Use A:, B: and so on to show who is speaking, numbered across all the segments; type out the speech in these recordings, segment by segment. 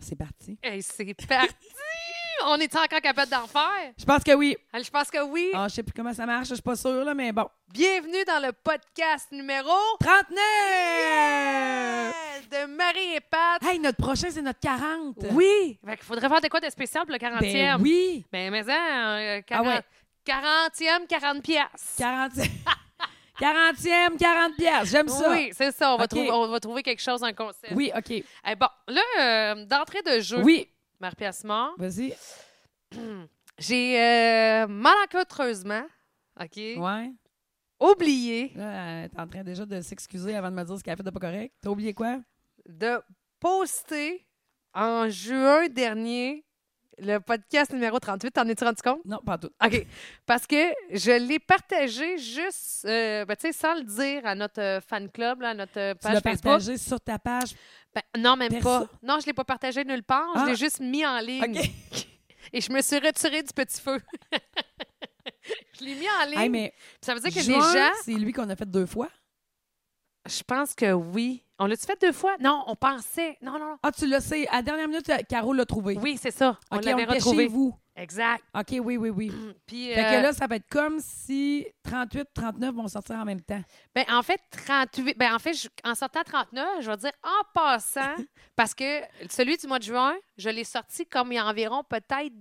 A: C'est parti.
B: Hey, c'est parti! On est encore capable d'en faire?
A: Je pense que oui.
B: Ah, Je pense que oui.
A: Ah, je sais plus comment ça marche, je suis pas sûre, là, mais bon.
B: Bienvenue dans le podcast numéro
A: 39! Euh,
B: de Marie et Pat.
A: Hey, notre prochain, c'est notre 40.
B: Oui! Fait qu'il faudrait faire de quoi de spécial pour le 40e.
A: Ben oui.
B: Ben, mais hein, euh,
A: Ah
B: 40,
A: ouais.
B: 40e, 40 piastres.
A: 40... 40e, 40 pièces. J'aime ça.
B: Oui, c'est ça. On va,
A: Ok.
B: trouver, on va trouver quelque chose en concept.
A: Oui, OK.
B: Eh, bon, là, euh, d'entrée de jeu,
A: Oui.
B: Marie-Pierre Simard,
A: Vas-y.
B: j'ai euh, malencontreusement ok,
A: Ouais.
B: oublié
A: Là, euh, t'es en train déjà de s'excuser avant de me dire ce qu'elle a fait de pas correct. T'as oublié quoi?
B: de poster en juin dernier le podcast numéro 38. T'en es-tu rendu compte?
A: Non, pas tout.
B: OK. Parce que je l'ai partagé juste, euh, ben, tu sais, sans le dire à notre euh, fan club, là, à notre euh,
A: Tu
B: page
A: l'as
B: Facebook.
A: partagé sur ta page.
B: Ben, non, même
A: Perso.
B: pas. Non, je l'ai pas partagé nulle part.
A: Ah.
B: Je l'ai juste mis en ligne.
A: OK.
B: Et je me suis retirée du petit feu. je l'ai mis en ligne.
A: Hey, mais
B: Ça veut dire que
A: juin,
B: les gens,
A: c'est lui qu'on a fait deux fois.
B: je pense que oui. On l'a-tu fait deux fois? Non, on pensait. Non, non, non.
A: Ah, tu l'as, c'est à la dernière minute, Caro l'a trouvé.
B: Oui, c'est ça. On
A: OK,
B: l'avait
A: était
B: retrouvé.
A: chez vous.
B: Exact.
A: OK, oui, oui, oui.
B: Puis,
A: Fait
B: euh,
A: que là, ça va être comme si 38, 39 vont sortir en même temps.
B: Ben, en fait, 38, ben, en fait, je- en sortant 39, je vais dire en passant, parce que celui du mois de juin, je l'ai sorti comme il y a environ peut-être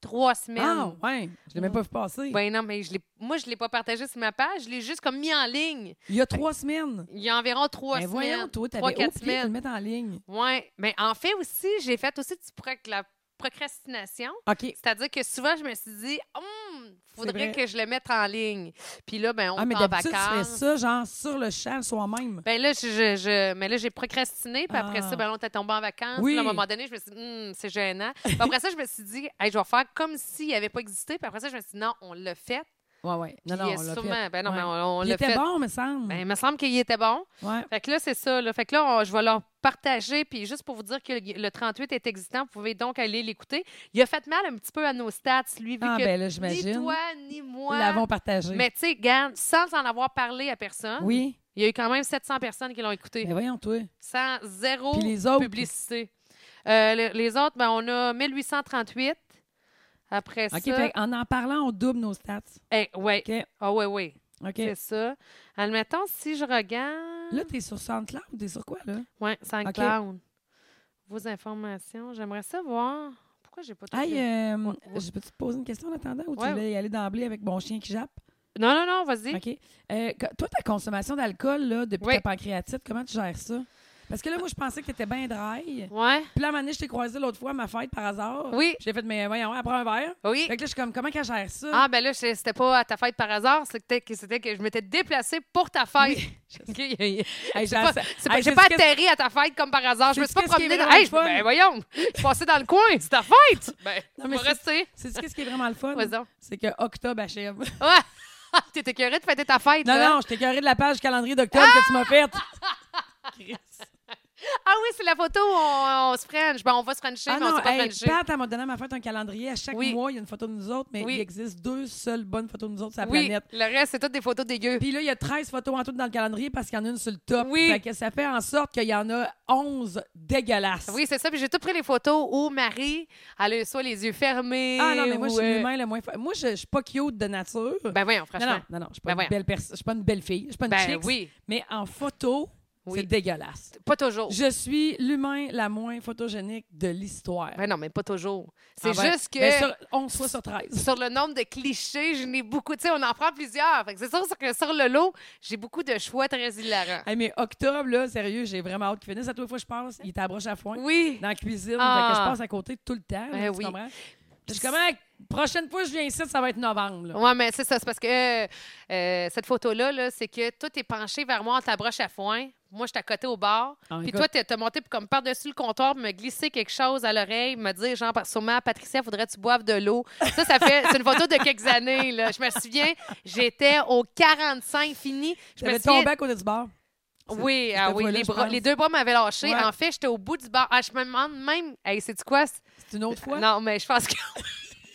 B: trois
A: Ah,
B: semaines.
A: ouais. Je l'ai même pas vu passer.
B: Ben non, mais je l'ai- moi, je ne l'ai pas partagé sur ma page, je l'ai juste comme mis en ligne.
A: Il y a trois semaines.
B: Il y a environ trois
A: Ben
B: semaines.
A: voyons, toi,
B: trois,
A: t'avais
B: quatre
A: oublié de le
B: semaines.
A: mettre en ligne.
B: Ouais. Mais en fait aussi, j'ai fait aussi du proc- la procrastination.
A: OK.
B: C'est-à-dire que souvent, je me suis dit, hum, faudrait
A: vrai.
B: que je le mette en ligne. Puis là, ben, on
A: Ah, mais
B: est en
A: d'habitude, tu fais
B: vacances.
A: ça, genre, sur le champ, soi-même.
B: Ben là, je, je- je- mais là, j'ai procrastiné, puis après
A: Ah.
B: ça, ben là, on était tombé en vacances.
A: Oui.
B: Puis là, à un moment donné, je me suis dit, Hum, c'est gênant. Puis après ça, je me suis dit, Hey, je vais faire comme s'il n'avait pas existé. Puis après ça, je me suis dit, non, on l'a fait.
A: Ouais, ouais. Non,
B: Puis,
A: non,
B: euh,
A: on l'a
B: sûrement,
A: fait.
B: ben non,
A: Ouais.
B: mais on, on
A: Il
B: l'a
A: était
B: fait.
A: bon, me semble.
B: Ben, il me semble qu'il était bon.
A: ouais.
B: Fait que là, c'est ça. Là. Fait que là, on- je vais leur partager. Puis juste pour vous dire que le le 38 est existant, vous pouvez donc aller l'écouter. Il a fait mal un petit peu à nos stats, lui, vu
A: Ah,
B: que
A: ben là,
B: ni
A: j'imagine.
B: toi, ni moi.
A: Nous l'avons partagé.
B: Mais tu sais, garde, sans en avoir parlé à personne,
A: Oui.
B: il y a eu quand même 700 personnes qui l'ont écouté
A: Mais voyons, toi.
B: sans zéro
A: Puis les autres?
B: publicité. Euh, le- les autres, ben, on a 1838. Après
A: OK,
B: ça.
A: fait en en parlant, on double nos stats.
B: Eh, ouais.
A: OK.
B: Ah, ouais, ouais.
A: OK.
B: C'est ça. Admettons, si je regarde.
A: Là, t'es sur SoundCloud, t'es sur quoi, là?
B: Ouais, SoundCloud. Vos informations. J'aimerais savoir. Pourquoi j'ai pas tout
A: Hey,
B: vu?
A: euh,
B: Ouais, ouais.
A: je peux te poser une question en attendant ou
B: Ouais.
A: tu voulais y aller d'emblée avec mon chien qui jappe?
B: Non, non, non, vas-y.
A: OK. Euh, co- toi, ta consommation d'alcool, là, depuis
B: Oui.
A: ta pancréatite, comment tu gères ça? Parce que là, moi, je pensais que t'étais bien dry.
B: Ouais.
A: Puis là, à un moment donné, je t'ai croisé l'autre fois à ma fête par hasard.
B: Oui.
A: J'ai fait, mais voyons, après un verre.
B: Oui.
A: Fait que là, je suis comme, comment qu'elle gère ça?
B: Ah, ben là, je- c'était pas à ta fête par hasard. C'était que, c'était que je m'étais déplacée pour ta fête. Ok,
A: Hey,
B: C'est
A: j'ai
B: pas-
A: assez-
B: C'est pas-
A: Hey,
B: Ah, J'ai
A: sais-tu
B: pas
A: qu'est-ce-
B: atterri à ta fête comme par hasard. Je me
A: sais-tu
B: suis pas
A: qu'est-ce qui est
B: promenée dans.
A: vraiment le
B: Hey,
A: fun?
B: ben voyons, je suis passée dans le coin, c'est ta fête! Ben,
A: Non,
B: tu
A: mais
B: vas rester.
A: C'est-tu qu'est-ce qui est vraiment le fun?
B: Vas-y donc.
A: C'est que octobre achève.
B: Ouais! T'étais curée Ah! de fêter ta fête, hein?
A: Non,
B: là.
A: non, je t'ai carré de la page calendrier d'octobre que tu m'as faite.
B: Ah oui, c'est la photo où on, on se french. Ben, on va se frencher,
A: Ah
B: mais on
A: non,
B: s'est pas
A: hey,
B: frenché.
A: Pat, elle m'a donné à ma fête un calendrier. À chaque
B: Oui.
A: mois, il y a une photo de nous autres, mais
B: Oui.
A: il existe deux seules bonnes photos de nous autres sur la
B: oui,
A: planète.
B: le reste, c'est toutes des photos dégueu.
A: Puis là, il y a 13 photos en tout dans le calendrier parce qu'il y en a une sur le top.
B: Oui.
A: Fait que ça fait en sorte qu'il y en a 11 dégueulasses.
B: Oui, c'est ça. Puis j'ai tout pris les photos où Marie, elle a soit les yeux fermés.
A: Ah non, mais moi, je
B: ou,
A: suis
B: euh,
A: l'humain le moins... fa- Moi, je je suis pas cute de nature.
B: Ben voyons,
A: non, non,
B: franchement.
A: non, non, je suis
B: Ben
A: pas une
B: voyons.
A: belle personne. Je suis pas une belle fille. Je suis pas une
B: Ben
A: chicks.
B: oui.
A: Mais en photo,
B: Oui.
A: c'est dégueulasse.
B: Pas toujours.
A: Je suis l'humain la moins photogénique de l'histoire.
B: Ben non, mais pas toujours. C'est
A: Ah ben,
B: juste que.
A: ben, sur 11 fois sur 13.
B: sur le nombre de clichés, je n'ai beaucoup. Tu sais, on en prend plusieurs. Fait que c'est sûr que sur le lot, j'ai beaucoup de choix très hilarants.
A: Hey, mais octobre, là, sérieux, j'ai vraiment hâte qu'il finisse. À toutes les fois que je passe, il est à broche à foin.
B: Oui.
A: Dans la cuisine.
B: Ah.
A: Fait que je passe à côté tout le temps.
B: Ben
A: là,
B: oui.
A: Tu comprends? Je suis comme, Hey, prochaine fois que je viens ici, ça va être novembre. là.
B: Ouais, mais c'est ça. C'est parce que euh, euh, cette photo-là, là, c'est que toi, t'es penché vers moi en ta broche à foin. Moi, je suis à côté au bar.
A: Ah,
B: Puis
A: écoute.
B: toi, t'es t'as monté comme par-dessus le comptoir, me glisser quelque chose à l'oreille, me dire, genre, par- sûrement, Patricia, faudrait que tu boives de l'eau. Ça, ça fait. C'est une photo de quelques années, là. Je me souviens, j'étais au 45 fini. Je me
A: J'avais
B: souviens-
A: tombé à côté du bar.
B: Oui,
A: Cette
B: ah oui,
A: fois-là,
B: les,
A: je
B: bras-
A: pense.
B: les deux bras m'avaient lâché.
A: Ouais.
B: En fait, j'étais au bout du bar. Ah, je me demande même, hey, c'est quoi? c-
A: C'est une autre fois?
B: Euh, Non, mais je pense que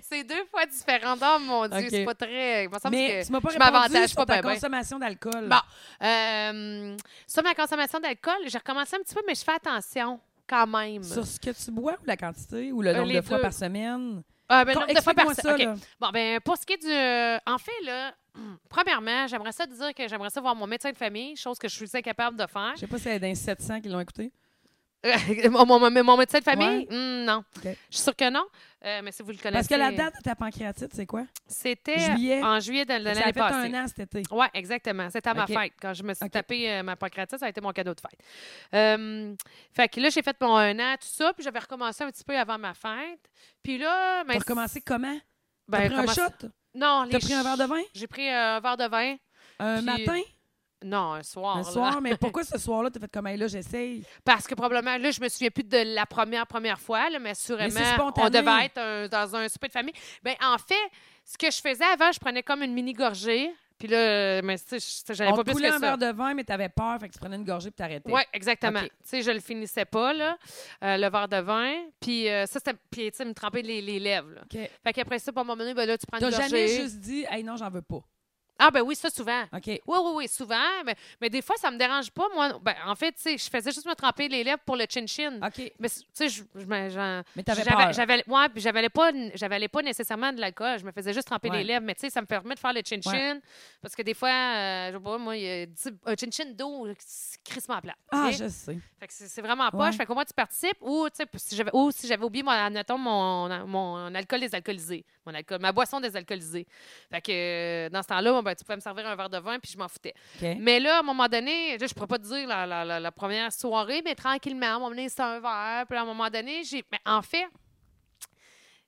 B: c'est deux fois différent. Oh mon Dieu,
A: Ok.
B: c'est pas très. Il me semble
A: Mais
B: que
A: tu m'as pas
B: je
A: répondu
B: m'avantage
A: sur
B: pas ben,
A: ta
B: bien. bien.
A: consommation d'alcool.
B: Bon, euh, sur ma consommation d'alcool, j'ai recommencé un petit peu, mais je fais attention. quand même.
A: Sur ce que tu bois ou la quantité ou le
B: Euh,
A: nombre
B: les
A: de fois
B: deux.
A: par semaine?
B: Ah, ben, nombre de fois par
A: Explique-moi
B: se-
A: ça,
B: OK.
A: là.
B: Bon, ben, pour ce qui est du. En fait, là, premièrement, j'aimerais ça te dire que j'aimerais ça voir mon médecin de famille, chose que je suis incapable de faire.
A: Je sais pas si c'est dans les 700 qui l'ont écouté.
B: mon, mon- mon- mon médecin de famille?
A: Ouais.
B: Hmm, non.
A: OK.
B: Je suis sûre que non. Euh, mais si vous le connaissez.
A: Parce que la date de ta pancréatite, c'est quoi?
B: C'était
A: Juillet.
B: en juillet de, de
A: ça a
B: l'année
A: fait
B: passée.
A: un an cet été.
B: Oui, exactement. C'était à ma
A: OK.
B: fête. Quand je me suis
A: OK.
B: tapé euh, ma pancréatite, ça a été mon cadeau de fête. Euh, fait que là, j'ai fait mon un an, tout ça, puis j'avais recommencé un petit peu avant ma fête. Puis là,
A: T'as
B: ben,
A: recommencé comment?
B: ben,
A: T'as pris
B: comment-
A: un shot?
B: Non,
A: T'as
B: les
A: pris un verre de vin?
B: J'ai pris euh, un verre de vin.
A: Un
B: Puis-
A: matin?
B: Non, un soir.
A: Un
B: là.
A: soir? Mais pourquoi ce soir-là, t'as fait comme, hey, là, j'essaye?
B: Parce que probablement, là, je me souviens plus de la première première fois, là, mais sûrement,
A: c'est spontané.
B: on devait être un- dans un souper de famille. Ben, en fait, ce que je faisais avant, je prenais comme une mini gorgée. Puis là, mais tu sais, je- j'avais
A: On
B: pas
A: te
B: plus
A: coulait
B: que
A: un
B: ça.
A: verre de vin, mais t'avais peur, fait que tu prenais une gorgée puis t'arrêtais.
B: Oui, exactement.
A: OK.
B: Tu sais, je le finissais pas, là, euh, le verre de vin. Puis euh, ça, c'était. Puis, tu sais, me tremper les, les lèvres, là.
A: OK.
B: Fait qu'après ça, pour un moment donné, ben là, tu prends une
A: T'as
B: gorgée.
A: jamais juste dit, hey, non, j'en veux pas.
B: Ah, ben oui, ça, souvent.
A: OK.
B: Oui, oui, oui, souvent. Mais, mais des fois, ça me dérange pas, moi. Ben, en fait, tu sais, je faisais juste me tremper les lèvres pour le chin-chin.
A: OK.
B: Mais, tu sais, je. je me- j'en-
A: Mais t'avais
B: j'avais-
A: peur.
B: J'avais, ouais, puis j'avalais pas, j'avalais pas nécessairement de l'alcool. Je me faisais juste tremper
A: Ouais.
B: les lèvres. Mais, tu sais, ça me permet de faire le chin-chin.
A: Ouais.
B: Parce que des fois, euh, je sais pas, moi, il y a dix- un chin-chin d'eau, c'est crissement plat.
A: Ah, je sais.
B: Fait que c'est c'est vraiment poche.
A: Ouais.
B: Fait qu'au moins, tu participes. Ou, tu sais, si j'avais, ou si j'avais oublié, mon, admettons, mon, mon alcool désalcoolisé. Mon alcool, ma boisson désalcoolisée. Fait que euh, dans ce temps-là, ben, tu pouvais me servir un verre de vin, puis je m'en foutais.
A: OK.
B: Mais là, à un moment donné, là, je pourrais pas te dire la, la- la- la première soirée, mais tranquillement, à un moment donné, c'était un verre. Puis là, à un moment donné, j'ai... Mais en fait,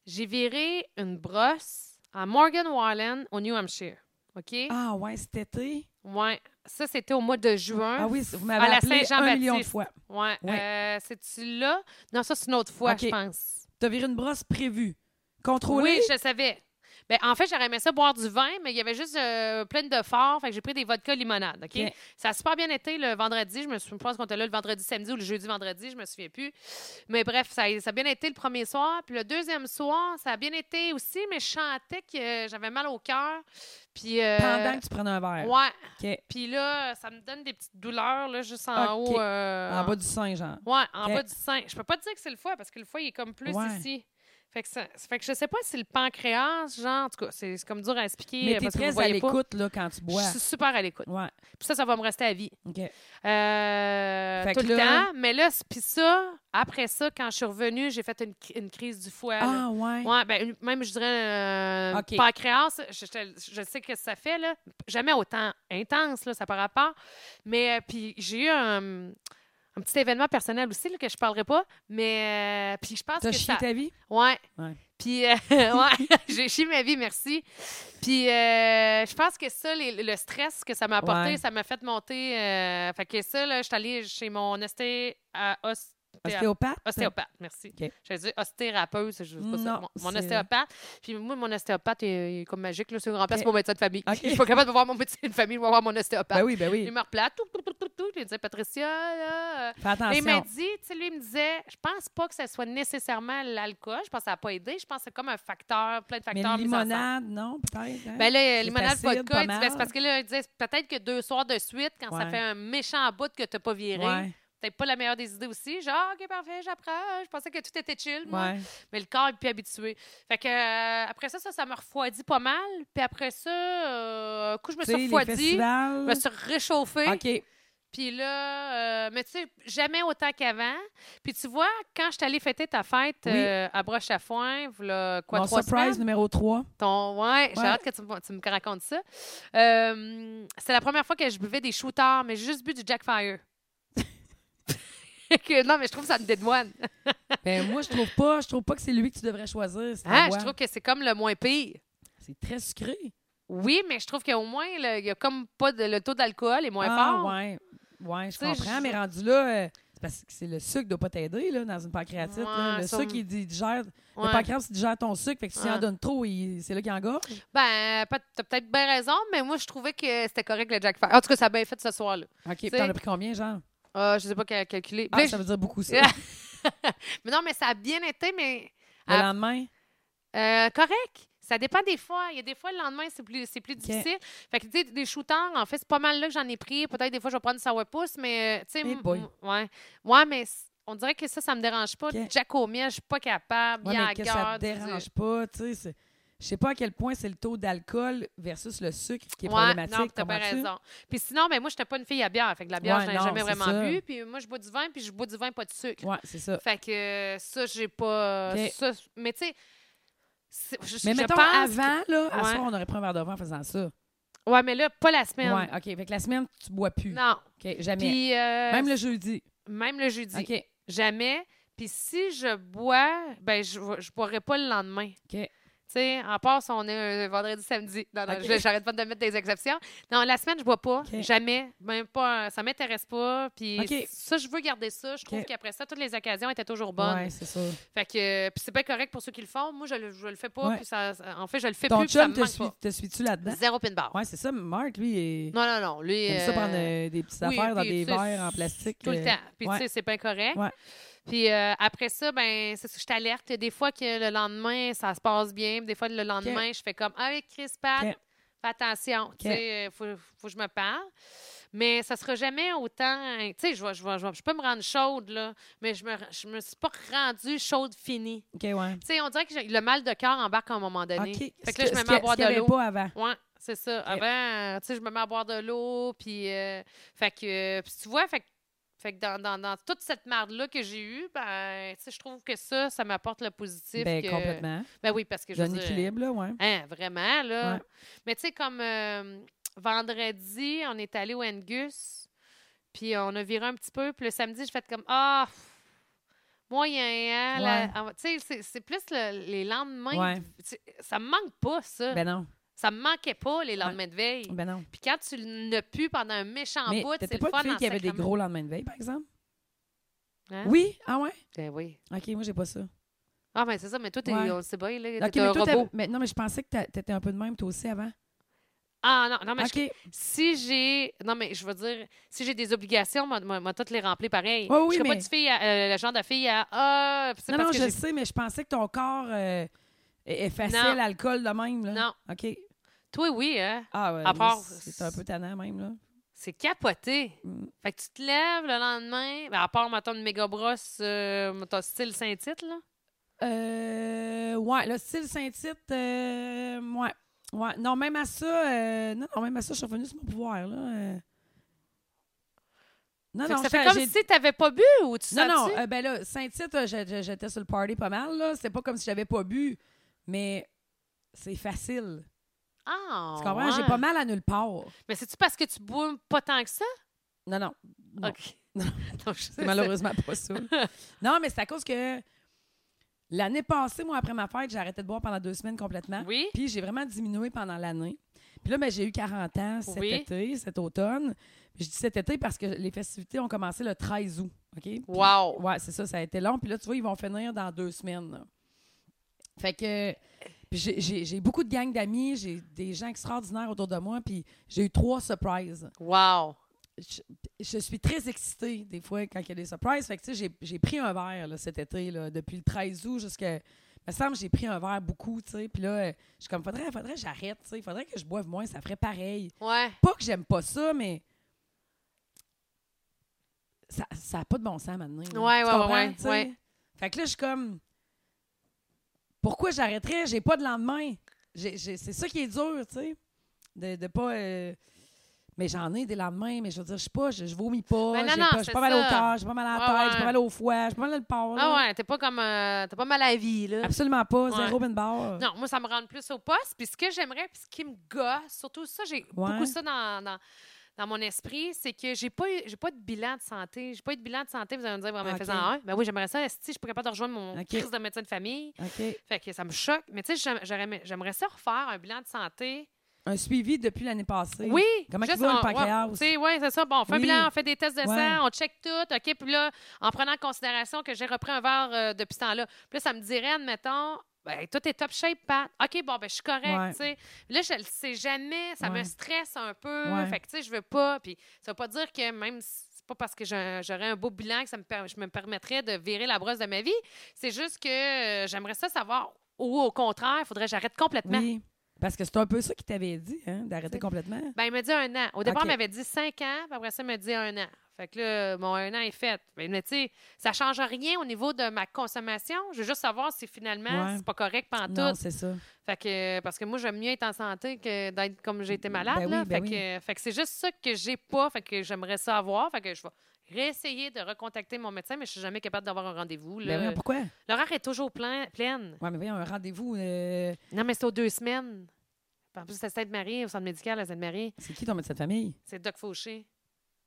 B: j'ai viré une brosse à Morgan Wallen, au New Hampshire. OK?
A: Ah, ouais, cet été?
B: Ouais. Ça, c'était au mois de juin.
A: Ah oui, c'est- vous
B: à
A: m'avez
B: Hein? la
A: appelé un
B: Saint-Jean-Baptiste.
A: million de fois.
B: Ouais.
A: Ouais.
B: Euh, C'est-tu là? Non, ça, c'est une autre fois,
A: OK.
B: je pense.
A: T'as viré une brosse prévue. Contrôlée?
B: Oui, je le savais. Ben, en fait, j'aurais aimé ça boire du vin, mais il y avait juste euh, plein de forts. Fait que j'ai pris des vodka limonade. OK?
A: Bien.
B: Ça a super bien été le vendredi. Je me souviens, je pense qu'on était là le vendredi samedi ou le jeudi vendredi, je me souviens plus. Mais bref, ça a, ça a bien été le premier soir. Puis le deuxième soir, ça a bien été aussi, mais je chantais que euh, j'avais mal au cœur. Puis. euh,
A: Pendant que tu prenais un verre.
B: Ouais.
A: OK.
B: Puis là, ça me donne des petites douleurs, là, juste en
A: OK.
B: haut. euh,
A: En bas du sein, genre.
B: Ouais, en
A: Ok.
B: bas du sein. Je peux pas te dire que c'est le foie parce que le foie il est comme plus
A: Ouais.
B: ici. Fait que, ça, ça fait que je sais pas si le pancréas, genre, en tout cas, c'est c'est comme dur à expliquer
A: Mais
B: euh,
A: t'es
B: parce que vous
A: très à
B: voyez pas.
A: l'écoute, là, quand tu bois.
B: Je suis super à l'écoute.
A: Ouais.
B: Puis ça, ça va me rester à vie.
A: OK.
B: Euh,
A: Fait
B: tout
A: que
B: le
A: là-
B: temps. Mais là, c'est- puis ça, après ça, quand je suis revenue, j'ai fait une, cri- une crise du foie. là.
A: Ah, ouais.
B: Ouais, ben, une- même, je dirais, euh,
A: Ok.
B: pancréas, je, je- je sais que ça fait, là. Jamais autant intense, là, ça par rapport. Mais euh, puis j'ai eu un, un petit événement personnel aussi, là, que je parlerai pas. Mais euh, puis je pense
A: T'as
B: que
A: chié
B: ça...
A: ta vie?
B: Ouais.
A: Ouais.
B: Puis, euh, ouais, j'ai chié ma vie, merci. Puis, euh, je pense que ça, les- le stress que ça m'a apporté,
A: Ouais.
B: ça m'a fait monter. euh, fait que ça, là, je suis allée chez mon osté... à- ostéa-
A: Ostéopathe?
B: Ostéopathe, merci.
A: OK.
B: J'ai dit ostérapeute, je sais pas ça.
A: Non,
B: Mon- Mon
A: c'est-
B: ostéopathe. Puis moi, mon ostéopathe est, est comme magique, là, c'est il remplace
A: OK.
B: mon médecin de famille.
A: OK.
B: Je suis pas capable de voir mon médecin de famille, je vais voir mon ostéopathe.
A: Ben oui, ben oui.
B: Il me replace, tout, tout, tout, tout, tout. Il me dit Patricia, là. euh,
A: Fais
B: mais il m'a
A: attention.
B: dit, tu sais, lui, il me disait, je pense pas que ce soit nécessairement l'alcool. Je pense que ça n'a pas aidé. Je pense que c'est comme un facteur, plein de
A: Mais
B: facteurs. mis ensemble.
A: limonade, non, peut-être? hein?
B: Ben là,
A: C'est
B: limonade
A: acide,
B: vodka,
A: pas
B: il dit, ben,
A: mal.
B: c'est parce que là, il disait, c'est peut-être que deux soirs de suite, quand ça
A: Ouais.
B: fait un méchant bout que t'as pas viré,
A: Ouais,
B: peut-être pas la meilleure des idées aussi. Genre, OK, parfait, j'apprends. Je pensais que tout était chill, moi.
A: ouais.
B: Mais le corps est plus habitué. Fait que, euh, après ça, ça, ça me refroidit pas mal. Puis après ça, euh, un coup, je me
A: Tu sais,
B: suis
A: les
B: refroidie. Je
A: festivals.
B: me suis réchauffée.
A: OK.
B: Puis là, euh, mais tu sais, jamais autant qu'avant. Puis tu vois, quand je suis allée fêter ta fête
A: Oui.
B: euh, à Broche à Foin, voilà, quoi,
A: Mon
B: trois
A: surprise
B: semaines?
A: numéro 3.
B: Ton... Ouais, j'ai
A: Ouais.
B: hâte que tu, me- tu me racontes ça. Euh, c'est la première fois que je buvais des shooters, mais j'ai juste bu du Jack Fire. Que- non, mais je trouve que ça me dédouane.
A: Ben moi, je trouve pas, je trouve pas que c'est lui que tu devrais choisir. si t'en
B: Hein?
A: bois.
B: Je trouve que c'est comme le moins pire.
A: C'est très sucré.
B: Oui, mais je trouve qu'au moins, le- il y a comme pas de- le taux d'alcool est moins
A: ah,
B: fort.
A: ouais. Ouais, je
B: Tu sais,
A: comprends,
B: je-
A: mais rendu là, euh, c'est parce que c'est le sucre doit pas t'aider là, dans une pancréatite. là.
B: Ouais,
A: Le
B: ça-
A: sucre, il di- digère.
B: Ouais.
A: Le pancréas, il digère ton sucre. Fait que si tu
B: Ouais.
A: en donnes trop, il- c'est là qu'il engorge.
B: Ben, peut- t'as peut-être bien raison, mais moi, je trouvais que c'était correct le Jack Fire. En tout cas, ça a bien fait ce soir-là.
A: OK. Puis
B: sais-
A: t'en as pris combien, genre?
B: Ah, je sais pas ca- calculer.
A: Ah,
B: Là,
A: ça
B: je-
A: veut dire beaucoup, ça.
B: Ah. Mais non, mais ça a bien été, mais
A: Le
B: Ah.
A: lendemain,
B: euh, correct. Ça dépend des fois. Il y a des fois, le lendemain, c'est plus, c'est plus difficile. Fait que, tu sais, des shooters, en fait, c'est pas mal là que j'en ai pris. Peut-être des fois, je vais prendre du sourpuss, mais, euh, tu sais.
A: Eh
B: m-
A: boy.
B: m- ouais. Ouais, mais c- On dirait que ça, ça me dérange pas.
A: Ok.
B: Jacomia, je suis pas capable.
A: Ouais,
B: Il y a
A: mais que ça
B: garde,
A: te
B: tu dis-
A: dérange pas, tu sais. c'est- Je sais pas à quel point c'est le taux d'alcool versus le sucre qui est
B: Ouais,
A: problématique.
B: Non, t'as pas
A: comprends-tu?
B: raison. Puis sinon, ben moi, j'étais pas une fille à bière. Fait que la bière,
A: Ouais,
B: je n'ai
A: non,
B: jamais
A: c'est
B: vraiment
A: ça.
B: bu. Puis moi, je bois du vin, puis je bois du vin pas de sucre.
A: Ouais, c'est ça.
B: Fait que euh, ça, j'ai pas.
A: Ok.
B: ça- mais tu sais, c'est- je,
A: Mais
B: je
A: mettons,
B: pense.
A: avant, là, à
B: Ouais.
A: soir, on aurait pris un verre de vin en faisant ça.
B: Ouais, mais là, pas la semaine.
A: Ouais, OK. Fait que la semaine, tu bois plus.
B: Non.
A: OK, jamais.
B: Puis euh,
A: Même le jeudi.
B: même le jeudi.
A: OK.
B: Jamais. Puis si je bois, ben je ne boirai pas le lendemain.
A: OK.
B: Tu sais, en part si on est un vendredi, samedi. Non, non,
A: OK.
B: je- j'arrête pas de mettre des exceptions. Non, la semaine, je bois pas.
A: OK.
B: Jamais. Même pas. un- Ça m'intéresse pas. Puis
A: OK.
B: ça, je veux garder ça. Je trouve
A: OK.
B: qu'après ça, toutes les occasions étaient toujours bonnes.
A: Ouais, c'est ça.
B: Fait que euh, puis c'est pas correct pour ceux qui le font. Moi, je le, je le fais pas.
A: Ouais.
B: Puis ça, ça- en fait, je le fais
A: Ton
B: plus. puis ça
A: chum,
B: me
A: te,
B: manque
A: suis,
B: pas.
A: te suis-tu là-dedans?
B: Zéro pin bar.
A: Ouais, c'est ça. Marc, lui, il,
B: Non, non, non. Lui,
A: il aime ça
B: euh,
A: prendre euh, des petites
B: oui,
A: affaires dans
B: puis,
A: des
B: tu sais,
A: verres en plastique.
B: Tout le
A: euh,
B: temps. Puis
A: ouais.
B: tu sais, c'est pas correct.
A: Ouais.
B: Puis euh, après ça, ben c'est ça, je t'alerte des fois que le lendemain, ça se passe bien. Des fois, le lendemain, je fais comme Hey, Chris Pat,
A: OK.
B: fais attention. Tu sais, euh, faut, faut que je me parle. Mais ça sera jamais autant. hein, Tu sais, je, vais- je, vais- je, vais- je peux me rendre chaude, là, mais je me, je me suis pas rendue chaude finie.
A: OK, ouais.
B: Tu sais, on dirait que j'ai- le mal de cœur embarque à un moment donné.
A: OK.
B: Fait
A: Ce
B: que là, je
A: ce
B: me
A: qu'il y
B: mets à
A: a-
B: boire
A: ce qu'il
B: de
A: y avait
B: l'eau.
A: pas avant.
B: Ouais, c'est ça. Avant, euh, tu sais, je me mets à boire de l'eau, puis euh, fait que euh, puis tu vois, fait que fait que dans, dans, dans toute cette marde-là que j'ai eue, ben, tu sais, je trouve que ça, ça m'apporte le positif.
A: Ben,
B: que-
A: complètement.
B: Ben oui, parce que
A: Il y
B: je
A: a
B: veux
A: un
B: dire,
A: équilibre, là, ouais.
B: Hein, vraiment, là.
A: Ouais.
B: Mais tu sais, comme euh, vendredi, on est allé au Angus, puis on a viré un petit peu, puis le samedi, j'ai fait comme Ah, pff, moyen, hein,
A: Ouais.
B: la- Tu sais, c'est- c'est plus le- les lendemains.
A: Ouais.
B: Tu sais, Ça me manque pas, ça.
A: Ben non.
B: Ça me manquait pas les lendemains de veille.
A: Ben non.
B: Puis quand tu n'as plus pendant un méchant
A: Mais
B: bout,
A: t'étais
B: c'est
A: pas
B: le fun
A: une fille
B: en
A: qui avait des
B: sacrement.
A: gros lendemains de veille, par exemple?
B: Hein?
A: Oui? Ah ouais?
B: Ben oui.
A: OK, moi, j'ai pas ça.
B: Ah, ben c'est ça, mais toi, t'es-
A: Ouais.
B: on le sait bien, là,
A: OK,
B: t'es un
A: toi, t'avais-
B: robot.
A: mais non, mais je pensais que t'a- t'étais un peu de même, toi aussi, avant.
B: Ah non, non, mais
A: OK.
B: je- si j'ai... Non, mais je veux dire, si j'ai des obligations, moi, moi, moi, toutes les remplir pareil.
A: Ouais, oui,
B: je serais pas
A: mais-
B: du fille à- euh, le genre de fille à... Ah, c'est
A: Non,
B: parce
A: non,
B: que
A: je
B: j'ai-
A: sais, mais je pensais que ton corps euh, e- effaçait
B: Non.
A: l'alcool de même. Là.
B: Non.
A: OK.
B: Toi, oui, hein?
A: Ah, ouais.
B: À
A: moi,
B: part-
A: C'est un peu tannant, même. là.
B: C'est capoté.
A: Mm.
B: Fait que tu te lèves le lendemain, ben, à part, mettons, de méga brosse, euh, ton style Saint-Titre, là.
A: Euh, ouais, le style Saint-Tite, euh, ouais. Ouais. Non, même à ça, euh, non, non, même à ça, je suis revenue sur mon pouvoir, là. euh. Non,
B: Fait que
A: non,
B: ça
A: j'ai-
B: fait comme
A: j'ai-
B: si t'avais pas bu ou tu
A: Non, non,
B: sens-tu?
A: euh, ben là, Saint-Tite, euh, je- je- j'étais sur le party pas mal, là. C'est pas comme si j'avais pas bu, mais c'est facile.
B: Ah,
A: Tu comprends? J'ai
B: ouais.
A: pas mal à nulle part.
B: Mais c'est-tu parce que tu bois pas tant que ça?
A: Non, non. Non.
B: OK.
A: Non.
B: Non, je sais
A: C'est malheureusement pas ça. Non, mais c'est à cause que l'année passée, moi, après ma fête, j'ai arrêté de boire pendant deux semaines complètement.
B: Oui.
A: Puis j'ai vraiment diminué pendant l'année. Puis là, ben, j'ai eu 40 ans cet
B: Oui.
A: été, cet automne. Puis je dis cet été parce que les festivités ont commencé le 13 août. OK? Puis-
B: Wow.
A: Ouais, c'est ça, ça a été long. Puis là, tu vois, ils vont finir dans deux semaines. là. Fait que. Puis j'ai- j'ai j'ai beaucoup de gangs d'amis, j'ai des gens extraordinaires autour de moi, puis j'ai eu trois surprises
B: Wow.
A: je, je suis très excitée des fois quand il y a des surprises. Fait que, tu sais, j'ai- j'ai pris un verre là, cet été, là, depuis le 13 août jusqu'à. Il me semble que j'ai pris un verre beaucoup, tu sais. Puis là, euh, je suis comme, faudrait, faudrait que j'arrête, tu sais. Faudrait que je boive moins, ça ferait pareil.
B: Ouais.
A: Pas que j'aime pas ça, mais. Ça n'a pas de bon sens maintenant. là.
B: Ouais,
A: Tu
B: ouais,
A: comprends,
B: ouais,
A: tu sais?
B: ouais.
A: Fait que là, je suis comme. Pourquoi j'arrêterais? J'ai pas de lendemain. J'ai- j'ai- C'est ça qui est dur, tu sais. De, de pas. euh, Mais j'en ai des lendemains, mais je veux dire, je suis pas, je, je vomis pas,
B: Ben non,
A: j'ai
B: non,
A: pas, j'ai
B: c'est
A: pas mal au
B: ça.
A: cœur, j'ai pas mal à la
B: Ouais,
A: tête,
B: ouais.
A: j'ai pas mal au foie, j'ai pas mal dans le port.
B: Ah
A: là.
B: ouais, t'es pas comme. euh, t'as pas mal à la vie, là.
A: Absolument pas, zéro
B: Ouais.
A: une barre.
B: Non, moi, ça me rend plus au poste. Puis ce que j'aimerais, puis ce qui me gosse, surtout ça, j'ai beaucoup ça dans, dans, dans mon esprit, c'est que j'ai pas, eu- j'ai pas de bilan de santé. J'ai pas eu de bilan de santé. Vous allez me dire, vous en
A: Ah, ok.
B: faites un. Ben oui, j'aimerais ça. Si je suis pas capable de rejoindre mon
A: Ok.
B: crise de médecin de famille,
A: OK.
B: fait que ça me choque. Mais tu sais, j'aim- j'aurais- j'aimerais ça refaire un bilan de santé.
A: Un suivi depuis l'année passée.
B: Oui.
A: Comment
B: juste
A: tu vas, le
B: on-
A: pancréas?
B: ouais, tu sais, ouais, c'est ça. Bon, on fait un
A: Oui.
B: bilan, on fait des tests de
A: Ouais.
B: sang, on check tout. OK, puis là, en prenant en considération que j'ai repris un verre euh, depuis ce temps-là, puis là, ça me dirait, admettons, ben, tout est top shape, Pat. OK, bon, ben, je suis
A: Ouais.
B: correct, tu sais. Là, je le sais jamais, ça me
A: Ouais.
B: stresse un peu.
A: Ouais.
B: Fait que, tu sais, je veux pas. Puis ça veut pas dire que même si- c'est pas parce que j'ai un- j'aurais un beau bilan que ça me, per- je me permettrais de virer la brosse de ma vie. C'est juste que euh, j'aimerais ça savoir ou au contraire, il faudrait que j'arrête complètement.
A: Oui. Parce que c'est un peu ça qu'il t'avait dit, hein, d'arrêter
B: C'est-
A: complètement.
B: Ben, il m'a dit un an. Au départ,
A: OK.
B: il m'avait dit cinq ans, puis après ça, il m'a dit un an. Fait que là, mon un an est fait. Mais, mais tu sais, ça ne change rien au niveau de ma consommation. Je veux juste savoir si finalement,
A: Ouais.
B: c'est pas correct
A: Non,
B: pantoute.
A: c'est ça.
B: Fait que, parce que moi, j'aime mieux être en santé que d'être comme j'ai été malade.
A: Ben oui,
B: là.
A: ben
B: fait,
A: oui.
B: que, fait que c'est juste ça que j'ai pas. Fait que j'aimerais ça avoir. Fait que je vais réessayer de recontacter mon médecin, mais je suis jamais capable d'avoir un rendez-vous. là.
A: Ben voyons, pourquoi?
B: L'horaire est toujours plein, pleine.
A: Ouais, mais voyons, un rendez-vous. euh,
B: Non, mais c'est aux deux semaines. En plus, c'est à Sainte-Marie, au centre médical à Sainte-Marie.
A: C'est qui ton médecin de famille?
B: C'est Doc Fauché.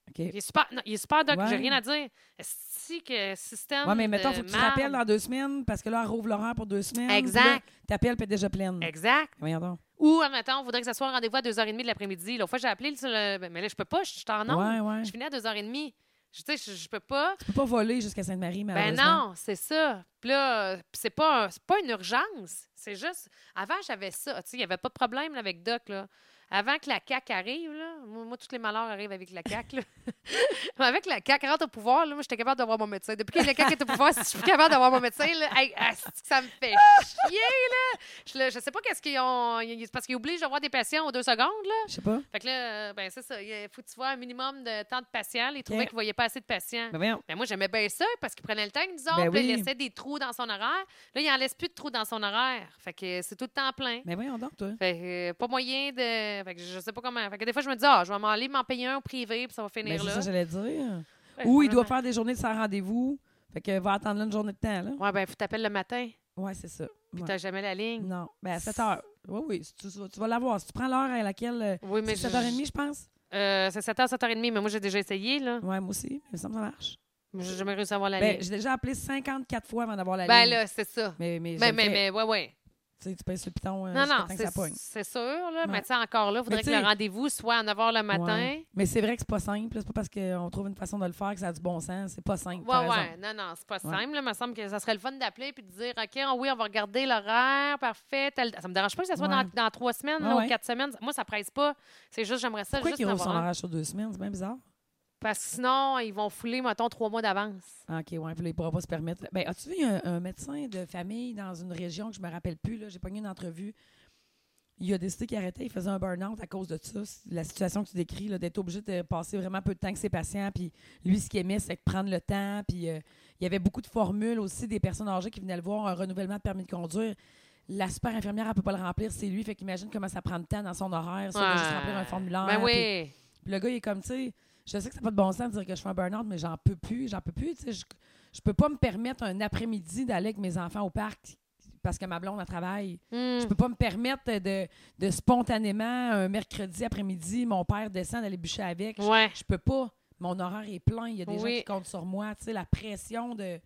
A: OK.
B: Il est super, non, il est super Doc,
A: Ouais.
B: j'ai rien à dire. Si que système.
A: Ouais, mais mettons,
B: de
A: faut que tu te
B: marde.
A: rappelles dans deux semaines parce que là, elle rouvre l'horaire pour deux semaines.
B: Exact.
A: Tu appelles puis elle est déjà pleine.
B: Exact.
A: Voyons donc.
B: Ou, admettons, on voudrait que ça soit un rendez-vous à 2h30 de l'après-midi. L'autre fois, j'ai appelé, sur le- ben, mais là, je peux pas, je suis en onde.
A: Ouais, ouais.
B: Je finis à 2h30. Je, tu sais, je, je peux pas.
A: Tu peux pas voler jusqu'à Sainte-Marie,
B: Ben
A: malheureusement.
B: non, c'est ça. Puis là, euh, c'est pas, un- c'est pas une urgence. C'est juste. Avant, j'avais ça. Tu sais, il n'y avait pas de problème là, avec Doc. Là. Avant que la CAQ arrive, là, moi, moi, tous les malheurs arrivent avec la CAQ. là. Mais avec la CAQ rentre au pouvoir, là, moi, j'étais capable d'avoir mon médecin. Depuis que la CAQ est au pouvoir, si je suis plus capable d'avoir mon médecin, là, hey, asti que ça me fait chier. Là. Je, là, je sais pas qu'est-ce qu'ils ont. ils- c'est parce qu'ils obligent d'avoir des patients aux deux secondes. Là.
A: Je sais pas.
B: Fait que là, euh, ben, c'est ça. Il faut que tu vois un minimum de temps de patients. Ils trouvaient
A: Ok.
B: qu'ils voyaient pas assez de patients.
A: Ben voyons.
B: Mais moi, j'aimais bien ça parce qu'il prenait le temps, nous autres,
A: Ben
B: puis il
A: oui.
B: laissait des trous dans son horaire. Là, il en laisse plus de trous dans son horaire. Fait que c'est tout le temps plein.
A: Ben voyons donc, toi.
B: Fait que euh, pas moyen de. Fait que je sais pas comment. Fait que des fois, je me dis, ah, je vais m'en aller m'en payer un au privé, puis ça va
A: Ben,
B: finir
A: c'est
B: là.
A: ça que j'allais dire.
B: Ouais,
A: Ou il doit
B: vraiment.
A: faire des journées de sans rendez-vous. Fait que va attendre là une journée de temps, là.
B: Ouais, ben, faut t'appeler le matin,
A: Ouais, c'est ça.
B: puis
A: Ouais.
B: t'as jamais la ligne.
A: Non. Ben à 7 heures. Oui, oui. si Tu, tu vas l'avoir. Si tu prends l'heure à laquelle. euh,
B: Oui, mais.
A: c'est 7h30, je pense.
B: Euh, c'est 7h, 7h30, mais moi, j'ai déjà essayé, là.
A: Ouais, moi aussi. Mais ça me semble que ça marche.
B: Moi, J'ai jamais réussi à avoir la
A: Ben,
B: ligne.
A: j'ai déjà appelé 54 fois avant d'avoir la
B: Ben,
A: ligne.
B: là, c'est ça. Ben,
A: Mais, mais, je
B: Mais,
A: le
B: mais,
A: fais.
B: mais, ouais, ouais.
A: Tu sais, tu pèses sur le piton euh,
B: Non,
A: jusqu'à
B: non,
A: temps que ça
B: c'est
A: pogne.
B: c'est sûr, là.
A: Ouais.
B: Mais, tu sais, encore là, faudrait
A: Mais
B: que le
A: tu sais-
B: rendez-vous soit à 9h le matin.
A: Ouais. Mais c'est vrai que c'est pas simple. là. C'est pas parce qu'on trouve une façon de le faire que ça a du bon sens. C'est pas simple.
B: Oui,
A: t'as raison.
B: oui. Non, non, c'est pas
A: Ouais.
B: simple. là. Il me semble que ça serait le fun d'appeler puis de dire OK, on- oui, on va regarder l'horaire, parfait. tel- Ça me dérange pas que ça soit
A: Ouais.
B: dans, dans trois semaines
A: Ouais,
B: là, ou
A: ouais.
B: quatre semaines. Moi, ça presse pas. C'est juste, j'aimerais ça
A: Pourquoi
B: juste
A: qu'il
B: en
A: roule son
B: avoir un.
A: orage sur deux semaines? C'est bien bizarre.
B: Parce que sinon, ils vont fouler, mettons, trois mois d'avance.
A: Ah, OK, ouais, puis là, il pourra pas se permettre. Ben, as-tu vu un, un médecin de famille dans une région que je me rappelle plus? Là, j'ai pogné une entrevue. Il a décidé qu'il arrêtait, il faisait un burn-out à cause de ça. C'est La situation que tu décris, là, d'être obligé de passer vraiment peu de temps avec ses patients. Puis lui, ce qu'il aimait, c'est de prendre le temps. Puis euh, il y avait beaucoup de formules aussi des personnes âgées qui venaient le voir, un renouvellement de permis de conduire. La super infirmière, elle peut pas le remplir, c'est lui. Fait qu'imagine comment ça prend de temps dans son horaire, ça, de juste
B: Ouais.
A: remplir un formulaire.
B: Ben
A: puis-
B: oui.
A: puis le gars, il est comme, tu sais, je sais que ça n'a pas de bon sens de dire que je fais un burn-out, mais j'en peux plus, j'en peux plus. Tu sais, je, je peux pas me permettre un après-midi d'aller avec mes enfants au parc parce que ma blonde, elle travaille.
B: Hmm.
A: Je peux pas me permettre de, de spontanément, un mercredi après-midi, mon père descend d'aller bûcher avec. Je,
B: Ouais.
A: je peux pas. Mon horaire est plein. Il y a des gens
B: Oui.
A: qui comptent sur moi. Tu sais, la pression de.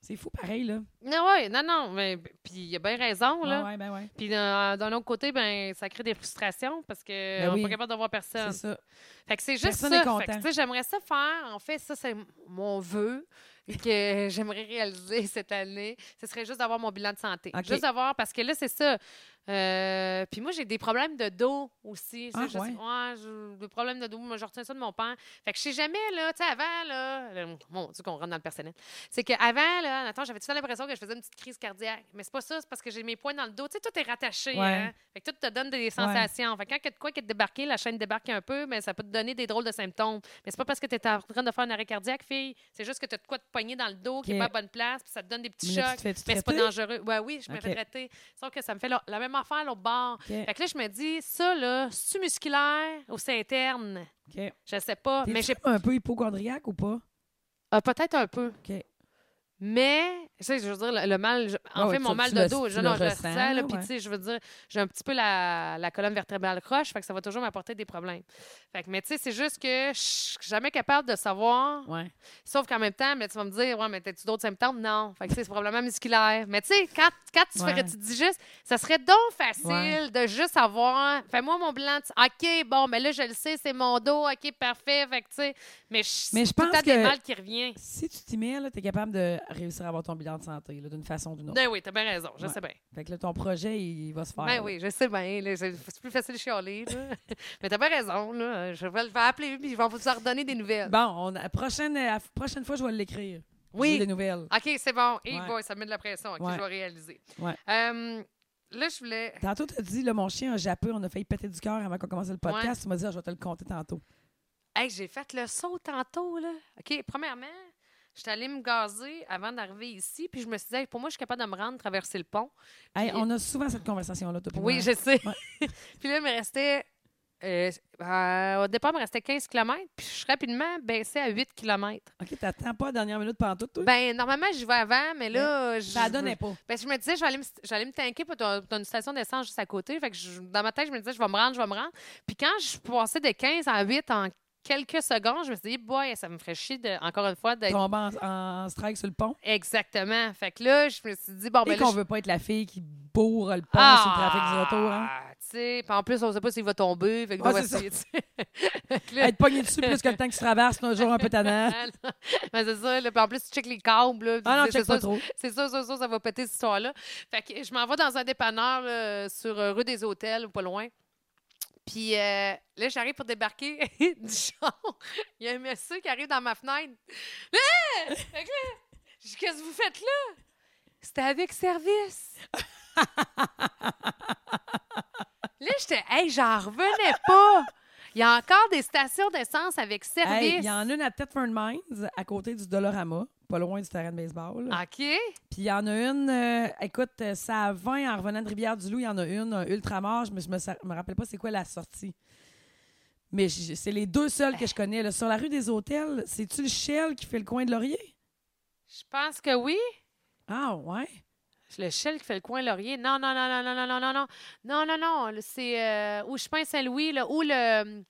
A: C'est fou, pareil, là.
B: Non, ouais, non, non. Mais, puis il a bien raison, là.
A: Ah ouais, ben ouais.
B: Puis d'un d'un autre côté, ben, ça crée des frustrations parce qu'on
A: Ben
B: n'est
A: oui.
B: pas capable d'avoir
A: C'est
B: personne.
A: ça.
B: Fait que c'est juste
A: Personne
B: ça.
A: n'est
B: Fait que,
A: content.
B: tu sais, j'aimerais ça faire. En fait, ça, c'est m- mon vœu et que j'aimerais réaliser cette année. Ce serait juste d'avoir mon bilan de santé.
A: OK.
B: Juste d'avoir, parce que là, c'est ça. Euh, puis moi, j'ai des problèmes de dos aussi. Ça,
A: Ah,
B: je sais-
A: ouais?
B: ouais, je- des problèmes de dos. Moi, je retiens ça de mon père. Fait que je sais jamais, là, tu sais, avant, là, là, mon Dieu, qu'on rentre dans le personnel. C'est qu'avant, là, attends, j'avais tout le temps l'impression que je faisais une petite crise cardiaque. Mais c'est pas ça, c'est parce que j'ai mes poings dans le dos. Tu sais, tout est rattaché.
A: Ouais.
B: hein. Fait que tout te donne des sensations. Fait que quand il y a de quoi qui est débarqué, la chaîne débarque un peu, mais ça peut te donner des drôles de symptômes. Mais c'est pas parce que tu es en train de faire un arrêt cardiaque, fille. C'est juste que tu as de quoi te pogner dans le dos qui est
A: Ok.
B: pas à bonne place, puis ça te donne des petits
A: Mais là, tu
B: chocs.
A: te fais-tu
B: Mais c'est pas
A: traiter?
B: dangereux. Ouais, oui, je me fais
A: Ok.
B: traiter. Sauf que ça me fait la, la même affaire à l'autre bord.
A: OK.
B: Fait que là, je me dis, ça, là, c'est musculaire ou c'est interne?
A: OK.
B: Je sais pas. Mais
A: Mais
B: j'ai
A: j'ai un peu hypochondriaque ou pas?
B: ah, peut-être un peu.
A: OK.
B: Mais, tu sais, je veux dire, le, le mal, je- en
A: Ah Ouais,
B: fait,
A: tu-
B: mon
A: tu
B: mal
A: le-
B: de dos,
A: tu
B: je,
A: le
B: non, je le
A: ressens,
B: ressens,
A: là,
B: là, puis
A: ouais.
B: tu sais, je veux dire, j'ai un petit peu la, la colonne vertébrale croche, fait que ça va toujours m'apporter des problèmes. Fait que, mais tu sais, c'est juste que je suis jamais capable de savoir,
A: Ouais.
B: sauf qu'en même temps, mais tu vas me dire, ouais, mais t'as-tu d'autres symptômes? Non. Fait que, tu sais, c'est probablement musculaire. Mais tu sais, quand, quand tu, ferais-
A: Ouais.
B: tu te dis juste, ça serait donc facile
A: Ouais.
B: de juste avoir, fais-moi mon blanc, tu- OK, bon, mais là, je le sais, c'est mon dos, OK, parfait, fait que, tu sais, mais
A: Mais
B: je
A: je
B: tout le
A: pense
B: temps des
A: que-
B: mal qui revient.
A: Si tu t'y mets, tu es capable de réussir à avoir ton bilan de santé, là, d'une façon ou d'une autre.
B: Ben oui, t'as bien raison, je
A: Ouais.
B: sais bien.
A: Fait que là, ton projet, il, il va se faire.
B: Ben
A: là.
B: oui, je sais bien. là, C'est c'est plus facile de chialer. là. Mais t'as bien raison. Là. Je vais le faire appeler puis je vais vous en redonner des nouvelles.
A: Bon, on, à prochaine, à la prochaine fois, je vais l'écrire. Je veux
B: oui.
A: des nouvelles.
B: OK, c'est bon. Et
A: Ouais.
B: boy, ça met de la pression. OK,
A: Ouais.
B: je vais réaliser.
A: Ouais.
B: Euh, là, je voulais.
A: Tantôt, tu as dit, là, mon chien a jappé, on a failli péter du cœur avant qu'on commence le podcast. Tu m'as dit, ah, je vais te le compter tantôt.
B: Hey, j'ai fait le saut tantôt, là. OK, premièrement, j'étais allée me gazer avant d'arriver ici, puis je me suis dit, Hey, pour moi, je suis capable de me rendre, traverser le pont.
A: Hey,
B: Puis-
A: on a souvent cette conversation-là, toi, puis
B: Oui,
A: moi.
B: je sais. puis là, il me restait. euh, euh, au départ, il me restait 15 km, puis je suis rapidement baissée à 8 km.
A: OK, t'attends pas la dernière minute pendant tout, toi?
B: Ben, normalement, j'y vais avant, mais là, je.
A: ça la donnait pas.
B: Ben, je me disais, je vais aller me, je vais aller me tanker pour t'as- t'as une station d'essence juste à côté. Fait que je- dans ma tête, je me disais, je vais me rendre, je vais me rendre. Puis quand je passais de 15 à 8 en quelques secondes, je me suis dit, boy, ça me ferait chier, de- encore une fois, d'être.
A: Tomber en, en strike sur le pont.
B: Exactement. Fait que là, je me suis dit, bon,
A: Et
B: ben là,
A: qu'on
B: je-
A: veut pas être la fille qui bourre le pont sur le trafic du retour. Hein?
B: Ah, Tu sais, puis en plus, on sait pas s'il va tomber. Fait que
A: Ah,
B: on va
A: c'est ça.
B: essayer, tu sais. Fait que là,
A: Être pogné dessus plus que le temps que tu traverses, c'est un jour un peu tannant.
B: Ah, non. Ben, c'est ça. là. Puis en plus, tu checkes les câbles. là.
A: Ah non,
B: C'est
A: check
B: sûr,
A: pas trop.
B: C'est sûr, c'est sûr, ça va péter cette histoire-là. Fait que je m'en vais dans un dépanneur là, sur euh, rue des Hôtels, pas loin. Puis euh, là, j'arrive pour débarquer du char. Il y a un monsieur qui arrive dans ma fenêtre. Là! Fait que là, je dis, qu'est-ce que vous faites là? C'était avec service. là, j'étais, hey, j'en revenais pas. Il y a encore des stations d'essence avec service.
A: Hey, Il y en a une à Thetford Mines, à côté du Dolorama, pas loin du terrain de baseball. là.
B: OK.
A: Puis il y en a une, euh, écoute, euh, ça à 20 en revenant de Rivière-du-Loup, il y en a une, un Ultramar, je me, je me sa- me rappelle pas c'est quoi la sortie. Mais j- c'est les deux seules que je connais. là. Sur la rue des Hôtels, c'est-tu le Shell qui fait le coin de Laurier?
B: Je pense que oui.
A: Ah, ouais.
B: Le Shell qui fait le coin Laurier. Non, non, non, non, non, non, non, non, non. Non, non, non. le- C'est euh, au chemin Saint-Louis, là, ou le.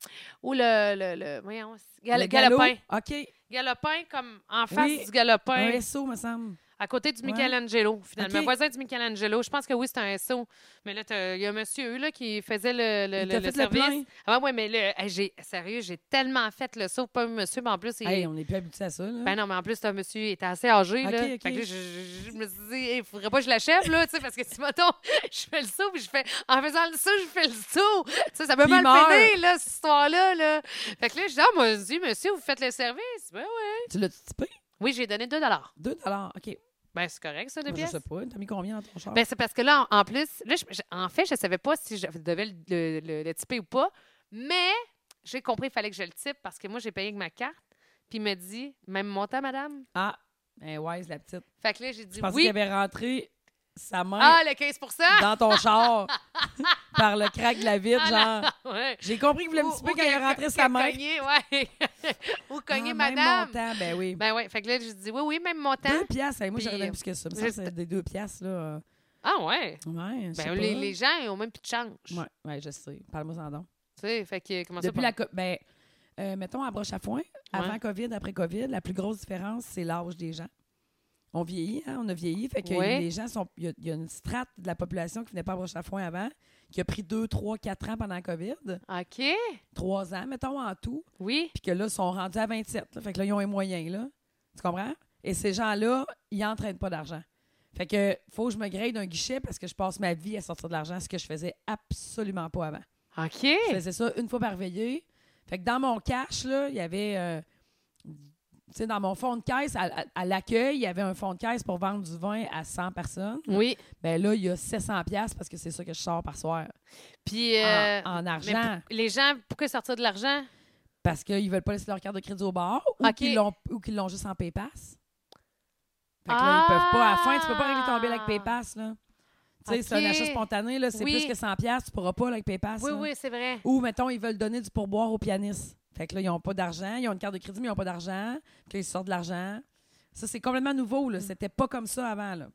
B: Ou le. le, le- voyons. c'est- Gal-
A: Le galop.
B: galopin.
A: OK.
B: Galopin, comme en face
A: Oui.
B: du galopin,
A: Un SO, me semble.
B: à côté du
A: Ouais.
B: Michelangelo, finalement.
A: Ok.
B: Voisin du Michelangelo. Je pense que oui, c'est un SO. Mais là, t'as- il y a un monsieur, là, qui faisait le, le,
A: Il
B: le-
A: t'a
B: le
A: fait le
B: service.
A: plein.
B: ah, ouais, mais là, hey, j'ai- sérieux, j'ai tellement fait le saut. Pas un monsieur, mais en plus, il.
A: Hey, on n'est plus habitué à ça. Là.
B: Ben non, mais en plus, un monsieur était assez âgé.
A: Hein? Ok,
B: là.
A: ok.
B: Fait que là, je, je- je me suis dit, il faudrait pas que je l'achève, là, tu sais, parce que si, mettons, je fais le saut, puis je fais, en faisant le saut, je fais le saut. Tu sais, ça peut
A: Puis il
B: mal finir,
A: meurt.
B: là, cette histoire-là, là. Fait que là, je dis, ah, mon Dieu, monsieur, vous faites le service. Ben ouais.
A: Tu l'as typé?
B: Oui, j'ai donné 2 dollars.
A: 2 OK.
B: Ben, c'est correct, ça, deux
A: Moi, je
B: pièces.
A: sais pas. T'as mis combien dans ton char?
B: Ben, c'est parce que là, en, en plus, là, je- je- en fait, je savais pas si je devais le, le- le- le typer ou pas, mais j'ai compris qu'il fallait que je le type parce que moi, j'ai payé avec ma carte. Puis il me dit, même montant, madame.
A: Ah, ben ouais, c'est la petite.
B: Fait que là, j'ai dit,
A: Je pensais
B: oui.
A: qu'il avait rentré sa main
B: Ah, le 15
A: dans ton char par le crack de la vitre,
B: Ah,
A: genre.
B: Ouais.
A: J'ai compris que vous voulez un petit peu quand il a rentré sa main.
B: Cogner, ouais. ou cogner
A: Ah, Même
B: madame.
A: montant, ben oui.
B: Ben ouais, fait que là, je dis oui, oui, même montant.
A: Deux piastres, hey, moi
B: Puis,
A: j'aurais donné plus que ça. Mais
B: je-
A: ça, c'est des deux piastres, là. euh,
B: Ah ouais.
A: Ouais, je sais pas.
B: Ben, les, les gens, ils ont même plus de change.
A: Ouais, ouais, je sais. Parle-moi sans don.
B: Tu sais, fait que comment
A: Depuis
B: ça
A: la... co- Ben, euh, mettons, à broche à foin, avant COVID, après COVID, la plus grosse différence, c'est l'âge des gens. On vieillit, hein, on a vieilli. Fait que
B: Ouais.
A: les gens sont... Il y a- il y, a une strate de la population qui venait pas à broche à foin avant, qui a pris deux, trois, quatre ans pendant COVID.
B: OK.
A: Trois ans, mettons, en tout.
B: Oui.
A: puis que là, ils sont rendus à 27. là. Fait que là, ils ont les moyens, là. Tu comprends? Et ces gens-là, ils n'entraînent pas d'argent. Fait que faut que je me grade un guichet parce que je passe ma vie à sortir de l'argent, ce que je faisais absolument pas avant.
B: OK.
A: Je faisais ça une fois par veillée. Fait que dans mon cash, là, il y avait... euh, tu sais, dans mon fonds de caisse, à, à- à l'accueil, il y avait un fonds de caisse pour vendre du vin à 100 personnes.
B: Oui.
A: Ben là, il y a 700 pièces parce que c'est ça que je sors par soir.
B: Puis
A: en-
B: euh,
A: en
B: mais
A: argent.
B: pour- les gens, pourquoi sortir de l'argent?
A: parce qu'ils veulent pas laisser leur carte de crédit au bar ou
B: Ok.
A: qu'ils l'ont ou qu'ils l'ont juste en PayPass. Fait que là, ils peuvent pas. À la fin, tu peux pas régler ton bill
B: Ah!
A: avec PayPass, là. Tu sais, c'est
B: Ok.
A: un achat spontané, là. C'est
B: Oui.
A: plus que 100 pièces, tu pourras pas là, avec PayPass.
B: Oui,
A: là.
B: oui, c'est vrai.
A: Ou, mettons, ils veulent donner du pourboire au pianiste. Fait que là, ils ont pas d'argent. Ils ont une carte de crédit, mais ils ont pas d'argent. Puis là, ils sortent de l'argent. Ça, c'est complètement nouveau, là. C'était pas comme ça avant, là.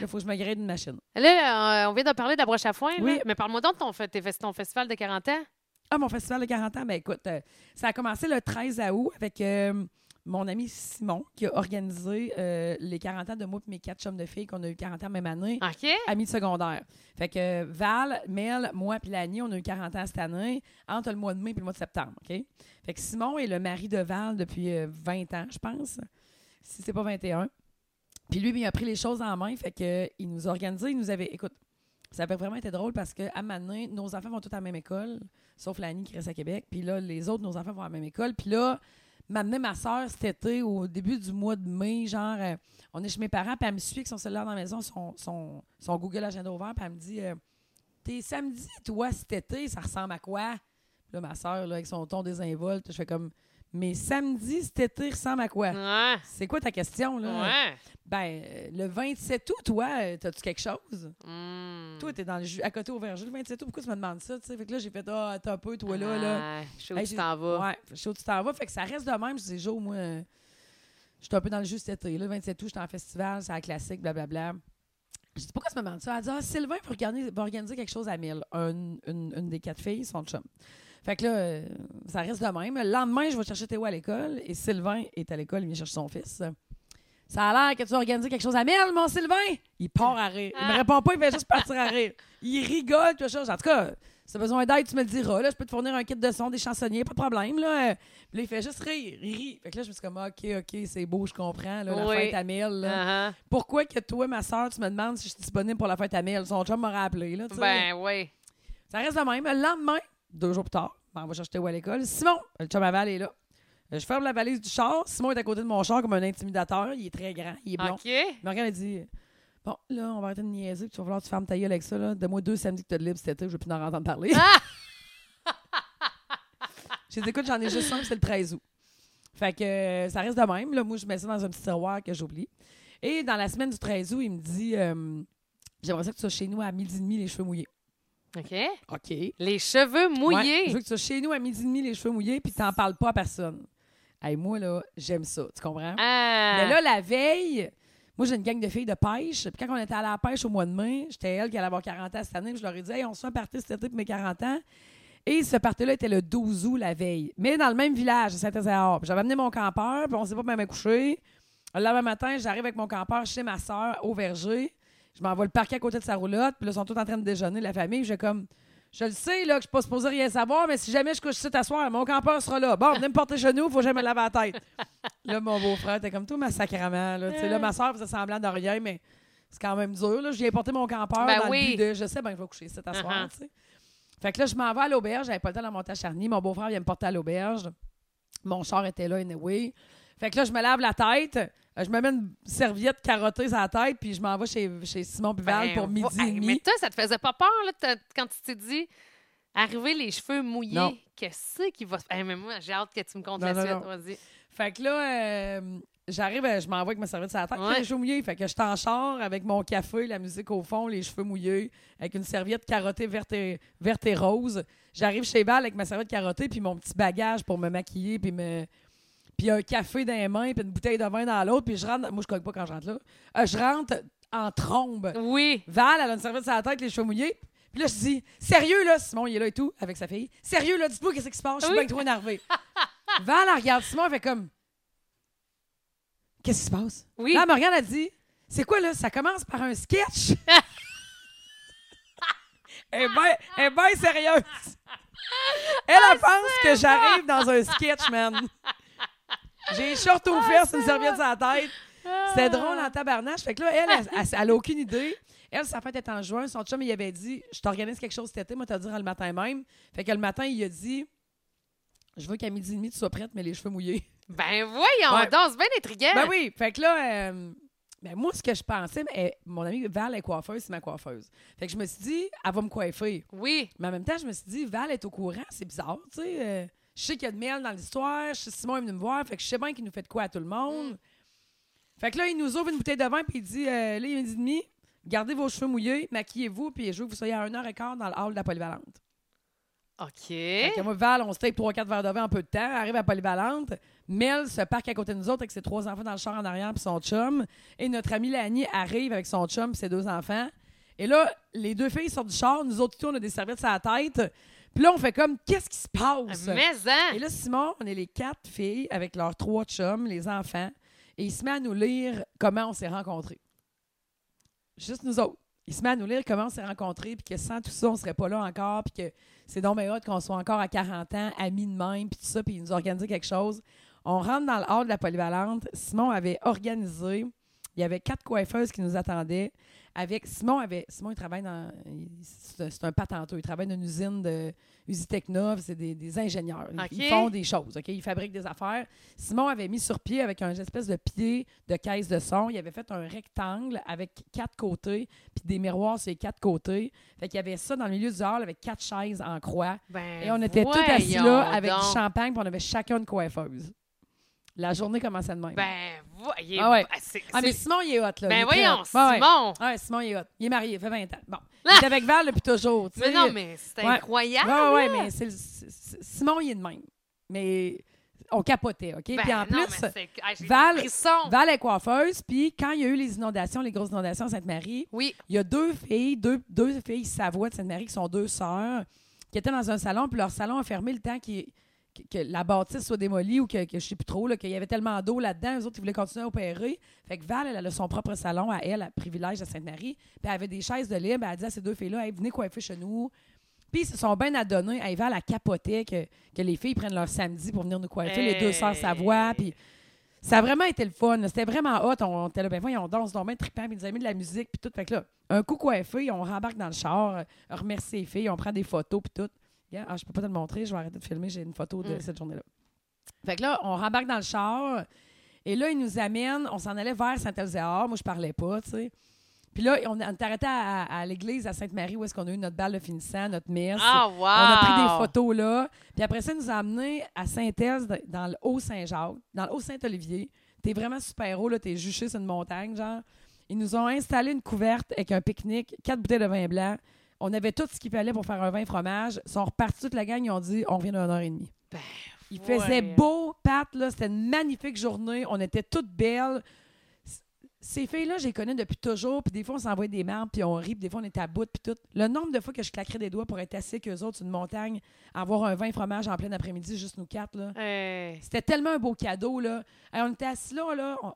A: Là, faut que je me grade une machine.
B: Là, là, euh, on vient de parler de la broche à foin. là.
A: Oui.
B: Mais parle-moi donc de ton, fe- tes fes- ton festival de 40 ans.
A: Ah, mon festival de 40 ans, ben écoute, euh, ça a commencé le 13 août avec euh, mon ami Simon qui a organisé euh, les 40 ans de moi et mes quatre chums de filles qu'on a eu 40 ans même année,
B: OK.
A: amis de secondaire. Fait que euh, Val, Mel, moi puis Lani, on a eu 40 ans cette année, entre le mois de mai et le mois de septembre, OK? Fait que Simon est le mari de Val depuis euh, 20 ans, je pense, si c'est pas 21. Puis lui, il a pris les choses en main, fait que euh, il nous a organisé, il nous avait... Écoute, ça avait vraiment été drôle parce que à Manin, nos enfants vont tous à la même école, sauf Lani qui reste à Québec. Puis là, les autres, nos enfants vont à la même école. Puis là, m'amener ma soeur cet été, au début du mois de mai, genre, euh, on est chez mes parents, puis elle me suit avec son cellulaire dans la maison, son, son, son Google Agenda ouvert, puis elle me dit euh, T'es samedi, toi, cet été, ça ressemble à quoi? Puis là, ma soeur, là, avec son ton désinvolte, je fais comme Mais samedi, cet été ressemble à quoi?
B: Ouais.
A: C'est quoi ta question, là?
B: Ouais.
A: Ben, euh, le 27 août, toi, euh, t'as-tu quelque chose?
B: Mm.
A: Toi, t'es dans le ju- à côté au Verger le 27 août. Pourquoi tu me demandes ça? tu sais? Fait que là, j'ai fait, ah, t'as un peu, toi, là. là.
B: Ouais, Je sais où
A: Hey,
B: tu
A: j'ai-
B: t'en vas.
A: Ouais, je suis où tu t'en vas. Fait que ça reste de même. Je dis, Jo, moi, euh, je suis un peu dans le jus cet été. Là, le 27 août, j'étais en festival, c'est la classique, blablabla. Je dis, pourquoi tu me demandes ça? Elle dit, ah, Sylvain va organiser, va organiser quelque chose à Mille. Un- une, une des quatre filles, son chum. Fait que là, euh, ça reste de même. Le lendemain, je vais chercher Théo à l'école et Sylvain est à l'école, il vient chercher son fils. Ça a l'air que tu vas organiser quelque chose à Mille, mon Sylvain! Il part à rire. Il me répond pas, il fait juste partir à rire. Il rigole, tout ça. En tout cas, si t'as besoin d'aide, tu me le diras. Là, je peux te fournir un kit de son, des chansonniers, pas de problème. Là, Euh, Puis là, il fait juste rire, il rit. Fait que là, je me suis comme, OK, OK, c'est beau, je comprends. Là, la
B: Oui.
A: fête à Mille. là.
B: Ah, ah.
A: Pourquoi que toi, ma soeur, tu me demandes si je suis disponible pour la fête à Mille? Son chum m'aurait appelé. Là, tu sais.
B: Ben oui.
A: Ça reste le même. Le lendemain, deux jours plus tard, ben, on va chercher où à l'école. Simon, le chum à Val est là. Euh, Je ferme la valise du char. Simon est à côté de mon char comme un intimidateur. Il est très grand, il est blond.
B: OK.
A: Il me regarde et dit Bon, là, on va arrêter de niaiser, puis tu vas falloir que tu fermes ta gueule avec ça. là. Donne-moi deux samedis que tu as de libre cet été, je veux plus en entendre parler. J'ai dit Écoute, j'en ai juste un, puis c'est le 13 août. Fait que euh, ça reste de même. Là, moi, je mets ça dans un petit tiroir que j'oublie. Et dans la semaine du 13 août, il me dit euh, J'aimerais ça que tu sois chez nous à midi et demi, les cheveux mouillés.
B: OK.
A: OK.
B: Les cheveux
A: Ouais,
B: mouillés.
A: je veux que tu sois chez nous à midi et demi, les cheveux mouillés, puis t'en parles pas à personne. Hey, moi, là, j'aime ça. Tu comprends?
B: Ah.
A: Mais là, la veille, moi, j'ai une gang de filles de pêche. Puis quand on était allé à la pêche au mois de mai, j'étais elle qui allait avoir 40 ans cette année. puis Je leur ai dit, hey, on se fait un party cet été pour mes 40 ans. Et ce party-là était le 12 août la veille, mais dans le même village, à Saint-Ézéard. Puis J'avais amené mon campeur, puis on s'est pas même couché. Le lendemain matin, j'arrive avec mon campeur chez ma sœur au verger. Je m'en vais le parquer à côté de sa roulotte, puis là, ils sont tous en train de déjeuner, la famille. J'ai comme, je le sais, là, que je suis pas supposée rien savoir, mais si jamais je couche ici à soir, mon campeur sera là. Bon, venez me porter genoux, faut jamais me laver la tête. Là, mon beau-frère était comme tout massacrement. Là, Tu sais, là ma soeur faisait semblant de rien, mais c'est quand même dur. Là. Je lui ai porté mon campeur
B: Ben
A: dans
B: oui.
A: le but de je sais, ben, je vais coucher cet soir.
B: Uh-huh.
A: tu sais. Fait que là, je m'en vais à l'auberge. J'avais pas le temps de monter à Charny. Mon beau-frère vient me porter à l'auberge. Mon char était là, anyway. Fait que là, je me lave la tête. Euh, Je me mets une serviette carottée sur la tête, puis je m'en vais chez, chez Simon Pival
B: Ben,
A: pour
B: va-
A: midi et
B: Hey, Mais
A: demi.
B: toi, ça te faisait pas peur là, t'as- quand tu t'es dit arriver les cheveux mouillés.
A: Non.
B: Qu'est-ce qui va se Hey, mais moi, j'ai hâte que tu me comptes
A: Non,
B: la
A: non,
B: suite.
A: non.
B: Vas-y.
A: Fait que là, euh, j'arrive, euh, je m'en vais avec ma serviette sur la tête,
B: Ouais.
A: les cheveux mouillés. Fait que je t'en char avec mon café, la musique au fond, les cheveux mouillés, avec une serviette carottée verte et, verte et rose. J'arrive chez Val avec ma serviette carottée, puis mon petit bagage pour me maquiller, puis me... Puis un café dans les mains, puis une bouteille de vin dans l'autre, puis je rentre... Moi, je cogne pas quand je rentre là. Euh, je rentre en trombe.
B: Oui.
A: Val, elle a une serviette sur la tête, les cheveux mouillés. Puis là, je dis, sérieux, là, Simon, il est là et tout, avec sa fille. Sérieux, là, dites-moi qu'est-ce qui se passe, je suis
B: Oui.
A: bien trop énervée. Val, elle regarde Simon, elle fait comme, qu'est-ce qui se passe?
B: Oui.
A: Là, elle me regarde, elle dit, c'est quoi, là? Ça commence par un sketch? elle est bien sérieuse. Elle, elle pense que j'arrive dans un sketch, man. J'ai une short aux fesses, une serviette sur la tête. C'était drôle en tabarnache. Fait que là, elle, elle, elle- elle a aucune idée. Elle, sa fête est en juin. Son chum, il avait dit Je t'organise quelque chose cet été, moi, t'as dit le matin même. Fait que le matin, il a dit Je veux qu'à midi et demi, tu sois prête, mais les cheveux mouillés.
B: Ben voyons
A: Ouais.
B: donc, c'est bien intriguant.
A: Ben oui, fait que là, euh, ben moi, ce que je pensais, mais elle- mon amie Val est coiffeuse, c'est ma coiffeuse. Fait que je me suis dit, elle va me coiffer.
B: Oui.
A: Mais en même temps, je me suis dit, Val est au courant, c'est bizarre, tu sais. euh, je sais qu'il y a de miel dans l'histoire, je sais Simon est venu me voir, fait que je sais bien qu'il nous fait de quoi à tout le monde. Fait que là, il nous ouvre une bouteille de vin, puis il dit, euh, là, il est midi et demi, gardez vos cheveux mouillés, maquillez-vous, puis je veux que vous soyez à 1h15 dans le hall de la polyvalente. Fait que
B: OK.
A: moi, Val, on se tape 3-4 verres de vin en peu de temps, arrive à Polyvalente. Mel se parque à côté de nous autres avec ses trois enfants dans le char en arrière puis son chum. Et notre amie Lani arrive avec son chum puis ses deux enfants. Et là, les deux filles sortent du char, nous autres, tout, on a des serviettes sur la tête. Puis là, on fait comme, qu'est-ce qui se passe?
B: Mais hein.
A: Et là, Simon, on est les quatre filles avec leurs trois chums, les enfants, et il se met à nous lire comment on s'est rencontrés. Juste nous autres. Il se met à nous lire comment on s'est rencontrés, puis que sans tout ça, on serait pas là encore, puis que c'est donc bien hot qu'on soit encore à 40 ans, amis de même, puis tout ça, puis il nous organisait quelque chose. On rentre dans le hall de la polyvalente. Simon avait organisé il y avait quatre coiffeuses qui nous attendaient. Avec Simon, avait, Simon il travaille dans. il- C'est un- c'est un patenteux. Il travaille dans une usine de Usitechnov. C'est des, des ingénieurs. Ils- Ils
B: OK.
A: font des choses. ok? Ils fabriquent des affaires. Simon avait mis sur pied avec un espèce de pied de caisse de son. Il avait fait un rectangle avec quatre côtés, puis des miroirs sur les quatre côtés. Fait qu'il y avait ça dans le milieu du hall avec quatre chaises en croix.
B: Ben,
A: Et on était tous assis
B: voyons
A: là avec
B: donc.
A: du champagne, puis on avait chacun une coiffeuse. La journée commençait de même.
B: Ben, voyez.
A: Ah ouais.
B: c'est-
A: ah, mais
B: c'est-
A: Simon, il est hot, là. Il
B: ben
A: est très hot.
B: voyons,
A: Ouais, ouais.
B: Simon.
A: Ah, ouais, Simon, il est hot. Il est marié, il fait 20 ans. Bon. Il est avec Val depuis toujours, tu
B: Mais
A: sais.
B: non, mais c'est
A: Ouais.
B: incroyable.
A: Ouais, ouais, mais c'est le- c'est- c'est- Simon, il est de même. Mais on capotait, OK?
B: Ben,
A: puis en
B: non,
A: plus,
B: mais c'est- ah, j'ai des
A: Val-
B: frissons.
A: Val est coiffeuse, puis quand il y a eu les inondations, les grosses inondations à Sainte-Marie,
B: Oui,
A: il y a deux filles, deux, deux filles Savoie de Sainte-Marie qui sont deux sœurs, qui étaient dans un salon, puis leur salon a fermé le temps qu'ils- que, que la bâtisse soit démolie ou que, que je sais plus trop, là, qu'il y avait tellement d'eau là-dedans, les autres, ils voulaient continuer à opérer. Fait que Val, elle, elle a son propre salon à elle, à Privilège de Sainte-Marie, puis elle avait des chaises de libre, elle disait à ces deux filles-là, Hey, venez coiffer chez nous. Puis ils se sont bien adonnés. Hey, Val, elle capotait que, que les filles prennent leur samedi pour venir nous coiffer, les deux sœurs
B: Hey.
A: Savoie, puis ça a vraiment été le fun. là. C'était vraiment hot. On, on était là, ben voyons, on danse, on met trippant, puis ils nous avaient mis de la musique, puis tout. Fait que là, un coup coiffé, on rembarque dans le char, euh, on remercie les filles, on prend des photos, puis tout. Regarde, ah, je peux pas te le montrer, je vais arrêter de filmer, j'ai une photo de
B: Mm.
A: cette journée-là. Fait que là, on rembarque dans le char, et là, ils nous amènent, on s'en allait vers Saint-Elzéar, moi, je parlais pas, tu sais. Puis là, on, on est arrêté à, à l'église à Sainte-Marie où est-ce qu'on a eu notre balle de finissant, notre messe.
B: Ah, wow! On
A: On a pris des photos là. Puis après ça, ils nous a amenés à Saint-Thèse, d- dans le Haut-Saint-Jacques, dans le Haut-Saint-Olivier. T'es vraiment super haut, là. T'es juché sur une montagne, genre. Ils nous ont installé une couverte avec un pique-nique, quatre bouteilles de vin blanc. On avait tout ce qu'il fallait pour faire un vin fromage. Ils sont repartis toute la gang, ils ont dit on revient dans une heure et demie.
B: Ben,
A: Il
B: voyons.
A: faisait beau, Pat, là. C'était une magnifique journée. On était toutes belles. C- Ces filles-là, je les connais depuis toujours. Puis des fois, on s'envoie des marques, puis on rit, puis des fois, on est à bout, puis tout. Le nombre de fois que je claquerais des doigts pour être assis avec eux autres sur une montagne, avoir un vin fromage en plein après-midi, juste nous quatre, là.
B: Hey.
A: C'était tellement un beau cadeau, là. Hey, on était assis là, là, on,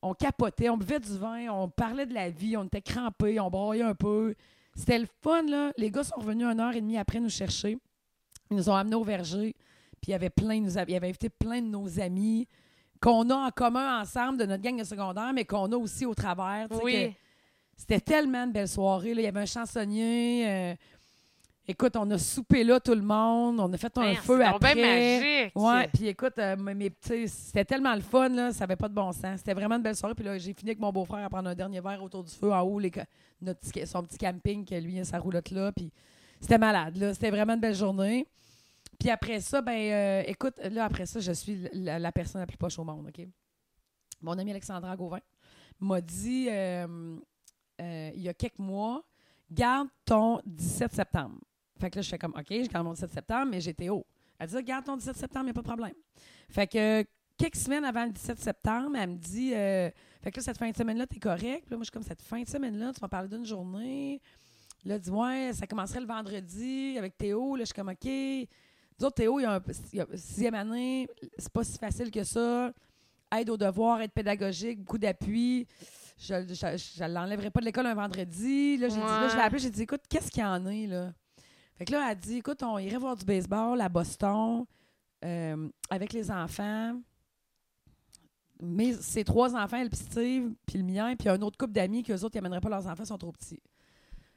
A: on capotait, on buvait du vin, on parlait de la vie, on était crampés, on broyait un peu. C'était le fun, là. Les gars sont revenus une heure et demie après nous chercher. Ils nous ont amenés au verger, puis il y avait plein, ils nous avaient, ils avaient invité plein de nos amis qu'on a en commun ensemble de notre gang de secondaire, mais qu'on a aussi au travers. tu sais, que-
B: Oui.
A: c'était tellement une belle soirée. là. Il y avait un chansonnier. euh, Écoute, on a soupé là tout le monde. On a fait un
B: Ben,
A: feu
B: c'est donc ben
A: après.
B: magique.
A: Ouais, puis écoute, euh, mes- mes petits- c'était tellement le fun, là, ça avait pas de bon sens. C'était vraiment une belle soirée. Puis là, j'ai fini avec mon beau-frère à prendre un dernier verre autour du feu en haut, les, ca- notre petit ca- son petit camping, que lui, il a sa roulotte-là. Puis c'était malade, là. C'était vraiment une belle journée. Puis après ça, ben, euh, écoute, là, après ça, je suis la- la, la personne la plus poche au monde, OK? Mon ami Alexandra Gauvin m'a dit, euh, euh, il y a quelques mois, garde ton 17 septembre. Fait que là, je fais comme, OK, je garde mon 17 septembre, mais j'étais haut. Elle dit, garde ton 17 septembre, il n'y a pas de problème. Fait que euh, quelques semaines avant le 17 septembre, elle me dit, euh, fait que là, cette fin de semaine-là, t'es correct. Puis là, moi, je suis comme, cette fin de semaine-là, tu m'as parlé d'une journée. Là, elle dit, ouais, ça commencerait le vendredi avec Théo. Là, je suis comme, OK. Nous autres, Théo, il a, un, il a sixième année, c'est pas si facile que ça. Aide aux devoirs, aide pédagogique, beaucoup d'appui. Je ne l'enlèverai pas de l'école un vendredi. Là, j'ai dit, là, je l'ai
B: Ouais.
A: appelé, j'ai dit, écoute, qu'est-ce qu'il y en a, là? Fait que là, elle dit, écoute, on irait voir du baseball à Boston euh, avec les enfants. Mais ses trois enfants, elle puis Steve, puis le mien, puis un autre couple d'amis qu'eux autres, ils amèneraient pas leurs enfants, ils sont trop petits.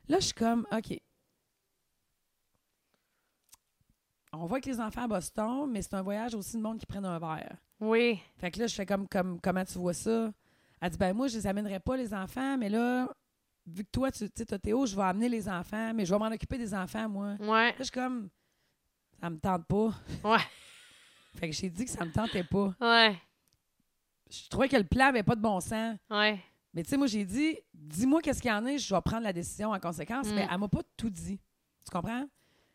A: Là, je suis comme, OK. On va avec les enfants à Boston, mais c'est un voyage aussi de monde qui prennent un verre.
B: Oui.
A: Fait que là, je fais comme, comme comment tu vois ça? Elle dit, ben moi, je les amènerai pas, les enfants, mais là, vu que toi, tu tu sais, t'as Théo, je vais amener les enfants, mais je vais m'en occuper des enfants, moi. Là,
B: Ouais.
A: je suis comme, ça me tente pas.
B: Ouais.
A: Fait que j'ai dit que ça me tentait pas.
B: Ouais.
A: Je trouvais que le plan avait pas de bon sens.
B: Ouais.
A: Mais tu sais, moi, j'ai dit, dis-moi qu'est-ce qu'il y en a, je vais prendre la décision en conséquence.
B: Mm.
A: Mais elle m'a pas tout dit. Tu comprends?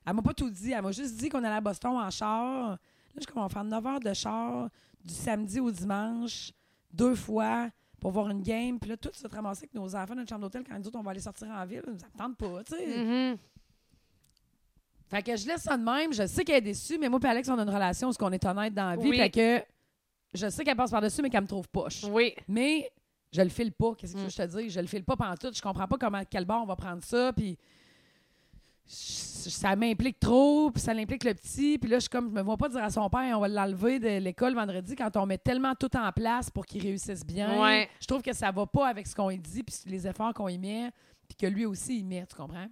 A: Elle m'a pas tout dit. Elle m'a juste dit qu'on allait à Boston en char. Là, je commence à faire 9 heures de char du samedi au dimanche, deux fois, pour voir une game. Puis là, tout se ramasser avec nos enfants dans notre chambre d'hôtel quand nous autres, on va aller sortir en ville. Ça me tente pas, tu sais.
B: Mhm.
A: Fait que je laisse ça de même. Je sais qu'elle est déçue, mais moi et Alex, on a une relation où on est honnête dans la vie.
B: Oui.
A: Fait que je sais qu'elle passe par-dessus, mais qu'elle me trouve poche.
B: Oui.
A: Mais je le file pas. Qu'est-ce que
B: Mm.
A: je te dis? Je le file pas pantoute. Je comprends pas comment, quel bord on va prendre ça. Puis je- ça m'implique trop, puis ça l'implique le petit. Puis là, je suis comme, je me vois pas dire à son père, on va l'enlever de l'école vendredi quand on met tellement tout en place pour qu'il réussisse bien.
B: Ouais.
A: Je trouve que ça va pas avec ce qu'on lui dit, puis les efforts qu'on y met, puis que lui aussi, il met, tu comprends?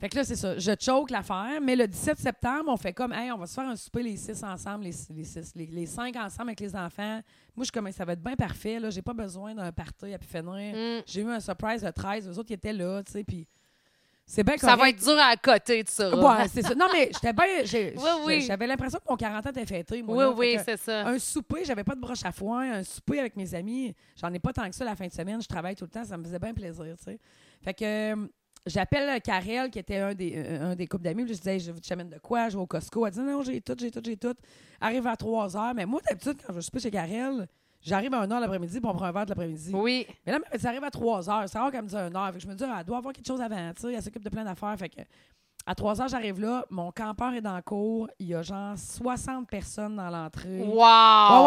A: Fait que là, c'est ça. Je choke l'affaire, mais le 17 septembre, on fait comme, hey, on va se faire un souper les six ensemble, les, les, six, les, les cinq ensemble avec les enfants. Moi, je suis comme, ça va être bien parfait, là. J'ai pas besoin d'un party à pu finir.
B: Mm.
A: J'ai eu un surprise de 13, eux autres, ils étaient là, tu sais, puis c'est bien
B: Ça va
A: correct.
B: être dur à côté de ça.
A: Ouais, c'est ça. Non, mais j'étais bien. j'ai-
B: Oui, oui.
A: J'avais l'impression que mon 40 ans était fêté. Moi,
B: oui,
A: là. Fait
B: oui,
A: que
B: c'est ça.
A: Un souper, j'avais pas de broche à foin. Un souper avec mes amis, j'en ai pas tant que ça la fin de semaine. Je travaille tout le temps, ça me faisait bien plaisir, tu sais. Fait que euh, j'appelle Karel, qui était un des, euh, un des couples d'amis. puis Je disais, Hey, je vous t'amène de quoi? Je vais au Costco. Elle dit, non, j'ai tout, j'ai tout, j'ai tout. Arrive à 3 heures. Mais moi, d'habitude, quand je vais souper chez Karel, j'arrive à 1 heure l'après-midi, puis on prend un verre de l'après-midi.
B: Oui.
A: Mais là, ça arrive à 3 heures. C'est rare qu'elle me dise 1 heure. Fait que je me dis, Ah, elle doit avoir quelque chose avant. tu sais, elle s'occupe de plein d'affaires. Fait que à 3 heures, j'arrive là. Mon campeur est dans le cours. Il y a genre 60 personnes dans l'entrée.
B: Wow!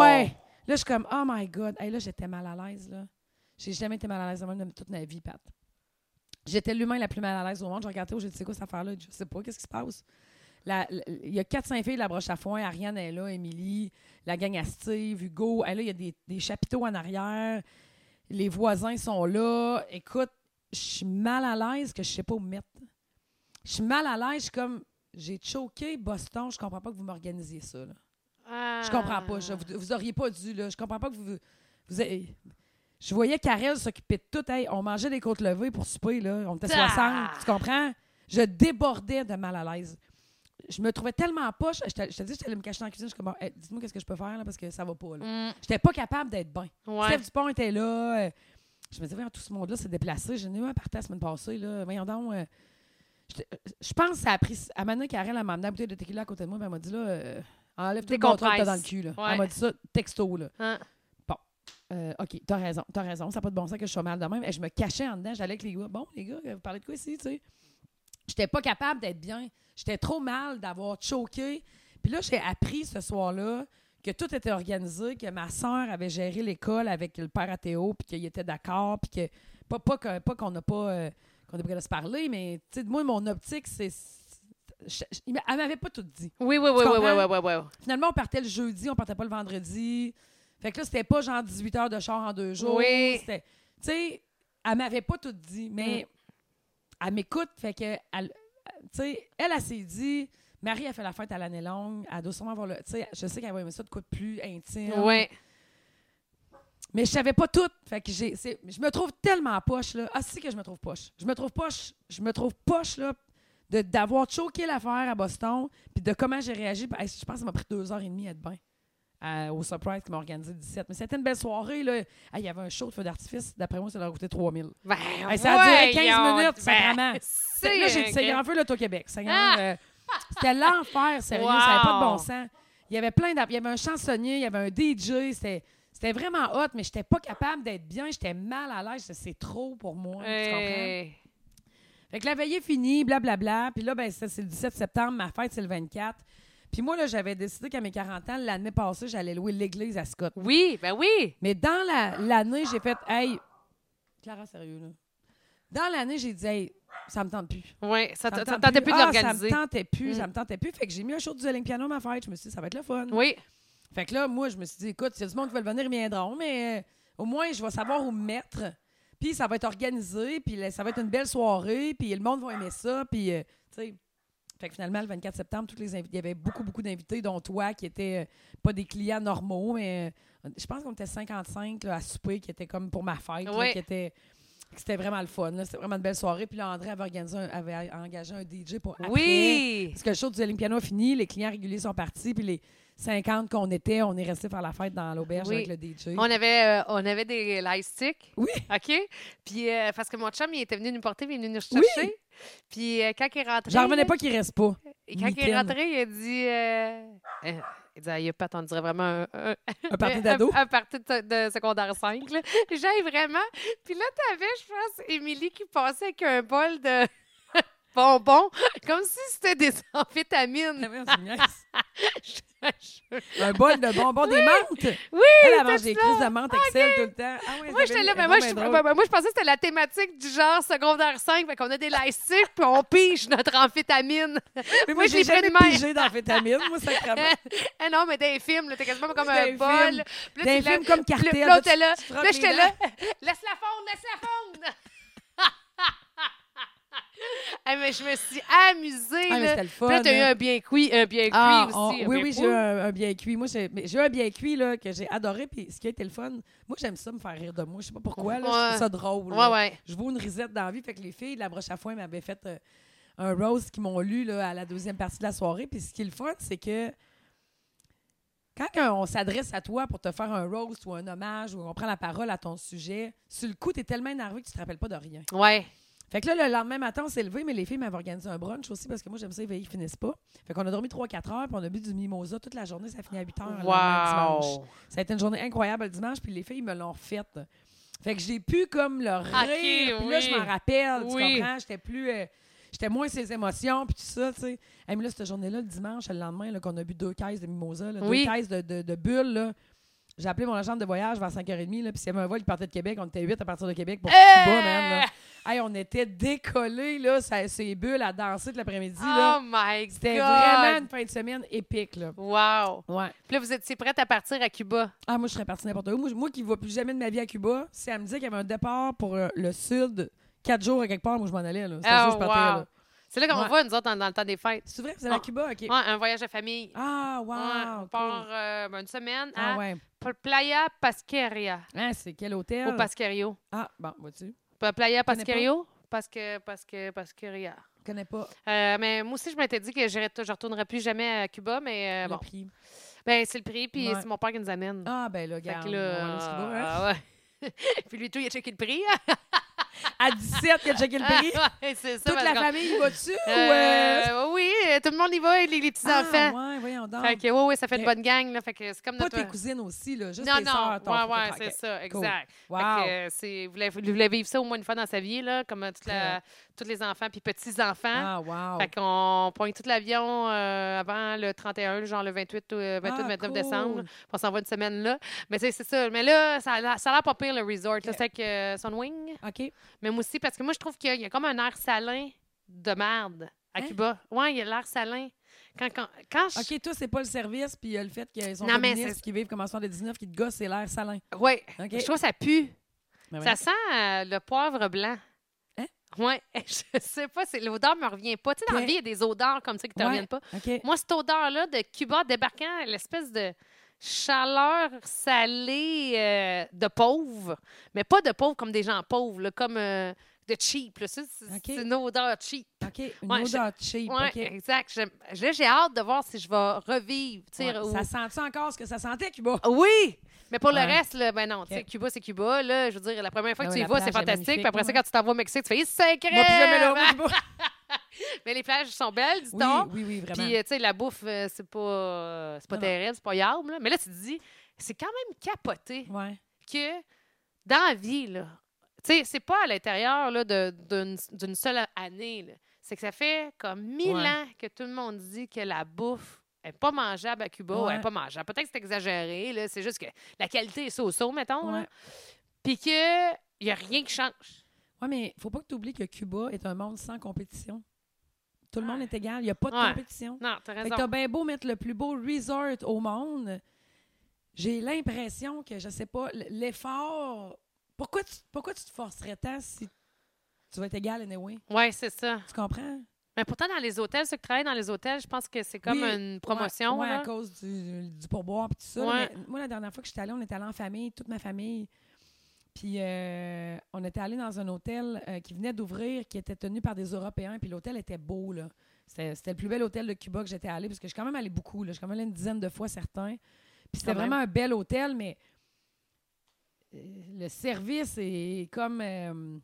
A: Ouais, ouais. Là, je suis comme, oh my God. Hey, là, j'étais mal à l'aise. là. J'ai jamais été mal à l'aise de même de toute ma vie, Pat. J'étais l'humain la plus mal à l'aise au monde. Je regardais où j'ai dit, c'est quoi cette affaire-là? Je sais pas, qu'est-ce qui se passe? La- la- Il y a 4-5 filles de la broche à foin. Ariane est là, Émilie, la gang à Steve, Hugo. Hey, là, il y a des, des chapiteaux en arrière. Les voisins sont là. Écoute, je suis mal à l'aise que je sais pas où me mettre. Je suis mal à l'aise. Je suis comme, j'ai choqué Boston. Je comprends pas que vous m'organisiez ça. là.
B: Ah.
A: Je comprends pas. Je- vous, vous auriez pas dû, là. Je comprends pas que vous. vous ayez- je voyais Karel s'occuper de tout. Hey, on mangeait des côtes levées pour souper, là. On était
B: Ah!
A: 60. Tu comprends? Je débordais de mal à l'aise. Je me trouvais tellement poche. Je te, je te dis, j'étais allée me cacher dans la cuisine. Je suis comme, Hey, dites-moi qu'est-ce que je peux faire, là, parce que ça va pas, là.
B: Mm,
A: J'étais pas capable d'être bien.
B: ouais.
A: Steph Dupont était là. euh, Je me disais, voyons, tout ce monde-là s'est déplacé. J'en ai eu un parti la semaine passée. Là. Voyons donc. euh, j'étais- euh, Je pense que ça a pris. Amanda Carrel, elle m'a amené la bouteille de tequila à côté de moi. puis Elle m'a dit, là, euh, enlève tout le bon truc que t'as dans le cul. Là.
B: Ouais.
A: Elle m'a dit ça, texto. Là.
B: Hein.
A: Euh, OK, t'as raison, t'as raison. Ça n'a pas de bon sens que je sois mal de même. Et je me cachais en dedans. J'allais avec les gars. Bon, les gars, vous parlez de quoi ici, tu sais? J'étais pas capable d'être bien. J'étais trop mal d'avoir choqué. Puis là, j'ai appris ce soir-là que tout était organisé, que ma sœur avait géré l'école avec le père à Théo, puis qu'il était d'accord, puis que... Pas, pas, que- pas qu'on n'a pas... euh, qu'on n'a pas se parler, mais, tu sais, moi, mon optique, c'est... je- je- il m'a- Elle m'avait pas tout dit
B: Oui, oui, oui, oui, oui,
A: comprends?
B: oui, oui, oui.
A: finalement, on partait le jeudi, on partait pas le vendredi. Fait que là, c'était pas genre 18 heures de char en deux jours.
B: Oui.
A: C'était- Tu sais, elle m'avait pas tout dit, mais
B: Mm.
A: elle m'écoute. Fait que, elle, tu sais, elle, elle s'est dit, Marie a fait la fête à l'année longue, elle doit sûrement avoir le. Tu sais, je sais qu'elle va aimer ça de quoi de plus intime.
B: Ouais.
A: Mais je savais pas tout. Fait que j'ai, c'est- je me trouve tellement poche, là. Ah, c'est que je me trouve poche. Je me trouve poche. Je me trouve poche, là, de, d'avoir choqué l'affaire à Boston, puis de comment j'ai réagi. Hey, je pense que ça m'a pris deux heures et demie à être bien. à- au surprise qu'ils m'ont organisé le 17. Mais c'était une belle soirée, là. Hey, Il y avait un show de feu d'artifice. D'après moi, ça leur a coûté 3000.
B: Ben,
A: Hey, ça a duré 15
B: voyons,
A: minutes,
B: ben,
A: sacrément.
B: c'est
A: Là, j'ai dit,
B: un-
A: Seigneur, en feu, là, au Québec. Seigneur,
B: euh, Ah!
A: euh, c'était l'enfer, sérieux. Ça n'avait pas de bon sens. Il y avait plein d'app- Il y avait un chansonnier, il y avait un DJ. C'était, c'était vraiment hot, mais j'étais pas capable d'être bien. J'étais mal à l'aise. C'est trop pour moi. Tu comprends?
B: Hey.
A: Fait que la veillée est finie, blablabla. Puis là, ben, ça, c'est le 17 septembre. Ma fête, c'est le 24. Puis moi, là, j'avais décidé qu'à mes 40 ans, l'année passée, j'allais louer l'église à Scott.
B: Oui, ben oui.
A: Mais dans la- l'année, j'ai fait, hey, Clara, sérieux, là. Dans l'année, j'ai dit, hey, ça me tente plus.
B: Oui, ça
A: Ça me
B: t- ça
A: tente
B: tentait plus de
A: Ah,
B: l'organiser.
A: Ça me tentait plus,
B: Mm.
A: ça me tentait plus. Fait que j'ai mis un show du Zolling Piano à ma fête. Je me suis dit, ça va être le fun.
B: Oui,
A: Fait que là, moi, je me suis dit, écoute, s'il y a du monde qui veut venir, ils viendront, mais euh, au moins, je vais savoir où me mettre. Puis ça va être organisé, puis là, ça va être une belle soirée, puis le monde va aimer ça, puis, euh, tu sais. Fait que finalement, le 24 septembre, toutes les invi- il y avait beaucoup, beaucoup d'invités, dont toi, qui étaient euh, pas des clients normaux, mais euh, je pense qu'on était 55 là, à souper, qui était comme pour ma fête, là,
B: Oui.
A: qui était... que C'était vraiment le fun, là. c'était vraiment une belle soirée. Puis là, André avait, organisé un- avait engagé un DJ pour après.
B: oui.
A: Parce que le show du Zéline Piano a fini, les clients réguliers sont partis, puis les 50 qu'on était, on est resté faire la fête dans l'auberge
B: Oui.
A: avec le DJ.
B: On avait, euh, on avait des light sticks.
A: Oui.
B: OK? Puis, euh, parce que mon chum, il était venu nous porter, il est venu nous
A: Oui.
B: chercher. Puis, euh, quand il est rentré.
A: J'en revenais pas qu'il reste pas.
B: Et quand il est
A: Mitaine.
B: rentré, il a dit. euh, euh, il dit, Aïe, Pat, on dirait vraiment un. un-
A: Un party d'ado.
B: Un, un party de, de secondaire 5. là. J'aille vraiment. Puis là, t'avais, je pense, Émilie qui passait avec un bol de. bonbons comme si c'était des amphétamines.
A: Voyons, c'est une niaise.
B: Je te jure.
A: un bol de bonbons des menthes.
B: Oui,
A: Elle, elle
B: c'est
A: mange des
B: ça.
A: crises de menthe Excel tout le temps. Ah ouais,
B: Moi,
A: Isabelle,
B: j'étais là,
A: elle
B: mais
A: est
B: moi,
A: donc
B: je,
A: bien
B: ben, ben, moi, je pensais que c'était la thématique du genre secondaire 5, fait qu'on a des laistiques, puis on pige notre amphétamine. Eh
A: drôle. Mais moi,
B: moi, je
A: j'ai
B: l'ai pris
A: jamais
B: de même.
A: pigé d'amphétamines, moi, sacrément.
B: ah non, mais des films, là, t'es quasiment comme
A: Dans
B: un
A: les
B: bol.
A: films. Dans
B: Puis là, tu
A: les
B: la-
A: films comme
B: puis là,
A: Cartel,
B: l'autre
A: tu-
B: est là.
A: tu
B: Puis là,
A: frottes
B: j'étais
A: les
B: là. Laisse-la fondre, laisse-la fondre! Hey, Eh, mais je me suis amusée.
A: Ah, mais
B: là.
A: c'était le fun.
B: Puis là, t'as eu
A: hein.
B: un bien cuit, un bien cuit
A: Ah,
B: aussi.
A: on-
B: un
A: oui,
B: bien
A: oui,
B: cuit.
A: j'ai eu un, un bien cuit. Moi, j'ai mais j'ai eu un bien cuit là, que j'ai adoré. Puis ce qui a été le fun, moi, j'aime ça me faire rire de moi. Je sais pas pourquoi. Là, Je
B: Ouais.
A: trouve ça drôle.
B: Ouais,
A: là.
B: ouais.
A: Je vaux une risette dans la vie. Fait que les filles, de la broche à foin m'avaient fait euh, un rose qu'ils m'ont lu là, à la deuxième partie de la soirée. Puis ce qui est le fun, c'est que quand un- on s'adresse à toi pour te faire un rose ou un hommage ou on prend la parole à ton sujet, sur le coup, tu es tellement énervé que tu te rappelles pas de rien.
B: Ouais.
A: Fait que là, le lendemain matin, on s'est levé, mais les filles m'avaient organisé un brunch aussi parce que moi, j'aime ça, ils finissent pas. Fait qu'on a dormi 3-4 heures, puis on a bu du mimosa toute la journée. Ça finit à 8 heures le lendemain, dimanche.
B: Wow.
A: Ça a été une journée incroyable le dimanche, puis les filles me l'ont refaite. Fait que j'ai pu comme le rire. puis là,
B: Ah, oui.
A: je m'en rappelle,
B: Oui.
A: tu comprends? J'étais plus... euh, J'étais moins ses émotions, puis tout ça, tu sais. Hey, mais là, cette journée-là, le dimanche, le lendemain, là, qu'on a bu deux caisses de mimosa, là,
B: Oui.
A: deux caisses de, de, de bulles, là, j'ai appelé mon agent de voyage vers 5h30, là, puis s'il y avait un vol qui partait de Québec, on était huit à partir de Québec pour
B: Euh!
A: Cuba, man, là. Hey, on était décollés, là, ça- ces bulles à danser de l'après-midi,
B: Oh
A: là.
B: my God!
A: C'était vraiment une fin de semaine épique, là.
B: Wow!
A: Ouais.
B: Puis là, vous étiez prête à partir à Cuba.
A: Ah, moi, je serais partie n'importe où. Moi, je- moi qui ne vois plus jamais de ma vie à Cuba, si elle me dit qu'il y avait un départ pour euh, le Sud, quatre jours à quelque part, moi, je m'en allais, là. C'est sûr que
B: Oh,
A: je partais,
B: wow!
A: là.
B: C'est là qu'on
A: Ouais.
B: va, nous autres, dans, dans le temps des fêtes.
A: C'est vrai, vous allez à
B: Ah.
A: Cuba, OK.
B: Ouais, un voyage de famille.
A: Ah, wow!
B: Ouais, on
A: cool.
B: part euh, ben, une semaine
A: Ah,
B: à
A: ouais.
B: P- Playa Pasqueria,
A: Hein, c'est quel hôtel?
B: au Pasquerio.
A: Ah, bon, vois-tu?
B: P-
A: connais
B: Playa
A: pas?
B: Pasquerio? Pasque, Pasque, Pasqueria.
A: Je connais pas
B: Euh, mais moi aussi, je m'étais dit que j'irais t- je ne retournerais plus jamais à Cuba, mais euh,
A: le
B: bon.
A: prix.
B: Ben, c'est le prix, puis
A: Ouais.
B: c'est mon père qui nous amène.
A: Ah, ben là,
B: Fait
A: regarde.
B: que
A: on va aller
B: là,
A: au Cuba, hein.
B: ah, ouais. puis lui, tout, il a checké le prix.
A: À 17, il a checké le prix.
B: Ah, ouais, c'est ça.
A: Toute
B: parce
A: la
B: qu'on-
A: famille y va-tu? ou, euh,
B: Euh, oui, euh, tout le monde y va, les, les petits-enfants.
A: Ah, ouais, voyons donc.
B: Fait que, oui, oui, ça fait une
A: Mais-
B: bonne gang. Là, fait que c'est comme
A: Pas
B: notre...
A: tes cousines aussi, là, juste
B: non,
A: tes
B: non,
A: sœurs. ton
B: ouais,
A: frère,
B: ouais,
A: ok.
B: c'est ça,
A: Cool.
B: exact.
A: Wow.
B: Fait que, euh, c'est- vous voulez, vous voulez vivre ça au moins une fois dans sa vie, là, comme euh, toute la- tous les enfants puis petits-enfants.
A: Ah, wow.
B: hein? Fait qu'on pointe tout l'avion euh, avant le 31, genre le 28 ou euh, 28,
A: Ah,
B: 29
A: cool.
B: décembre. Puis On s'en va une semaine là. Mais c'est c'est ça. Mais là, ça a l'air ça a l'air pas pire, le resort. là.
A: Ok.
B: C'est avec euh, Sunwing.
A: OK.
B: Mais moi aussi, parce que moi, je trouve qu'il y a comme un air salin de merde à
A: Hein?
B: Cuba. Ouais, il y a l'air salin. Quand, quand, quand je-
A: OK, toi, c'est pas le service, puis euh, le fait qu'ils sont
B: Non, mais
A: féministes,
B: c'est-
A: qui vivent comme en soir de 19, qui te gossent, c'est l'air salin.
B: Ouais,
A: OK.
B: je trouve que ça pue.
A: Mais
B: Ça
A: voyons.
B: sent euh, le poivre blanc.
A: Ah Hein?
B: Ouais, je sais pas, c'est- l'odeur me revient pas. Tu sais, dans la
A: Ok.
B: vie, il y a des odeurs comme ça qui te
A: Ouais.
B: reviennent pas.
A: OK.
B: Moi, cette odeur-là de Cuba débarquant, l'espèce de chaleur salée euh, de pauvre, mais pas de pauvre comme des gens pauvres, là, comme euh, de cheap. là. Ça, C'est
A: OK.
B: c'est une odeur cheap.
A: OK. Une
B: Ouais, je-
A: odeur cheap.
B: Oui,
A: OK.
B: exact. J'aime- Là, j'ai hâte de voir si je vais revivre. tu sais,
A: Ouais,
B: ou-
A: Ça sent-tu encore ce que ça sentait, Cuba?
B: Oui! Mais pour
A: Ah Ouais.
B: le reste, là, ben non, tu sais,
A: Ok.
B: Cuba, c'est Cuba. Là, je veux dire, la première fois que
A: Ben
B: tu
A: oui, la
B: y vas, c'est
A: plage est
B: fantastique. Puis
A: magnifique,
B: après ça,
A: ouais.
B: quand tu t'en vas au Mexique, tu fais sacré!
A: Moi, plus jamais là, moi, Cuba.
B: Mais les plages sont belles,
A: Oui,
B: dis-donc.
A: oui, oui, vraiment.
B: Puis, euh, tu sais, la bouffe, euh, c'est pas, euh, c'est pas
A: Non, non.
B: terrible, c'est pas yable. là. Mais là, tu te dis, c'est quand même capoté
A: Ouais.
B: que dans la vie, là, tu sais, c'est pas à l'intérieur là, de- d'une d'une seule année. là. C'est que ça fait comme mille
A: Ouais.
B: ans que tout le monde dit que la bouffe est pas mangeable à Cuba, ou elle est
A: Ouais.
B: pas mangeable. Peut-être que c'est exagéré, là, c'est juste que la qualité est so-so, mettons. là.
A: Ouais.
B: Puis que y a rien qui change.
A: Oui, mais faut pas que tu oublies que Cuba est un monde sans compétition. Tout le
B: Ouais.
A: monde est égal. Il n'y a pas de
B: Ouais.
A: compétition.
B: Non, t'as
A: Fait
B: raison.
A: que t'as bien beau mettre le plus beau resort au monde, j'ai l'impression que, je sais pas, l- l'effort... Pourquoi tu, pourquoi tu te forcerais tant si tu vas être égal anyway?
B: Oui, c'est ça.
A: Tu comprends?
B: Mais pourtant, dans les hôtels, ceux qui travaillent dans les hôtels, je pense que c'est comme
A: Oui,
B: une promotion.
A: Ouais, ouais,
B: là.
A: à cause du, du pourboire et tout ça.
B: Ouais.
A: Mais moi, la dernière fois que j'étais allée, on était allé en famille, toute ma famille. Puis euh, on était allé dans un hôtel euh, qui venait d'ouvrir, qui était tenu par des Européens. Puis l'hôtel était beau, là. C'était c'était le plus bel hôtel de Cuba que j'étais allée, parce que je suis quand même allée beaucoup, là. Je suis quand même allée une dizaine de fois, certains. Puis c'était
B: Quand même.
A: vraiment un bel hôtel, mais euh, le service est comme... euh,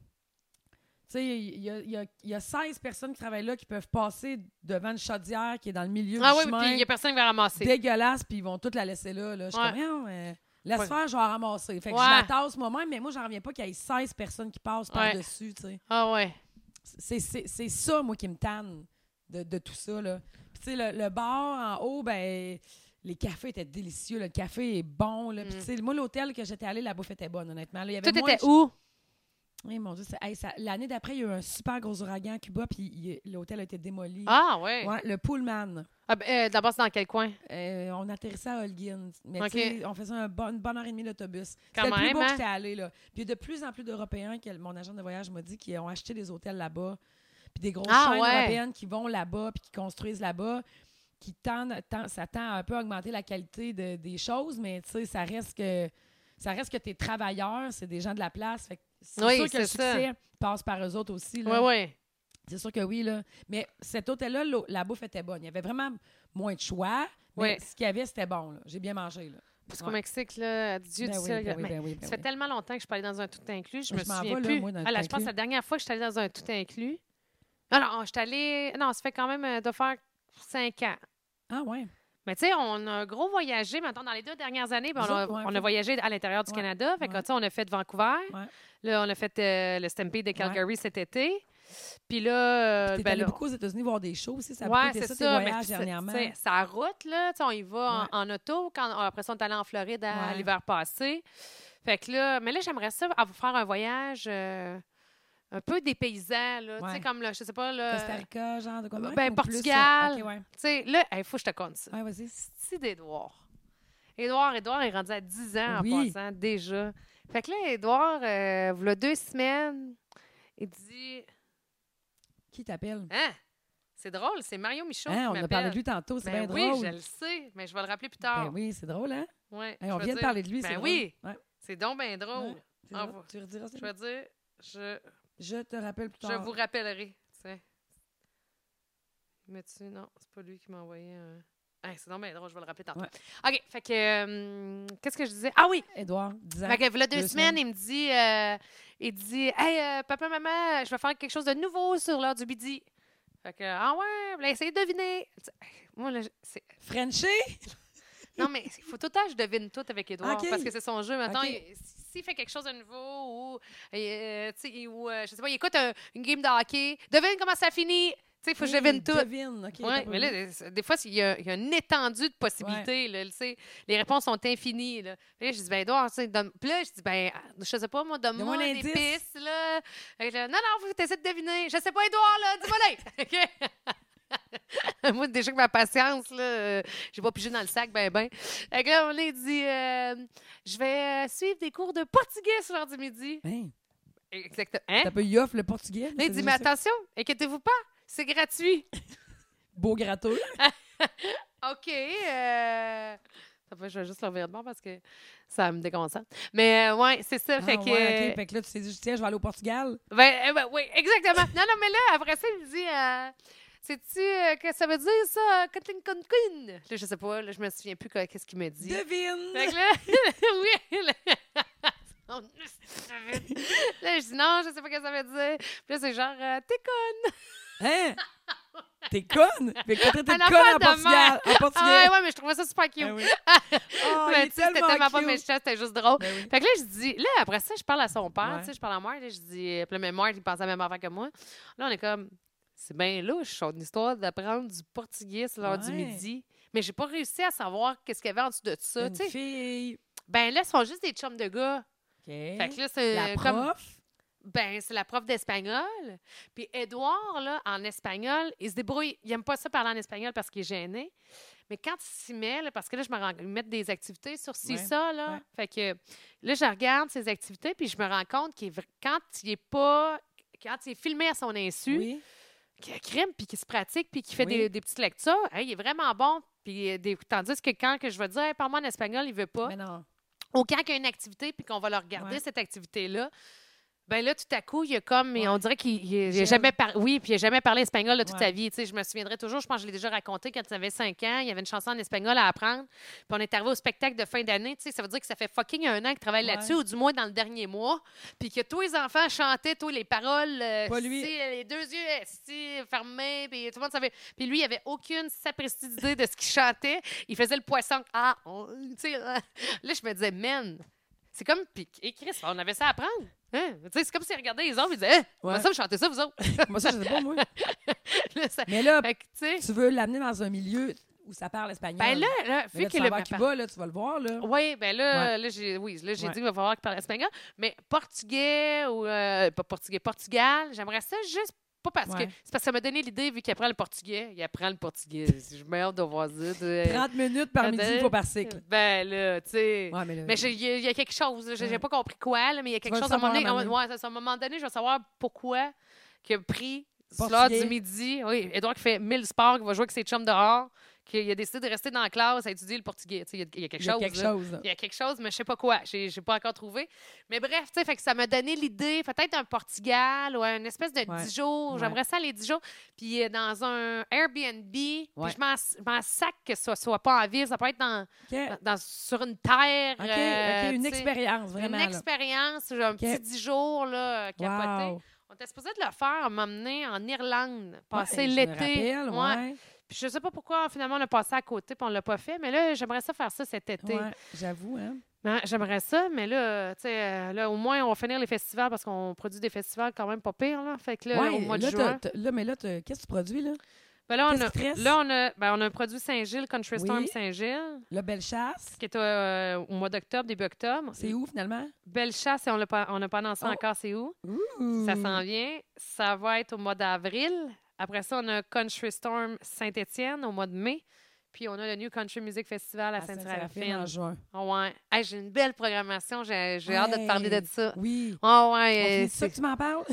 A: tu sais, il y a, il y a- il y a 16 personnes qui travaillent là qui peuvent passer devant une chaudière qui est dans le milieu
B: ah
A: du
B: oui,
A: chemin
B: puis il n'y a personne qui va ramasser.
A: dégueulasse, puis ils vont toute la laisser là. là. Je suis
B: Ouais.
A: comme, Voyons, euh, laisse
B: Ouais.
A: faire, je vais en ramasser. Fait que
B: Ouais.
A: je la tasse moi-même, mais moi, j'en reviens pas qu'il y ait 16 personnes qui passent
B: Ouais.
A: par-dessus, tu sais.
B: Ah ouais.
A: C'est- C'est c'est ça, moi, qui me tanne de, de tout ça. Là. Puis, tu sais, le, le bar en haut, ben les cafés étaient délicieux. là. Le café est bon. Là. Puis,
B: Mm.
A: tu sais, moi, l'hôtel que j'étais allée, la bouffe était bonne, honnêtement. Là, il y avait
B: Tout
A: moins
B: était
A: de-
B: où?
A: Oui, mon Dieu. c'est- hey, ça- L'année d'après, il y a eu un super gros ouragan à Cuba, puis il- l'hôtel a été démoli.
B: Ah, ouais.
A: Ouais, le Pullman.
B: Ah, ben, euh, D'abord, c'est dans quel coin?
A: Euh, on atterrissait à Holguin. Mais
B: Ok.
A: tu sais, on faisait un bon- une bonne heure et demie d'autobus.
B: Quand
A: C'était le plus
B: même,
A: beau
B: hein?
A: que j'étais allée. Là. Puis il y a de plus en plus d'Européens, que mon agent de voyage m'a dit, qui ont acheté des hôtels là-bas. Puis des grosses
B: Ah,
A: chaînes
B: ouais.
A: européennes qui vont là-bas, puis qui construisent là-bas, qui tendent, tend- ça tend à un peu à augmenter la qualité de- des choses, mais tu sais, ça reste que. Ça reste que tes travailleurs, c'est des gens de la place. Fait que c'est
B: Oui,
A: sûr que le
B: c'est ça.
A: succès passe par eux autres aussi.
B: Oui,
A: Là.
B: oui.
A: C'est sûr que oui, là. Mais cet hôtel-là, l'eau- la bouffe était bonne. Il y avait vraiment moins de choix, mais
B: Oui.
A: ce qu'il y avait, c'était bon. là. J'ai bien mangé, là.
B: Parce
A: Ouais.
B: qu'au Mexique, là, Dieu
A: Ben
B: du
A: oui,
B: ciel,
A: ben oui,
B: mais
A: ben oui, ben
B: ça fait
A: oui.
B: tellement longtemps que je suis pas allée dans un tout inclus, je
A: Je
B: me
A: m'en
B: souviens
A: vais, là,
B: plus.
A: moi, dans le
B: Ah, là,
A: tout
B: je pense que
A: inclus.
B: la dernière fois que je suis allée dans un tout inclus. Non, non, je suis allée. Non, ça fait quand même euh, de faire cinq ans.
A: Ah ouais.
B: Mais tu sais, on a un gros voyagé, maintenant, dans les deux dernières années, ben,
A: Nous
B: on, a,
A: autres, ouais,
B: on a
A: fait-
B: voyagé à l'intérieur du
A: Ouais,
B: Canada. Fait que,
A: ouais.
B: tu sais, on a fait Vancouver.
A: Ouais.
B: Là, on a fait euh, le Stampede de Calgary cet été. Puis
A: Puis
B: là,
A: T'es
B: euh, ben,
A: allé
B: là,
A: beaucoup aux États-unis voir des shows aussi. Ça a
B: ouais,
A: beaucoup été ça,
B: c'est ça.
A: tes
B: mais
A: voyages
B: tu sais,
A: dernièrement.
B: tu sais, Sa route, là, tu sais, on y va en, en auto. Quand, après ça, on est allé en Floride à
A: Ouais.
B: l'hiver passé. Fait que là, mais là, j'aimerais ça à vous faire un voyage euh, un peu dépaysant, là. Tu sais,
A: Ouais.
B: comme, là, je sais pas, là.
A: Costa Rica, genre, de quoi?
B: ben,
A: ouais, ou plus,
B: Portugal.
A: euh, OK, ouais. Ah,
B: Tu sais, là, il faut que je te compte ça.
A: Ouais, vas-y.
B: C'est d'Édouard. Édouard, Édouard est rendu à 10 ans en
A: Oui.
B: passant, déjà. Fait que là, Édouard, euh, voilà deux semaines, il dit
A: Qui t'appelle?
B: Hein? C'est drôle, c'est Mario Michaud
A: Hein,
B: qui
A: on a parlé
B: m'appelle.
A: de lui tantôt, c'est
B: Ben
A: bien
B: oui,
A: drôle.
B: je le sais, mais je vais le rappeler plus tard.
A: Ben oui, c'est drôle, hein?
B: Ouais,
A: Hey,
B: je
A: on
B: vais
A: vient de
B: dire,
A: parler de lui,
B: ben
A: c'est drôle.
B: oui.
A: Ouais,
B: C'est donc bien drôle.
A: Ouais. c'est
B: Ah,
A: drôle.
B: vous-
A: Tu rediras ça?
B: Je vais dire, je,
A: Je te rappelle plus
B: je
A: tard.
B: vous rappellerai. tu sais. Mais tu non, c'est pas lui qui m'a envoyé un. Hey, c'est donc bien drôle, je vais le rappeler tantôt.
A: Ouais.
B: OK, fait que. euh, Qu'est-ce que je disais? Ah oui!
A: Édouard, 10 ans.
B: Fait que, voilà deux,
A: Hein? deux
B: semaines, il me dit, euh, il dit Hey, euh, papa, maman, je vais faire quelque chose de nouveau sur l'heure du midi. Fait que, ah ouais, ben, essayez de deviner. Tu sais, Moi, là, je- c'est-
A: Frenchie?
B: Non, mais il faut tout le temps que je devine tout avec Édouard
A: Ok.
B: parce que c'est son jeu. Maintenant,
A: Ok.
B: il- s'il fait quelque chose de nouveau ou, euh, tu sais, ou euh, je sais pas, il écoute un- une game de hockey, devine comment ça finit. Tu sais, il faut que je
A: Hey,
B: devine tout.
A: Devine, OK.
B: Ouais,
A: t'as pas
B: mais là,
A: vu.
B: des- des fois, il y, a, il y a une étendue de possibilités. là, tu sais. les réponses sont infinies. Là, Puis là, je dis, ben, Edouard, tu sais, donne- Puis là, je dis, ben, je sais pas, moi, donne-moi
A: Donne-moi un
B: des
A: indice.
B: pistes. Là. Fait que là, non, non, vous essayez de deviner. Je sais pas, Edouard, là, dis-moi là. Moi, déjà que ma patience, là, euh, j'ai pas pigé dans le sac, ben, ben. Fait que là, on est dit, euh, je vais euh, suivre des cours de portugais sur l'heure du midi.
A: Hein,
B: Exactement. Hein?
A: T'as pas eu off le portugais?
B: Là, il
A: c'est
B: dit,
A: juste
B: mais
A: ça.
B: attention, inquiétez-vous pas, c'est gratuit.
A: Beau gratteux.
B: OK. euh, attends, Je vais juste le revirer de bord parce que ça me déconcentre. Mais euh, ouais, c'est ça.
A: Ah,
B: fait que. euh,
A: ouais, ok. Fait que là, tu t'es dit, tiens, je vais aller au Portugal.
B: Ben, euh, ben, oui, exactement. Non, non, mais là, après ça, il me dit. euh, Sais-tu euh, que ça veut dire ça, Kathleen Conquin? Là, je sais pas, là, je me souviens plus quoi- qu'est-ce qu'il me dit.
A: Devine!
B: Fait que là, oui, là, on- là, je dis non, je sais pas ce que ça veut dire. Puis là, c'est genre, euh, t'es conne.
A: Hein? T'es conne? Fait que t'es
B: Un
A: conne
B: enfant
A: en
B: de
A: Portugal. En
B: Ah
A: portugais.
B: ouais, ouais, mais je trouvais ça super cute.
A: Ah oui.
B: Ah,
A: Ah,
B: mais
A: il est
B: tu sais, c'était
A: tellement
B: tellement pas
A: cute.
B: méchant, c'était juste drôle.
A: Ben oui.
B: Fait que là, je dis, là, après ça, je parle à son père,
A: Ouais.
B: tu sais, je parle à Marthe, là, je dis, puis là, mais Marthe, il pensait à la même affaire que moi. Là, on est comme, c'est bien louche, son histoire d'apprendre du portugais sur l'heure du
A: Ouais.
B: midi. Mais j'ai pas réussi à savoir qu'est-ce qu'il y avait en dessous de ça,
A: Une
B: tu sais.
A: fille.
B: Ben là, ils sont juste des chums de gars.
A: OK.
B: Fait que là, c'est
A: La
B: comme-
A: prof.
B: ben, c'est la prof d'espagnol. Puis Édouard, là, en espagnol, il se débrouille. Il n'aime pas ça parler en espagnol parce qu'il est gêné. Mais quand il s'y met, là, parce que là, je me rends ils mettent des activités sur ci,
A: Ouais,
B: ça, là.
A: ouais.
B: Fait que là, je regarde ses activités, puis je me rends compte qu'il est vra- quand il est pas. Quand il est filmé à son insu,
A: Oui.
B: qu'il crime, puis qu'il se pratique, puis qu'il fait
A: Oui.
B: des, des petites lectures, hein, il est vraiment bon. Puis, euh, des- tandis que quand que je vais dire, Hey, parle-moi en espagnol, il veut pas
A: Mais non.
B: ou quand il y a une activité puis qu'on va le regarder,
A: Ouais.
B: cette activité-là, ben là, tout à coup, il y a comme,
A: Ouais.
B: on dirait qu'il il- il a
A: Gel.
B: jamais parlé, oui, puis il a jamais parlé espagnol de toute
A: Ouais.
B: sa vie. Tu sais, je me souviendrai toujours, je pense que je l'ai déjà raconté quand il avait 5 ans, il y avait une chanson en espagnol à apprendre, puis on est arrivé au spectacle de fin d'année, tu sais, ça veut dire que ça fait fucking un an qu'il travaille
A: Ouais.
B: là-dessus, ou du moins dans le dernier mois, puis que tous les enfants chantaient tous les paroles, euh,
A: Pas lui.
B: si, les deux yeux euh, si, fermés, puis tout le monde savait. Puis lui, il avait aucune sapristi d'idée de ce qu'il chantait. Il faisait le poisson. Ah, hein. on- tu sais, là, je me disais, man, c'est comme. Puis, et Chris, on avait ça à apprendre. Hein? Tu sais, C'est comme s'il regardait les autres et disait Hein, Moi, ça, vous chantez ça, vous autres.
A: Moi, ça, je sais pas, moi.
B: Là, ça-
A: Mais là,
B: Fait que, tu sais,
A: tu veux l'amener dans un milieu où ça parle espagnol.
B: ben là, là,
A: Mais
B: vu
A: là, tu
B: que
A: s'en
B: le
A: vas à Cuba, là, tu vas le voir, là.
B: Oui, ben là,
A: Ouais.
B: là j'ai oui, là, j'ai
A: Ouais.
B: dit qu'il va falloir qu'il parle espagnol, mais portugais ou euh, pas portugais, Portugal, j'aimerais ça juste pas parce
A: Ouais.
B: que c'est parce que ça m'a donné l'idée vu qu'il apprend le portugais, il apprend le portugais. Je me hâte de voir ça. tu sais.
A: 30 minutes par
B: Euh,
A: midi,
B: de-
A: il faut par cycle.
B: Ben là, tu sais.
A: Ouais, mais là,
B: Mais j'ai- il y, a- il y a quelque chose, là, j'ai
A: Ouais.
B: j'ai pas compris quoi, là, mais il y a quelque
A: vas le
B: chose à un moment donné.
A: savoir à un moment
B: ouais, c'est ça, à un moment donné, je vais savoir pourquoi qu'il a pris sur
A: Portugais.
B: l'heure du midi. Oui, Edouard qui fait 1000 sports, qui va jouer avec ses chums dehors, qu'il a décidé de rester dans la classe à étudier le portugais. Tu sais, Il y, a- il y a quelque
A: il y a
B: chose.
A: quelque
B: là.
A: chose. là.
B: Il y a quelque chose, mais je sais pas quoi. J'ai j'ai pas encore trouvé. Mais bref, tu sais, fait que ça m'a donné l'idée, peut-être un Portugal ou une espèce de
A: Ouais.
B: 10 jours.
A: Ouais.
B: J'aimerais ça les 10 jours. Puis euh, dans un Airbnb, puis
A: Ouais.
B: je m'en- je m'en sac que ce soit pas en ville. Ça peut être dans,
A: OK,
B: dans- sur une terre.
A: OK,
B: euh,
A: OK, une
B: tu sais,
A: expérience, vraiment.
B: Une
A: là.
B: expérience, un petit 10 jours là, euh, capoté.
A: Wow.
B: On était supposé de le faire, m'emmener en Irlande, passer
A: Ouais, je me
B: l'été.
A: rappelle,
B: Ouais.
A: ouais.
B: Puis je sais pas pourquoi finalement on a passé à côté puis on l'a pas fait, mais là j'aimerais ça faire ça cet été.
A: Ouais, j'avoue, hein.
B: Ben, J'aimerais ça, mais là, tu sais, euh, là, au moins, on va finir les festivals parce qu'on produit des festivals quand même pas pire, là. Fait que là,
A: Ouais,
B: au mois de
A: là,
B: juin.
A: t'as- t'as- là, mais là, t'as- qu'est-ce que tu produis, là?
B: Ben là, on
A: qu'est-ce
B: a,
A: qui te reste?
B: là, on a, ben, on a produit Saint-Gilles, Country
A: Oui.
B: Storm Saint-Gilles,
A: Le Bellechasse.
B: qui est euh, au mois d'octobre, début octobre.
A: C'est où, finalement?
B: Belle chasse, et on l'a pas, on n'a pas annoncé
A: Oh. Mm.
B: encore c'est où.
A: Ouh!
B: Ça s'en vient. Ça va être au mois d'avril. Après ça, on a Country Storm Saint-Étienne au mois de mai. Puis on a le New Country Music Festival à,
A: À Saint-Séraphine,
B: Saint-Séraphine.
A: en juin.
B: Ouais. Hey, J'ai une belle programmation. J'ai j'ai hâte de te parler
A: Hey,
B: de ça.
A: Oui.
B: Oh,
A: On
B: ouais, euh,
A: finit ça que tu m'en parles?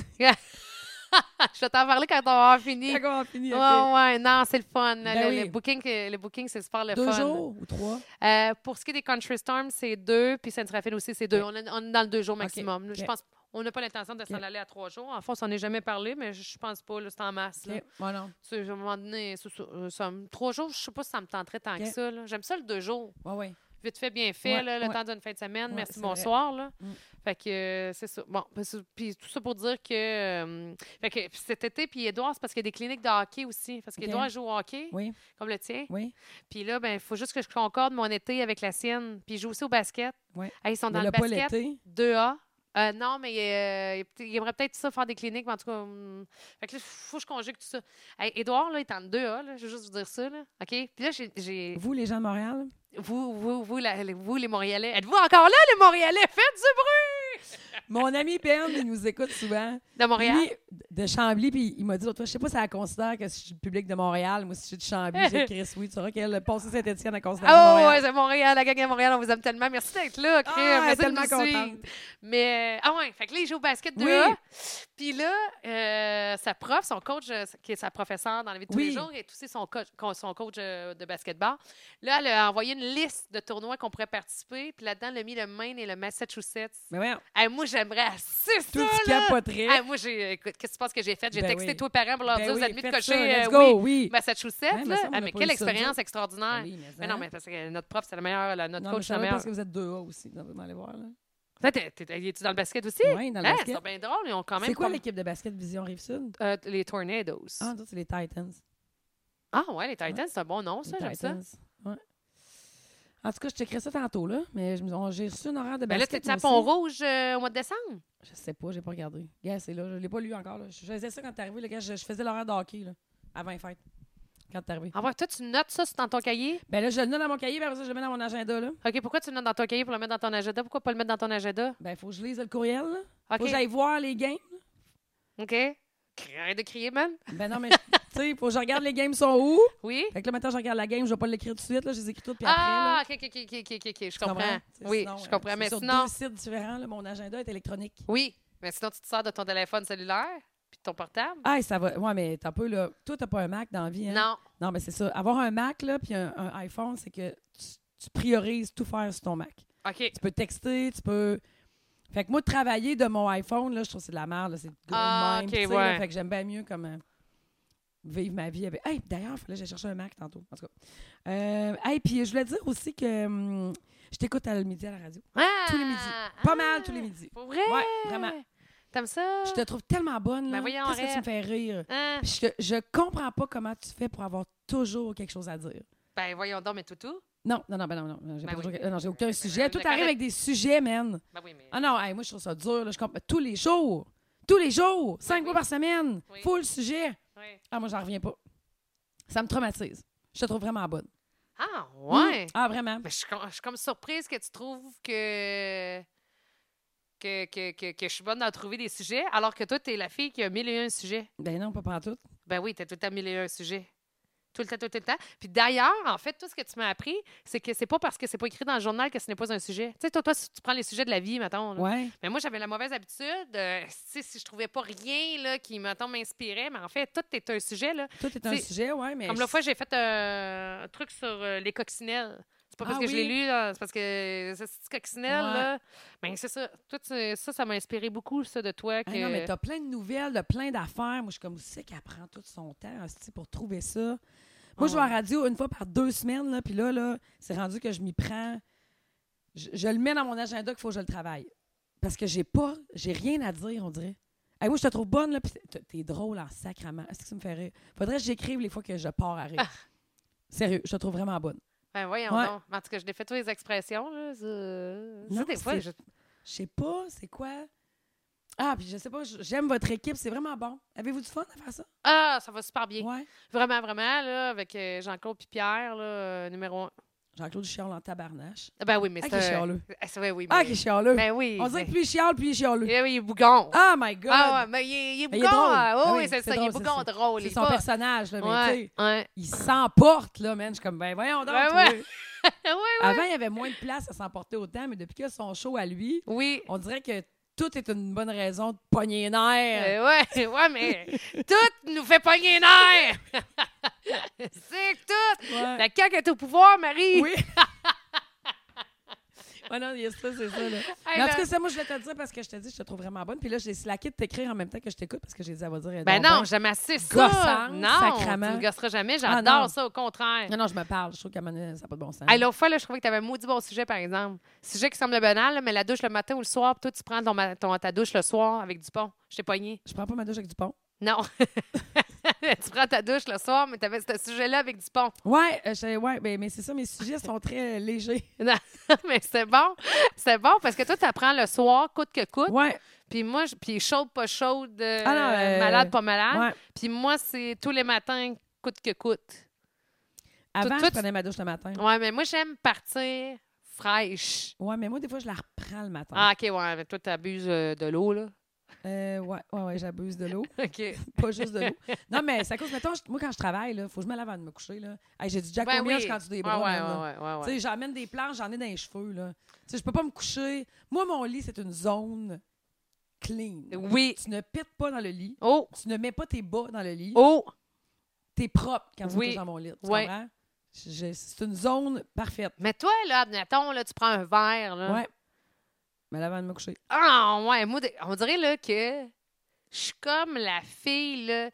B: Je vais t'en parler quand on va avoir fini.
A: Quand
B: Ouais,
A: on finit, ok.
B: ouais, non, c'est le fun.
A: Ben
B: le,
A: oui.
B: le booking, euh, le booking, c'est super le
A: Deux
B: fun.
A: jours ou trois?
B: Euh, pour ce qui est des Country Storm, c'est deux, puis Saint-Raphaël aussi, c'est deux.
A: Ok.
B: On, est- on est dans le deux jours maximum. là. Je
A: ok.
B: pense on n'a pas l'intention de s'en
A: Ok.
B: aller à trois jours. En fait, on s'en est jamais parlé, mais je je pense pas. là, C'est en masse.
A: OK.
B: là.
A: Ouais, non.
B: Tu sais, à un moment donné, c'est ça, euh, ça me- trois jours, je sais pas si ça me tenterait tant
A: Ok.
B: que ça. là. J'aime ça le deux jours.
A: Ouais, ouais.
B: Vite fait, bien fait,
A: Ouais,
B: là, le
A: ouais.
B: temps d'une fin de semaine.
A: Ouais,
B: Merci,
A: c'est vrai.
B: bonsoir. Là.
A: Mm.
B: Fait que euh, c'est ça. Bon, ben, c'est- puis tout ça pour dire que, euh, fait que puis cet été, puis Édouard, c'est parce qu'il y a des cliniques de hockey aussi. Parce
A: Ok.
B: qu'Édouard joue au hockey,
A: Oui,
B: comme le tien.
A: oui.
B: Puis là, ben, il faut juste que je concorde mon été avec la sienne. Puis il joue aussi au basket.
A: Ouais.
B: Hey, ils sont dans
A: Mais là,
B: le
A: pas
B: basket
A: l'été.
B: 2A. Euh, non, mais euh, il peut- il aimerait peut-être ça faire des cliniques, mais en tout cas, hum, fait que là, faut que je conjugue tout ça. Hey, Édouard, là, il est en 2A, là, je veux juste vous dire ça, là. OK? Puis là, j'ai- j'ai...
A: Vous, les gens de Montréal?
B: Vous, vous, vous, la- vous, les Montréalais, êtes-vous encore là, les Montréalais? Faites du
A: Mon ami Ben, il nous écoute souvent.
B: bruit! De Montréal?
A: Lui, de Chambly, puis il m'a dit l'autre fois, je sais pas si elle considère que je suis du public de Montréal. Moi, si je suis de Chambly, j'ai Chris, oui, tu sauras qu'elle a passé Saint-Étienne à considérer
B: Ah
A: Montréal.
B: ouais, c'est Montréal, la gang à Montréal, on vous aime tellement. Merci d'être là, Chris.
A: Ah,
B: Merci de
A: tellement
B: nous suivre.
A: contente.
B: Mais euh, ah ouais, fait que là, il joue au basket de
A: Oui.
B: là. Puis là, euh, sa prof, son coach, euh, qui est sa professeure dans la vie de tous
A: Oui.
B: les jours, et aussi son coach, con- son coach euh, de basketball, là, elle a envoyé une liste de tournois qu'on pourrait participer. Puis là-dedans, elle a mis le Maine et le Massachusetts.
A: Mais voyons,
B: Hey, moi, j'aimerais assez ça,
A: tout ce
B: là!
A: capoterait.
B: Hey, Ah, moi, j'ai, euh, écoute, qu'est-ce que tu penses que j'ai fait? J'ai
A: Ben
B: texté
A: oui.
B: tous les parents pour leur
A: Ben
B: dire,
A: oui,
B: vous admis de
A: faites ça,
B: cocher
A: let's
B: euh,
A: go,
B: oui,
A: oui.
B: Massachusetts.
A: Ouais, mais
B: là.
A: ça, on
B: Ah,
A: n'a
B: mais
A: pas
B: quelle
A: eu ça, nous
B: expérience
A: autres.
B: extraordinaire!
A: Ben oui, mais ça,
B: Mais non, mais parce que notre prof, c'est la meilleure. là, notre
A: Non, mais
B: coach,
A: je
B: c'est la
A: savais
B: meilleure.
A: parce que vous êtes deux A aussi. Vous allez voir, là.
B: Toi, t'es- t'es- t'es- Es-tu dans le basket aussi?
A: Oui, Eh, dans le
B: Hein,
A: basket.
B: C'est bien drôle. Ils ont quand même.
A: C'est quoi
B: comme-
A: l'équipe de basket Vision Rive-Sud?
B: Euh, les Tornadoes.
A: Ah, nous autres, c'est les Titans.
B: Ah, ouais, les Titans, c'est un bon nom,
A: Les
B: ça. J'aime ça.
A: Titans. Ouais. En tout cas, je checkerai ça tantôt, là. Mais je me- on- j'ai reçu une horaire de
B: Ben là,
A: basket.
B: t'es à
A: moi aussi.
B: Pont-Rouge euh, au mois de décembre?
A: Je sais pas, j'ai pas regardé. Gars, c'est là, je l'ai pas lu encore. là. Je faisais ça quand t'es arrivé, là, gars, je, je faisais l'horaire de hockey, là, avant les fêtes, quand t'es arrivé.
B: Ah, ouais, toi, tu notes ça sur- dans ton cahier?
A: Ben là, je le note dans mon cahier, ben après ça, je le mets dans mon agenda, là.
B: OK, pourquoi tu le notes dans ton cahier pour le mettre dans ton agenda? Pourquoi pas le mettre dans ton agenda?
A: Ben, faut que je lise le courriel, là. Faut
B: OK.
A: que j'aille voir les games.
B: OK. Cri- Arrête de crier, man.
A: Ben non, mais, tu sais, faut que je regarde les games sont où.
B: Oui?
A: Fait que là, maintenant, je regarde la game, je vais pas l'écrire tout de suite, là, je les écris toutes, puis
B: ah,
A: après, là.
B: OK, OK, OK, OK, OK, OK, je
A: tu
B: comprends.
A: Tu sais,
B: Oui,
A: sinon,
B: je
A: euh,
B: comprends,
A: c'est
B: mais
A: sur
B: sinon...
A: deux sites différents, là, mon agenda est électronique.
B: Oui, mais sinon, tu te sers de ton téléphone cellulaire puis de ton portable?
A: Ah, ça va. Ouais, mais t'as un peu, là. Toi, t'as pas un Mac dans la vie, hein?
B: Non.
A: Non, mais c'est ça. Avoir un Mac, là, puis un, un iPhone, c'est que tu, tu priorises tout faire sur ton Mac.
B: OK.
A: Tu peux texter, tu peux. Fait que moi, travailler de mon iPhone, là, je trouve que c'est de la merde, là, c'est gros de
B: Ah,
A: même,
B: ok,
A: tu sais, là.
B: ouais.
A: fait que j'aime bien mieux comme euh, vivre ma vie avec. Hey, d'ailleurs, il fallait que j'aille chercher un Mac tantôt. En tout cas. Euh, hey, puis je voulais dire aussi que hum, je t'écoute à le midi à la radio.
B: Ah!
A: Tous les midis. Pas mal tous les midis.
B: Pour vrai?
A: Ouais, vraiment.
B: T'aimes ça?
A: Je te trouve tellement bonne, là.
B: Ben voyons,
A: Qu'est-ce que tu me
B: arrête.
A: fais rire?
B: Hein?
A: Puis Je, je comprends pas comment tu fais pour avoir toujours quelque chose à dire.
B: Ben voyons donc, mais toutou.
A: Non, non, non, ben non, non, j'ai pas
B: Ben
A: toujours-
B: oui.
A: non, non, j'ai aucun
B: Ben,
A: sujet.
B: le
A: Tout
B: correct.
A: arrive avec des sujets, man.
B: Ben oui, mais.
A: Ah non, hey, moi, je trouve ça dur. Là, je compte tous les jours. Tous les jours. Cinq
B: oui.
A: fois par semaine.
B: Oui.
A: Full sujet.
B: Ouais.
A: Ah, moi, j'en reviens pas. Ça me traumatise. Je te trouve vraiment bonne.
B: Ah, ouais.
A: Mm. Ah, vraiment.
B: Mais je, suis com- je suis comme surprise que tu trouves que. Que, que, que, que je suis bonne à trouver des sujets, alors que toi, t'es la fille qui a mille et un sujets.
A: Ben non, pas partout.
B: Ben oui, t'as tout le temps mille et un sujets. Tout le temps, tout le temps, tout le temps. Puis d'ailleurs, en fait, tout ce que tu m'as appris, c'est que c'est pas parce que c'est pas écrit dans le journal que ce n'est pas un sujet. Tu sais, toi, toi, si tu prends les sujets de la vie, mettons. là.
A: Ouais.
B: Mais moi, j'avais la mauvaise habitude. euh, tu sais, si je trouvais pas rien là, qui, mettons, m'inspirait, mais en fait, tout est un sujet. Là.
A: Tout est un
B: C'est-
A: sujet, ouais, mais.
B: Comme la fois, j'ai fait euh, un truc sur euh, les coccinelles. C'est pas parce
A: Ah
B: que je l'ai
A: oui.
B: lu, là, c'est parce que cette petite coccinelle,
A: Ouais.
B: là. Ben, c'est ça. Toi, tu- ça, ça m'a inspiré beaucoup, ça, de toi. Que...
A: Hey, Ah non, mais t'as plein de nouvelles, de plein d'affaires. Moi, je suis comme, où c'est qu'elle prend tout son temps hostie, pour trouver ça? Moi, je vais à
B: Ouais.
A: la radio une fois par deux semaines, là, puis là, là c'est rendu que je m'y prends. Je, je le mets dans mon agenda qu'il faut que je le travaille. Parce que j'ai pas, j'ai rien à dire, on dirait. Hey, moi, je te trouve bonne, là, puis t'es- t'es drôle en sacrament. Est-ce que ça me fait rire? Faudrait que j'écrive les fois que je pars à
B: Ah.
A: rire. Sérieux, je te trouve vraiment bonne.
B: Ben, voyons
A: Ouais.
B: donc. Mais En tout cas, je défais toutes les expressions, là. ça- Ça,
A: Non,
B: des fois,
A: c'est-
B: je-
A: Je sais pas, c'est quoi? Ah, puis je sais pas, j- j'aime votre équipe, c'est vraiment bon. Avez-vous du fun à faire ça?
B: Ah, ça va super bien.
A: Ouais.
B: Vraiment, vraiment, là, avec euh, Jean-Claude puis Pierre, là, euh, numéro un.
A: Jean-Claude Chiol en tabarnache.
B: Ah, Ben oui, mais
A: Ah,
B: c'est...
A: qui est
B: un-
A: chialeux.
B: Ah, c'est vrai, oui, mais...
A: Ah, qui est chialeux.
B: Ben oui.
A: On dirait
B: mais-
A: que plus il chiale, plus il est chialeux.
B: Eh oui, il est bougon.
A: Oh my God!
B: Ah, ouais, mais il est, il est
A: Mais
B: bougon.
A: il est drôle.
B: ah,
A: Ah
B: oui,
A: oui, c'est
B: c'est ça. il est
A: drôle,
B: bougon
A: c'est
B: drôle. il
A: c'est
B: est
A: son
B: pas-
A: personnage, là, mais tu
B: Ouais,
A: sais,
B: ouais.
A: il s'emporte, là, man. Je suis comme, ben voyons donc,
B: Ouais,
A: toi.
B: ouais. Ouais, ouais.
A: Avant, il y avait moins de place à s'emporter autant, mais depuis que son show à lui,
B: Oui.
A: on dirait que tout est une bonne raison de pogner les nerfs.
B: Euh, ouais, ouais, mais tout nous fait pogner les nerfs. c'est tout.
A: Ouais.
B: La CAQ est au pouvoir, Marie.
A: Oui! Ah non, il y a ça, c'est ça, là.
B: Hey, ben.
A: Mais en
B: là-
A: tout cas, ça, moi, je voulais te le dire parce que je te dis, je te trouve vraiment bonne. Puis là, j'ai slacké de t'écrire en même temps que je t'écoute parce que j'ai dit, elle va dire. elle est
B: ben
A: donc
B: non,
A: bonne.
B: jamais assez ça.
A: Gossante,
B: non,
A: sacrament.
B: tu me gosseras jamais.
A: Ah,
B: J'adore
A: non.
B: ça, au contraire.
A: Non, non, je me parle. Je trouve qu'à un moment donné, ça n'a pas de bon sens.
B: Hey, L'autre fois, là, je trouvais que tu avais un maudit bon sujet, par exemple. Sujet qui semble banal, là, mais la douche le matin ou le soir, puis toi, tu prends ton, ma- ton- ta douche le soir avec du pont. Je t'ai pogné.
A: Je prends pas ma douche avec du pont.
B: Non. tu prends ta douche le soir, mais tu avais ce sujet-là avec du pont.
A: Ouais, euh, je- ouais mais, mais c'est ça, mes sujets sont très euh, légers.
B: Non, mais c'est bon. C'est bon parce que toi, tu apprends le soir, coûte que coûte.
A: Ouais,
B: Puis moi, je- puis chaude, pas chaude, euh,
A: Ah non, euh,
B: malade, pas malade.
A: ouais.
B: Puis moi, c'est tous les matins, coûte que coûte.
A: Avant,
B: toi,
A: je prenais ma douche le matin.
B: Ouais, mais moi, j'aime partir fraîche.
A: Ouais, mais moi, des fois, je la reprends le matin.
B: Ah, OK, ouais, mais toi, t'abuses euh, de l'eau, là.
A: Euh, ouais, ouais, ouais, j'abuse de l'eau.
B: OK.
A: pas juste de l'eau. Non, mais ça cause, mettons, je- moi, quand je travaille, là, faut que je me lave avant de me coucher, là. Hey, j'ai du Jack
B: Ben
A: O'Neill
B: oui.
A: quand tu des
B: Ouais,
A: bras,
B: ouais,
A: man, là.
B: ouais, ouais, ouais, ouais.
A: Tu sais, j'amène des planches, j'en ai dans les cheveux, là. Tu sais, je peux pas me coucher. Moi, mon lit, c'est une zone clean.
B: Oui.
A: Tu ne pètes pas dans le lit.
B: Oh,
A: Tu ne mets pas tes bas dans le lit.
B: oh.
A: T'es propre quand tu
B: Oui.
A: me couches dans mon lit. Tu
B: Ouais.
A: comprends? Je- je- c'est une zone parfaite.
B: Mais toi, là, admettons, là, tu prends un verre, là.
A: Ouais. Mais là, avant de me coucher.
B: Ah, ouais, moi, des- on dirait là, que je suis comme la fille là,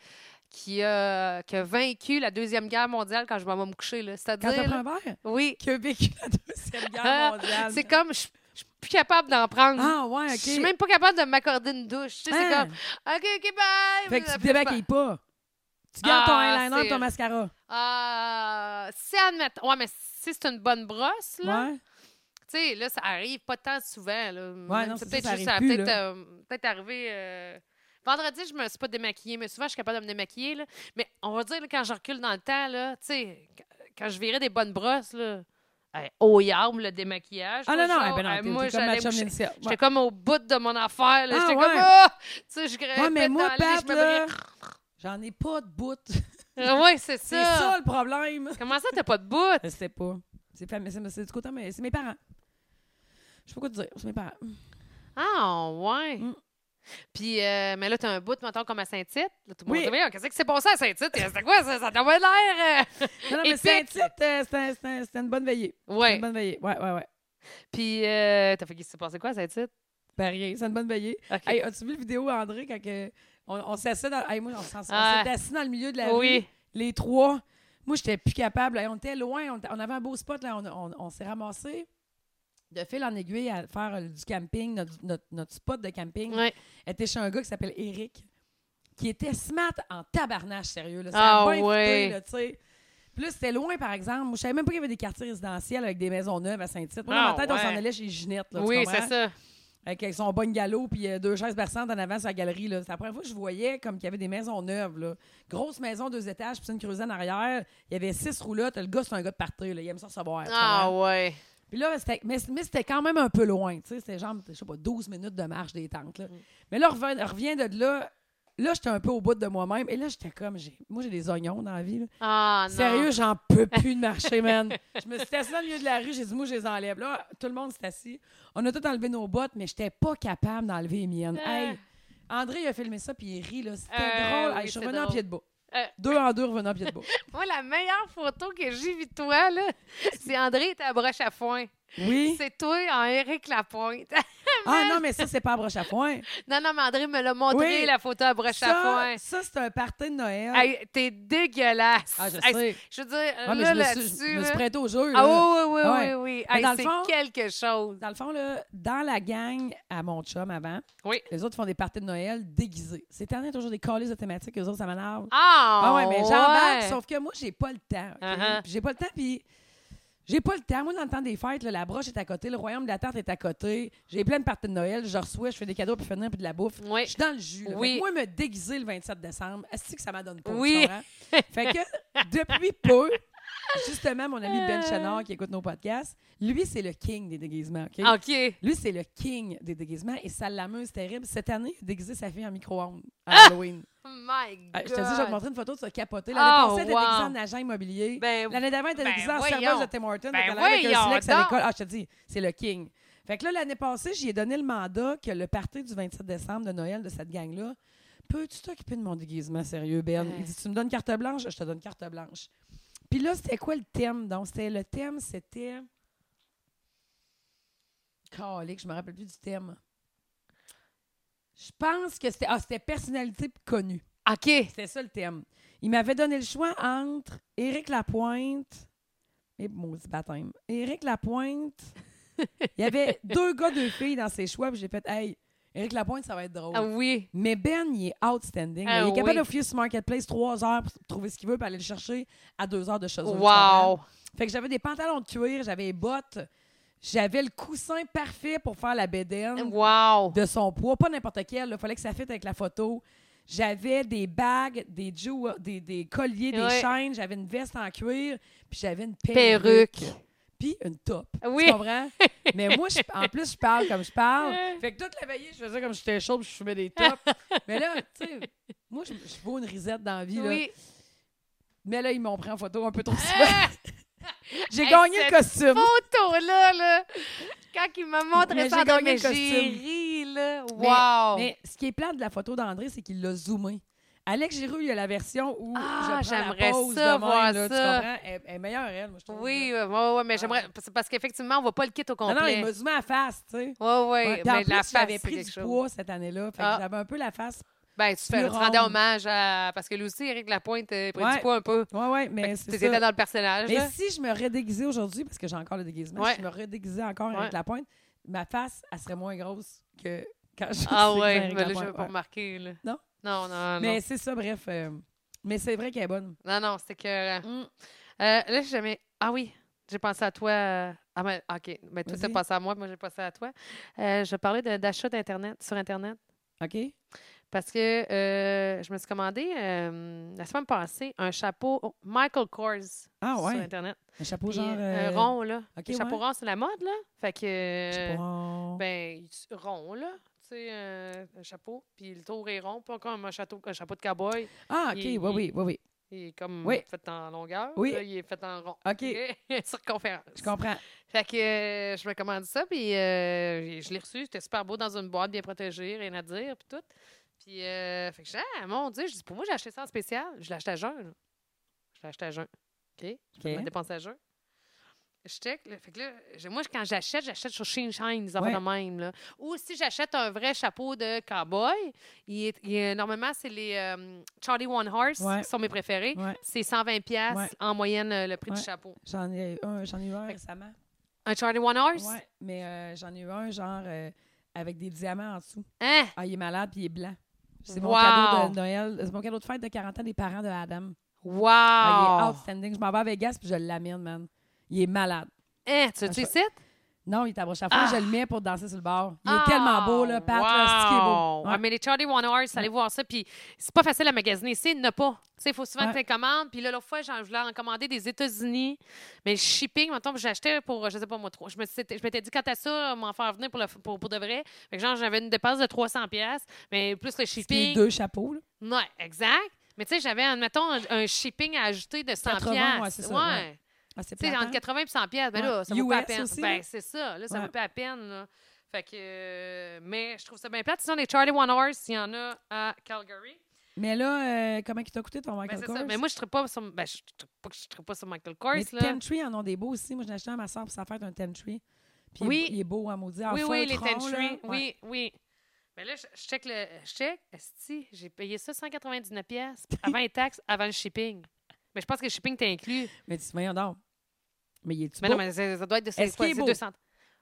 B: qui, a, qui a vaincu la Deuxième Guerre mondiale quand je m'en vais me coucher. là.
A: Quand
B: C'est-à-dire,
A: t'as pris
B: là,
A: un verre,
B: oui, Ah,
A: qui a vécu la Deuxième Guerre mondiale.
B: c'est comme, je je suis plus capable d'en prendre.
A: Ah, ouais, OK.
B: Je suis même pas capable de m'accorder une douche. Tu sais, C'est
A: Hein?
B: comme, OK, OK, bye!
A: Fait que tu te
B: Après, je fais-
A: débaquilles pas. Tu gardes ton
B: Ah,
A: eyeliner et
B: c'est-
A: ton mascara.
B: Ah, si, admettons, ouais, mais si c'est une bonne brosse, là,
A: Ouais. Ah,
B: tu sais, là, ça arrive pas tant souvent. Là. Même,
A: non, c'est
B: c'est
A: ça,
B: peut-être
A: ça
B: juste,
A: arrive plus,
B: peut-être,
A: là.
B: euh, peut-être arrivé. euh, Vendredi, je me suis pas démaquillée, mais souvent, je suis capable de me démaquiller. là. Mais on va dire, là, quand je recule dans le temps, là, tu sais, qu- quand je virais des bonnes brosses, là, hey, au yarme, le démaquillage.
A: Ah
B: moi,
A: non, non,
B: genre,
A: eh ben
B: hey,
A: non, t'es-
B: moi,
A: t'es comme ma
B: j'allais
A: chum
B: me-
A: Lindsay. Ouais.
B: J'étais comme au bout de mon affaire. là.
A: Ah,
B: J'étais comme,
A: ouais.
B: ah! Tu sais, je grimpais
A: mais moi,
B: dans le lit, je
A: Pat,
B: me
A: là-
B: brûlais.
A: J'en ai pas de bout.
B: Ouais, c'est
A: C'est
B: ça.
A: ça le problème.
B: Comment ça, t'as pas de bout?
A: Je sais pas. C'est fam- c'est- c'est du côté, mais c'est mes parents. Je sais pas quoi te dire. C'est mes parents.
B: Ah, ouais.
A: Mm.
B: Puis, euh, mais là, t'as un bout, mettons, comme à Saint-Tite. Là, tout le monde
A: Oui.
B: dit, Voyons, qu'est-ce qui s'est passé à Saint-Tite? C'était quoi ça? Ça t'envoie de l'air. euh?
A: Non, non, mais
B: Épique.
A: c'est un titre. euh, c'est un- c'est un- C'était une bonne veillée. C'était
B: Ouais.
A: une bonne veillée. Ouais, ouais, ouais.
B: Puis, euh, t'as fait, qu'est-ce qui s'est passé quoi à Saint-Tite?
A: Ben rien. C'est une bonne veillée.
B: OK.
A: Hey, as-tu vu la vidéo, André, quand que on, on s'assied dans... Hey, moi, on s'en- on s'est
B: Ah.
A: assis dans le milieu de la
B: Oui.
A: rue, les trois. Moi, j'étais plus capable. Hey, on était loin. On, était- on avait un beau spot. Là. On, on- on s'est ramassé de fil en aiguille à faire euh, du camping, notre, notre- notre spot de camping.
B: Ouais.
A: était chez un gars qui s'appelle Eric, qui était smart en tabarnache, sérieux. Là. Ça
B: Ah
A: a bien fité,
B: ouais.
A: là, tu sais. Puis là, c'était loin, par exemple. Moi, Je savais même pas qu'il y avait des quartiers résidentiels avec des maisons neuves à Saint-Tite. Moi,
B: Ah,
A: dans ma tête, on
B: ouais.
A: s'en allait chez Ginette. Là, tu
B: oui,
A: comprends?
B: c'est ça.
A: Avec son bungalow puis euh, deux chaises berçantes en avant sur la galerie. là. C'est la première fois que je voyais comme qu'il y avait des maisons neuves. Là. Grosse maison, deux étages, piscine creusée en arrière. Il y avait six roulottes. Le gars, c'est un gars de party. Là. Il aime ça recevoir. tu comprends?
B: Ah ouais.
A: Puis là, c'était, mais, mais c'était quand même un peu loin. tu sais, C'était genre, je sais pas, 12 minutes de marche des tentes. là. Mais là, revient, revient de là. Là, j'étais un peu au bout de moi-même. Et là, j'étais comme, j'ai- moi, j'ai des oignons dans la vie. là.
B: Ah non.
A: Sérieux, j'en peux plus de marcher, man. Je me suis assise dans le milieu de la rue, j'ai dit, moi, je les enlève. Là, tout le monde s'est assis. On a tout enlevé nos bottes, mais j'étais pas capable d'enlever les miennes.
B: Ah.
A: Hey, André, il a filmé ça, puis il rit, là. C'était
B: Euh,
A: drôle.
B: oui,
A: Hey, je suis
B: c'est
A: revenue en
B: drôle.
A: pied de bas.
B: Euh.
A: Deux en deux, revenant en pied de bas.
B: Moi, la meilleure photo que j'ai vue de toi, là, c'est André et ta broche à foin.
A: Oui.
B: C'est toi en Éric Lapointe.
A: Ah non, mais ça, c'est pas à broche à foin.
B: non, non, mais André me l'a montré,
A: Oui.
B: la photo à broche à
A: Ça,
B: foin.
A: ça, c'est un party de Noël.
B: Hey, t'es dégueulasse.
A: Ah, je
B: Hey,
A: sais.
B: je veux dire,
A: Ouais, mais je me suis-
B: là,
A: je
B: là-dessus.
A: me suis
B: là-
A: prêtée au jeu.
B: Ah
A: là.
B: oui, oui, oui,
A: Ouais.
B: oui. oui.
A: Mais
B: Hey,
A: dans le
B: c'est
A: fond-
B: quelque chose.
A: Dans le fond, là, dans la gang à mon chum avant,
B: Oui.
A: les autres font des parties de Noël déguisées. C'est dernier, toujours des calices de thématiques, eux autres, ça m'énerve.
B: Ah,
A: Ah ouais, mais j'embarque,
B: ouais.
A: sauf que moi, j'ai pas le temps. ok?
B: Uh-huh.
A: Puis J'ai pas le temps, puis j'ai pas le temps. Moi, dans le temps des fêtes, là, la broche est à côté, le royaume de la tarte est à côté. J'ai plein de parties de Noël, je reçois, je fais des cadeaux, puis finir, puis de la bouffe.
B: Oui.
A: Je suis dans le jus. là.
B: Oui.
A: Fait que moi, me déguiser le 27 décembre, est-ce que ça m'en donne pas? tu
B: Oui.
A: comprends? fait que depuis peu, justement, mon ami Ben Chenard, qui écoute nos podcasts, lui, c'est le king des déguisements. OK?
B: OK.
A: Lui, c'est le king des déguisements et ça l'amuse terrible. Cette année, il a déguisé sa fille en micro-ondes
B: Ah!
A: à Halloween.
B: My
A: Ah,
B: God.
A: Je te dis, je vais te montrer une photo de ce capoté. L'année
B: Oh,
A: passée, elle était
B: wow.
A: déguisée en agent immobilier.
B: Ben,
A: L'année d'avant, elle était
B: ben
A: déguisée en
B: voyons.
A: serveuse de Tim Hortons.
B: Ben
A: elle allait avec un
B: voyons
A: silex à
B: donc.
A: l'école. Ah, je te dis, c'est le king. Fait que là, l'année passée, j'y ai donné le mandat que le party du 27 décembre de Noël de cette gang-là, peux-tu t'occuper de mon déguisement sérieux, Ben?
B: Ouais.
A: Il dit, tu me donnes carte blanche? Je te donne carte blanche. Puis là, c'était quoi le thème? Donc, c'était le thème, c'était... Calique, je me rappelle plus du thème. Je pense que c'était... Ah, c'était personnalité connue.
B: OK.
A: C'était ça le thème. Il m'avait donné le choix entre Éric Lapointe et maudit baptême. Éric Lapointe. Il y avait deux gars, deux filles dans ses choix, puis j'ai fait Hey, Éric Lapointe, ça va être drôle.
B: Ah oui.
A: Mais Ben, il est outstanding.
B: Ah
A: il est capable
B: oui.
A: d'offrir sur Marketplace trois heures pour trouver ce qu'il veut, puis aller le chercher à deux heures de chez eux, tu comprends?
B: Wow.
A: Fait que j'avais des pantalons de cuir, j'avais des bottes, j'avais le coussin parfait pour faire la bédaine
B: Wow.
A: de son poids, pas n'importe quel. Il fallait que ça fitte avec la photo. J'avais des bagues, des, jou- des, des colliers, des
B: Ouais.
A: chaînes, j'avais une veste en cuir, puis j'avais une perruque.
B: Perruque.
A: Puis une top.
B: Oui.
A: Tu comprends? Mais moi, je- en plus, je parle comme je parle. Fait que toute la veillée, je faisais comme si j'étais chaude, puis je fumais des tops. Mais là, tu sais, moi, je, je vaux une risette dans la vie. là.
B: Oui.
A: Mais là, ils m'ont pris en photo un peu trop souvent.
B: Ah!
A: J'ai
B: Hey,
A: gagné
B: cette
A: le costume.
B: photo-là, là, quand il me montré
A: Mais
B: ça,
A: j'ai
B: donc,
A: gagné
B: mais
A: le
B: j'ai
A: costume.
B: ri, là.
A: Mais-
B: Wow!
A: Mais ce qui est plate de la photo d'André, c'est qu'il l'a zoomé. Alex Giroux, il y a la version où
B: Ah,
A: je prends la
B: j'aimerais
A: pause
B: ça,
A: de même,
B: voir
A: là,
B: ça.
A: Tu comprends? Elle, elle est meilleure, elle, moi, je trouve.
B: oui,
A: là.
B: ouais, ouais, ouais, mais j'aimerais... c'est Parce qu'effectivement, on voit pas le kit au
A: Non, non, il
B: complet.
A: m'a zoomé à la face, tu sais.
B: ouais,
A: Ouais,
B: ouais,
A: puis en
B: mais
A: plus,
B: la face,
A: j'avais
B: c'est
A: pris
B: quelque
A: du
B: chose.
A: poids cette année-là. Fait que
B: Ah.
A: j'avais un peu la face.
B: Ben, tu, fais,
A: plus
B: tu rendais
A: ronde.
B: hommage à... Parce que lui aussi, Éric Lapointe, euh, il pris
A: Ouais.
B: du poids un peu.
A: Ouais, ouais, mais
B: Fait que
A: c'est
B: t'étais
A: ça.
B: dans le personnage,
A: Mais
B: là.
A: si je me redéguisais aujourd'hui, parce que j'ai encore le déguisement,
B: Ouais.
A: si je me redéguisais encore
B: Ouais.
A: avec la pointe, ma face, elle serait moins grosse que quand je
B: Ah
A: suis
B: ouais,
A: avec
B: mais
A: la
B: là, je
A: pointe,
B: vais pas
A: ouais.
B: remarquer, là.
A: Non?
B: Non, non, non.
A: Mais c'est ça, bref. euh, mais c'est vrai qu'elle est bonne.
B: Non, non, c'était que...
A: Mm.
B: Euh, là, j'ai jamais. Ah oui, j'ai pensé à toi. euh, Ah, mais, OK. Mais toi, t'as
A: Vas-y.
B: pensé à moi, moi, j'ai pensé à toi. Euh, je parlais de- d'achat d'Internet, sur Internet,
A: OK?
B: parce que euh, je me suis commandé euh, la semaine passée un chapeau Michael Kors
A: Ah
B: sur
A: ouais.
B: Internet.
A: Un chapeau
B: Puis,
A: genre. euh,
B: euh, rond, là.
A: OK,
B: Le chapeau
A: ouais.
B: rond, c'est la mode, là. Fait que. euh,
A: Chapeau rond.
B: ben, il- rond, là. Tu sais, euh, un chapeau. Puis le tour est rond, pas comme un, château, un chapeau de cowboy.
A: Ah, OK,
B: il-
A: oui, oui, oui,
B: il-
A: oui.
B: Il est comme
A: Oui.
B: fait en longueur.
A: Oui.
B: Là, il est fait en rond.
A: OK.
B: Circonférence.
A: Je comprends.
B: Fait que euh, je me commande ça, puis euh, je l'ai reçu. C'était super beau dans une boîte, bien protégée, rien à dire, puis tout. Puis, euh, fait que j'ai dit, ah, mon Dieu, je dis, pour moi, j'ai acheté ça en spécial. Je l'ai acheté à jeun. là. Je l'ai acheté à jeun. OK? Je
A: OK.
B: me dépense à jeun. Je check. là. fait que là, j'ai- moi, quand j'achète, j'achète sur Sheen Shine, des affaires
A: Ouais.
B: de même. Là. Ou si j'achète un vrai chapeau de cowboy, il est, il est- normalement, c'est les euh, Charlie One Horse
A: Ouais.
B: qui sont mes préférés.
A: Ouais.
B: C'est 120$ piastres
A: Ouais.
B: en moyenne euh, le prix du
A: Ouais.
B: chapeau.
A: J'en ai un, j'en ai eu un récemment.
B: Un Charlie One Horse?
A: Ouais, mais euh, j'en ai eu un genre euh, avec des diamants en dessous.
B: Hein?
A: Ah, il est malade puis il est blanc. C'est mon
B: Wow!
A: cadeau de Noël, c'est mon cadeau de fête de 40 ans des parents de Adam.
B: Wow!
A: Ah, il est outstanding. Je m'en vais à Vegas puis je l'amène, man. Il est malade.
B: Hein, tu tu
A: Ah,
B: ici?
A: Non, il t'abroche à chaque fois, je le mets pour danser sur le bord. Il est
B: Ah,
A: tellement beau, là. Pat, là, c'est-tu qu'il est beau.
B: wow!
A: Ouais.
B: Ah, mais les Charlie One Horse, allez voir ça. Puis c'est pas facile à magasiner ici, il n'y en a pas. Tu sais, il faut souvent que tu
A: Ouais.
B: les commandes. Puis là, l'autre fois, j'en- je voulais en commander des États-Unis. Mais le shipping, mettons, j'achetais pour, je sais pas moi, trois. Je me suis- je m'étais dit, quand t'as ça, m'en faire venir pour, le, pour, pour de vrai. Fait que genre, j'avais une dépense de 300$, piastres, mais plus
A: Puis il
B: le
A: est
B: shipping.
A: deux chapeaux, là.
B: Ouais, exact. Mais tu sais, j'avais, admettons, un, un shipping à ajouter de 100$.
A: 80,
B: piastres.
A: ouais, c'est ça,
B: Ouais.
A: ouais. Ah, c'est
B: Tu sais,
A: plate, hein?
B: entre 80 et 100 pièces, ben
A: Ouais.
B: là, ça vaut pas la
A: US
B: peine.
A: aussi,
B: ben,
A: là.
B: c'est ça, là, ça
A: Ouais.
B: vaut pas la peine. là. Fait que, euh, mais je trouve ça bien plate. Sinon, les Charlie One Horse, il y en a à Calgary.
A: Mais là, euh, comment il t'a coûté ton
B: Ben,
A: Michael
B: c'est
A: Kors?
B: ça. Mais moi, je ne pas sur, ben, je serais pas, que je serais pas sur Michael Kors.
A: Mais
B: là.
A: Tentry en ont des beaux aussi. Moi, j'ai acheté un à ma soeur pour sa fête, un Tentry. Puis
B: Oui.
A: il est beau, à maudit. En
B: Oui,
A: feutre
B: oui, les
A: rond, là.
B: Tentry.
A: Ouais.
B: Oui, oui. Mais là, je, je check le. Je check. Esti, j'ai payé ça 199 pièces avant les taxes, avant le shipping. Mais je pense que le shipping t'est inclus.
A: Mais tu voyons donc. Mais il est-tu
B: Mais
A: beau?
B: non, mais ça ça doit être de
A: Est-ce qu'il est beau?
B: 200.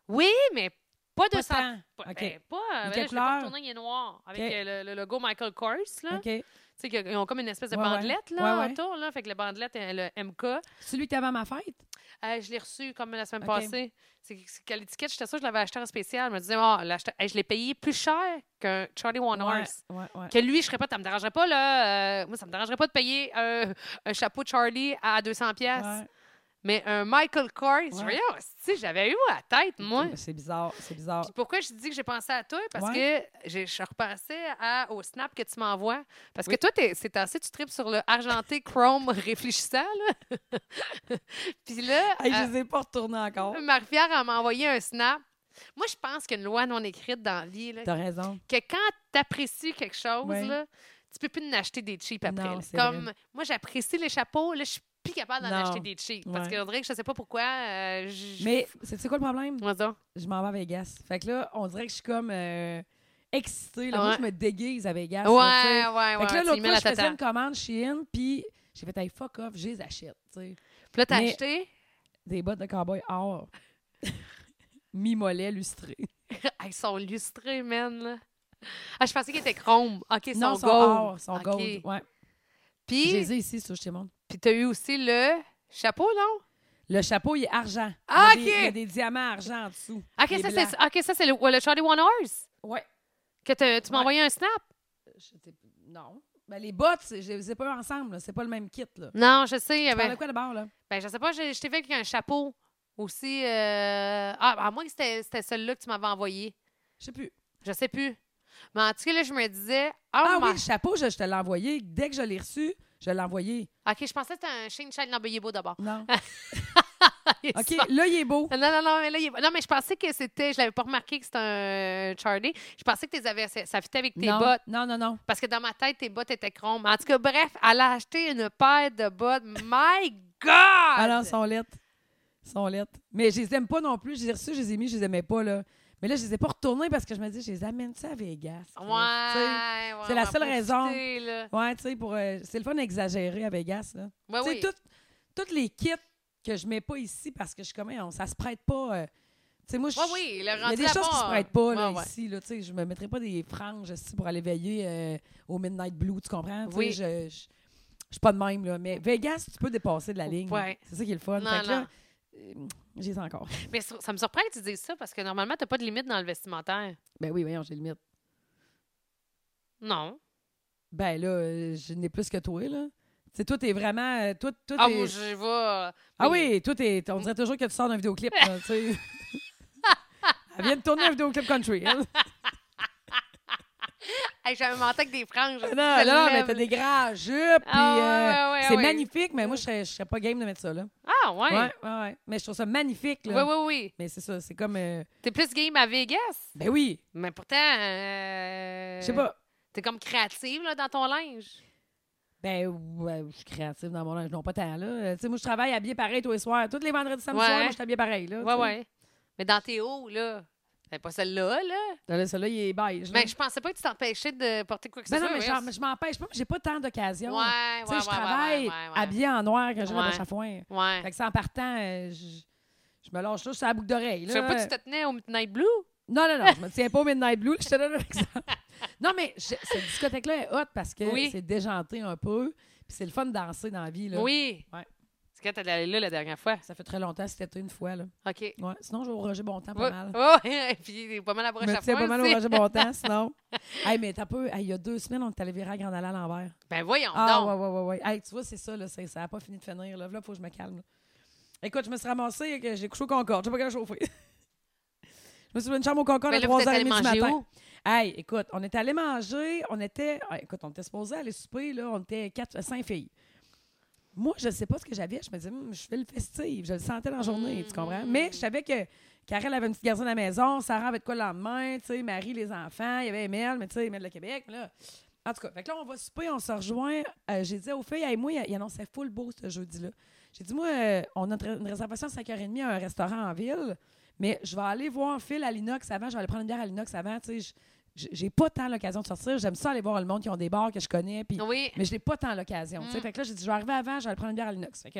B: Oui, mais pas 200.
A: tant.
B: Pas,
A: OK.
B: ben, pas
A: quelle
B: ben, là, je l'ai pas
A: couleur?
B: retourné, il est noir. Avec
A: OK.
B: euh, le, le logo Michael Kors, là.
A: OK.
B: Tu sais qu'ils ont comme une espèce de
A: Ouais, ouais.
B: bandelette, là,
A: Ouais, ouais.
B: autour, là. Fait que la bandelette, euh, le MK, euh,
A: Celui que t'avais à ma fête?
B: je l'ai reçu comme la semaine
A: OK.
B: passée. C'est c'est qu'à l'étiquette, j'étais sûre que je l'avais acheté en spécial. Je me disais, Ah, l'acheter- hey, je l'ai payé plus cher qu'un Charlie One
A: ouais,
B: Horse.
A: ouais, ouais.
B: Que lui, je serais pas, ça me dérangerait pas, là. euh, moi, ça me dérangerait pas de payer un, un chapeau Charlie à 200$. pièces
A: Ouais.
B: Mais un Michael Kors, je
A: Ouais.
B: voyons, si j'avais eu à la tête, moi.
A: Mais Ben, C'est bizarre, c'est bizarre.
B: Puis pourquoi je dis que j'ai pensé à toi? Parce que j'ai- je repensais à- au snap que tu m'envoies. Parce que
A: Oui.
B: toi, t'es- c'est assez, tu tripes sur le argenté chrome réfléchissant. Là. Puis là,
A: Hey, je
B: euh,
A: les ai pas retournés encore.
B: Marie-Pierre, elle m'a envoyé un snap. Moi, je pense qu'il y a une loi non écrite dans la vie, là,
A: T'as raison.
B: que quand tu apprécies quelque chose,
A: Ouais.
B: là, tu peux plus en acheter des cheap après.
A: Non,
B: là.
A: c'est
B: Comme moi, j'apprécie les chapeaux, là, je suis plus capable d'en
A: Non.
B: acheter des cheap. Parce
A: Ouais.
B: qu'on dirait que je sais pas pourquoi. euh, je-
A: Mais c'est quoi le problème?
B: Moi, donc.
A: Je m'en vais à Vegas. Fait que là, on dirait que je suis comme euh, excitée. là. Moi,
B: Ouais.
A: je me déguise à Vegas.
B: Ouais, ouais,
A: là, tu sais.
B: ouais.
A: Fait que là,
B: tu y
A: l'autre
B: mets
A: fois,
B: la
A: je faisais
B: totale.
A: une commande chez In, puis j'ai fait, hey, fuck off, je les achète. tu sais.
B: Puis là, t'as
A: Mais-
B: acheté.
A: Des bottes de cowboy or. Mi-mollet lustré.
B: Ah, ils sont lustrés, man. là. Ah, je pensais qu'ils étaient chrome. OK, ils
A: non,
B: sont
A: sont
B: gold.
A: or, sont
B: OK.
A: gold. Ouais. Je les
B: Puis,
A: ai ici, ça, je te montre.
B: puis t'as eu aussi le chapeau, non?
A: Le chapeau, il est argent.
B: Ah,
A: Il y a des-
B: ok! Ah,
A: Il y a des diamants argent en dessous.
B: OK,
A: Il
B: ça,
A: est
B: c'est,
A: blanc.
B: OK, ça, c'est le, ouais, le Charlie One Horse
A: Ouais.
B: que t'as- tu m'as
A: Ouais.
B: envoyé un snap.
A: Je sais- Non. Ben, les bottes, c'est- je les ai pas eu ensemble. là. C'est pas le même kit. Là.
B: Non, je sais. il y
A: Tu parles
B: avait-
A: de quoi d'abord, là?
B: ben, je sais pas, je, je t'ai fait avec un chapeau aussi. euh, Ah, à moins que c'était, c'était celui-là que tu m'avais envoyé.
A: Je sais plus.
B: Je sais plus. Mais en tout cas, là, je me disais...
A: Ah
B: ah
A: oui, le chapeau, je, je te l'ai envoyé. Dès que je l'ai reçu, je l'ai envoyé.
B: OK, je pensais que c'était un Shane Child. Non, ben, il est beau d'abord.
A: Non.
B: Il est
A: OK, là, il est beau.
B: Non, non, non, mais là, il est- non, mais je pensais que c'était. Je l'avais pas remarqué que c'était un Charlie. Je pensais que tes avais, ça ça fitait avec tes
A: non.
B: bottes.
A: non, non, non.
B: Parce que dans ma tête, tes bottes étaient chrome. En tout cas, bref, elle a acheté une paire de bottes. My God!
A: Alors, sont lettres. Sont lettres. Mais je les aime pas non plus. Je les ai reçus, je les ai mis, je les aimais pas, là. Mais là, je les ai pas retournés parce que je me dis, je les amène ça à Vegas. Chris,
B: Ouais,
A: tu sais.
B: ouais,
A: c'est la
B: on va
A: seule
B: profiter,
A: raison.
B: là.
A: Ouais, tu sais, pour. euh, c'est le fun d'exagérer à Vegas, là.
B: Ouais,
A: tu sais,
B: Ah oui.
A: tout- toutes les kits que je mets pas ici parce que je suis comme, hey, on- ça se prête pas. euh, tu sais, moi, je.
B: Ouais, oui, le
A: Il y
B: rendu
A: a des
B: là-bas,
A: choses qui se prêtent pas là,
B: ouais, ouais.
A: ici. Là, tu sais, je me mettrais pas des franges ici pour aller veiller euh, au Midnight Blue, tu comprends? Tu sais,
B: Oui.
A: Je, je, je suis pas de même. Là, mais Vegas, tu peux dépasser de la ligne.
B: Ouais.
A: C'est ça qui est le fun.
B: Non,
A: Fait que là,
B: non.
A: euh, j'ai ça encore.
B: Mais sur- ça me surprend que tu dises ça parce que normalement, t'as pas de limite dans le vestimentaire.
A: Ben oui, voyons, j'ai le mythe.
B: Non.
A: Ben là, euh, je n'ai plus que toi. Là. Tu sais, toi, t'es vraiment. euh, Toi, toi,
B: Ah,
A: t'es-
B: moi, je vais.
A: Ah oui, toi, t'es- on dirait toujours que tu sors d'un vidéoclip. là, tu sais. Elle vient de tourner un vidéoclip country. elle.
B: Hey, J'avais menté avec des franges.
A: Ah Non,
B: Je
A: là, mais
B: l'aime.
A: t'as des grands jupes. puis,
B: Ah, ouais,
A: euh,
B: ouais, ouais,
A: c'est
B: ouais.
A: magnifique, mais moi, je serais, je serais pas game de mettre ça, là.
B: Ah, ouais.
A: Ouais, ouais, ouais. Mais je trouve ça magnifique,
B: Oui,
A: là.
B: oui, oui.
A: Mais c'est ça, c'est comme. euh,
B: T'es plus game à Vegas?
A: Ben oui,
B: Mais pourtant, euh,
A: je sais pas.
B: T'es comme créative là, dans ton linge.
A: Ben, ouais, je suis créative dans mon linge, non pas tant, là. Euh, Tu sais, moi, je travaille habillée pareil tous les soirs. Tous les vendredis, samedi
B: Ouais.
A: soir, moi, je suis habillée pareil, là.
B: Ouais, ouais. Mais dans tes hauts, là. C'est pas celle-là, là.
A: Là, celui-là, il est beige. là.
B: Mais Ben, je pensais pas que tu t'empêchais de porter quoi que ce
A: Ben non,
B: soit.
A: mais
B: ouais.
A: genre, je m'empêche pas, mais j'ai pas tant d'occasions.
B: Ouais,
A: tu
B: ouais,
A: sais, je
B: ouais, ouais,
A: travaille
B: ouais, ouais, ouais.
A: habillée en noir quand je rentre
B: Ouais.
A: à chafouin.
B: Ouais.
A: Fait que ça, en partant, euh, je je me lâche là, je suis à la boucle d'oreille,
B: Je
A: là.
B: savais pas que tu te tenais au Midnight Blue.
A: Non, non, non, je me tiens pas au Midnight Blue. Je te donne un exemple. Non, mais je- cette discothèque-là est hot parce que
B: Oui.
A: c'est déjanté un peu. Puis c'est le fun de danser dans la vie. Là.
B: Oui.
A: Ouais.
B: C'est quand t'es allé là la dernière fois.
A: Ça fait très longtemps, c'était une fois. Là.
B: OK.
A: Ouais. Sinon, je vais au Roger Bontemps pas
B: Ouais.
A: mal.
B: Ouais. Et puis, il est pas mal à broche
A: Je me
B: à
A: tiens pas
B: foin
A: mal au
B: aussi.
A: Roger Bontemps, sinon. hey, mais t'as peu. hey, il y a deux semaines, on est allé virer à Grande Allée à l'envers.
B: Ben voyons
A: Ah,
B: donc.
A: ouais, ouais, ouais, ouais. Hey, tu vois, c'est ça, là. c'est- Ça n'a pas fini de finir, là. Là, faut que je me calme. là. Écoute, je me suis ramassée et que j'ai couché au Concorde. Je sais pas quand chauffer. je me suis trouvé une chambre au Concorde
B: Mais
A: à
B: là, vous êtes
A: 3h30
B: allé
A: du
B: manger
A: matin.
B: où?
A: Hey, écoute, on était allé manger, on était. ah, Écoute, on était supposé aller souper, là, on était quatre, cinq filles. Moi, je ne sais pas ce que j'avais. Je me disais, Hum, je fais le festif. Je le sentais dans la journée, tu comprends? Mais je savais que Karel avait une petite garçon à la maison, Sarah avait de quoi le lendemain, tu sais, Marie, les enfants, il y avait Emel, mais tu sais, Emel de Québec, mais là. En tout cas, fait que là, on va souper, on se rejoint. Euh, J'ai dit aux filles, hey, moi, il il annonçait full beau ce jeudi-là. J'ai dit, moi, euh, on a une ré- une réservation à 5h30 à un restaurant en ville, mais je vais aller voir Phil à l'inox avant, je vais aller prendre une bière à l'inox avant, tu sais. je- j- J'ai pas tant l'occasion de sortir. J'aime ça aller voir le monde qui ont des bars que je connais. Puis
B: Oui.
A: mais je n'ai pas tant l'occasion.
B: Mm.
A: tu sais. Fait que là, j'ai dit, je vais arriver avant, je vais aller prendre une bière à l'inox. Fait que,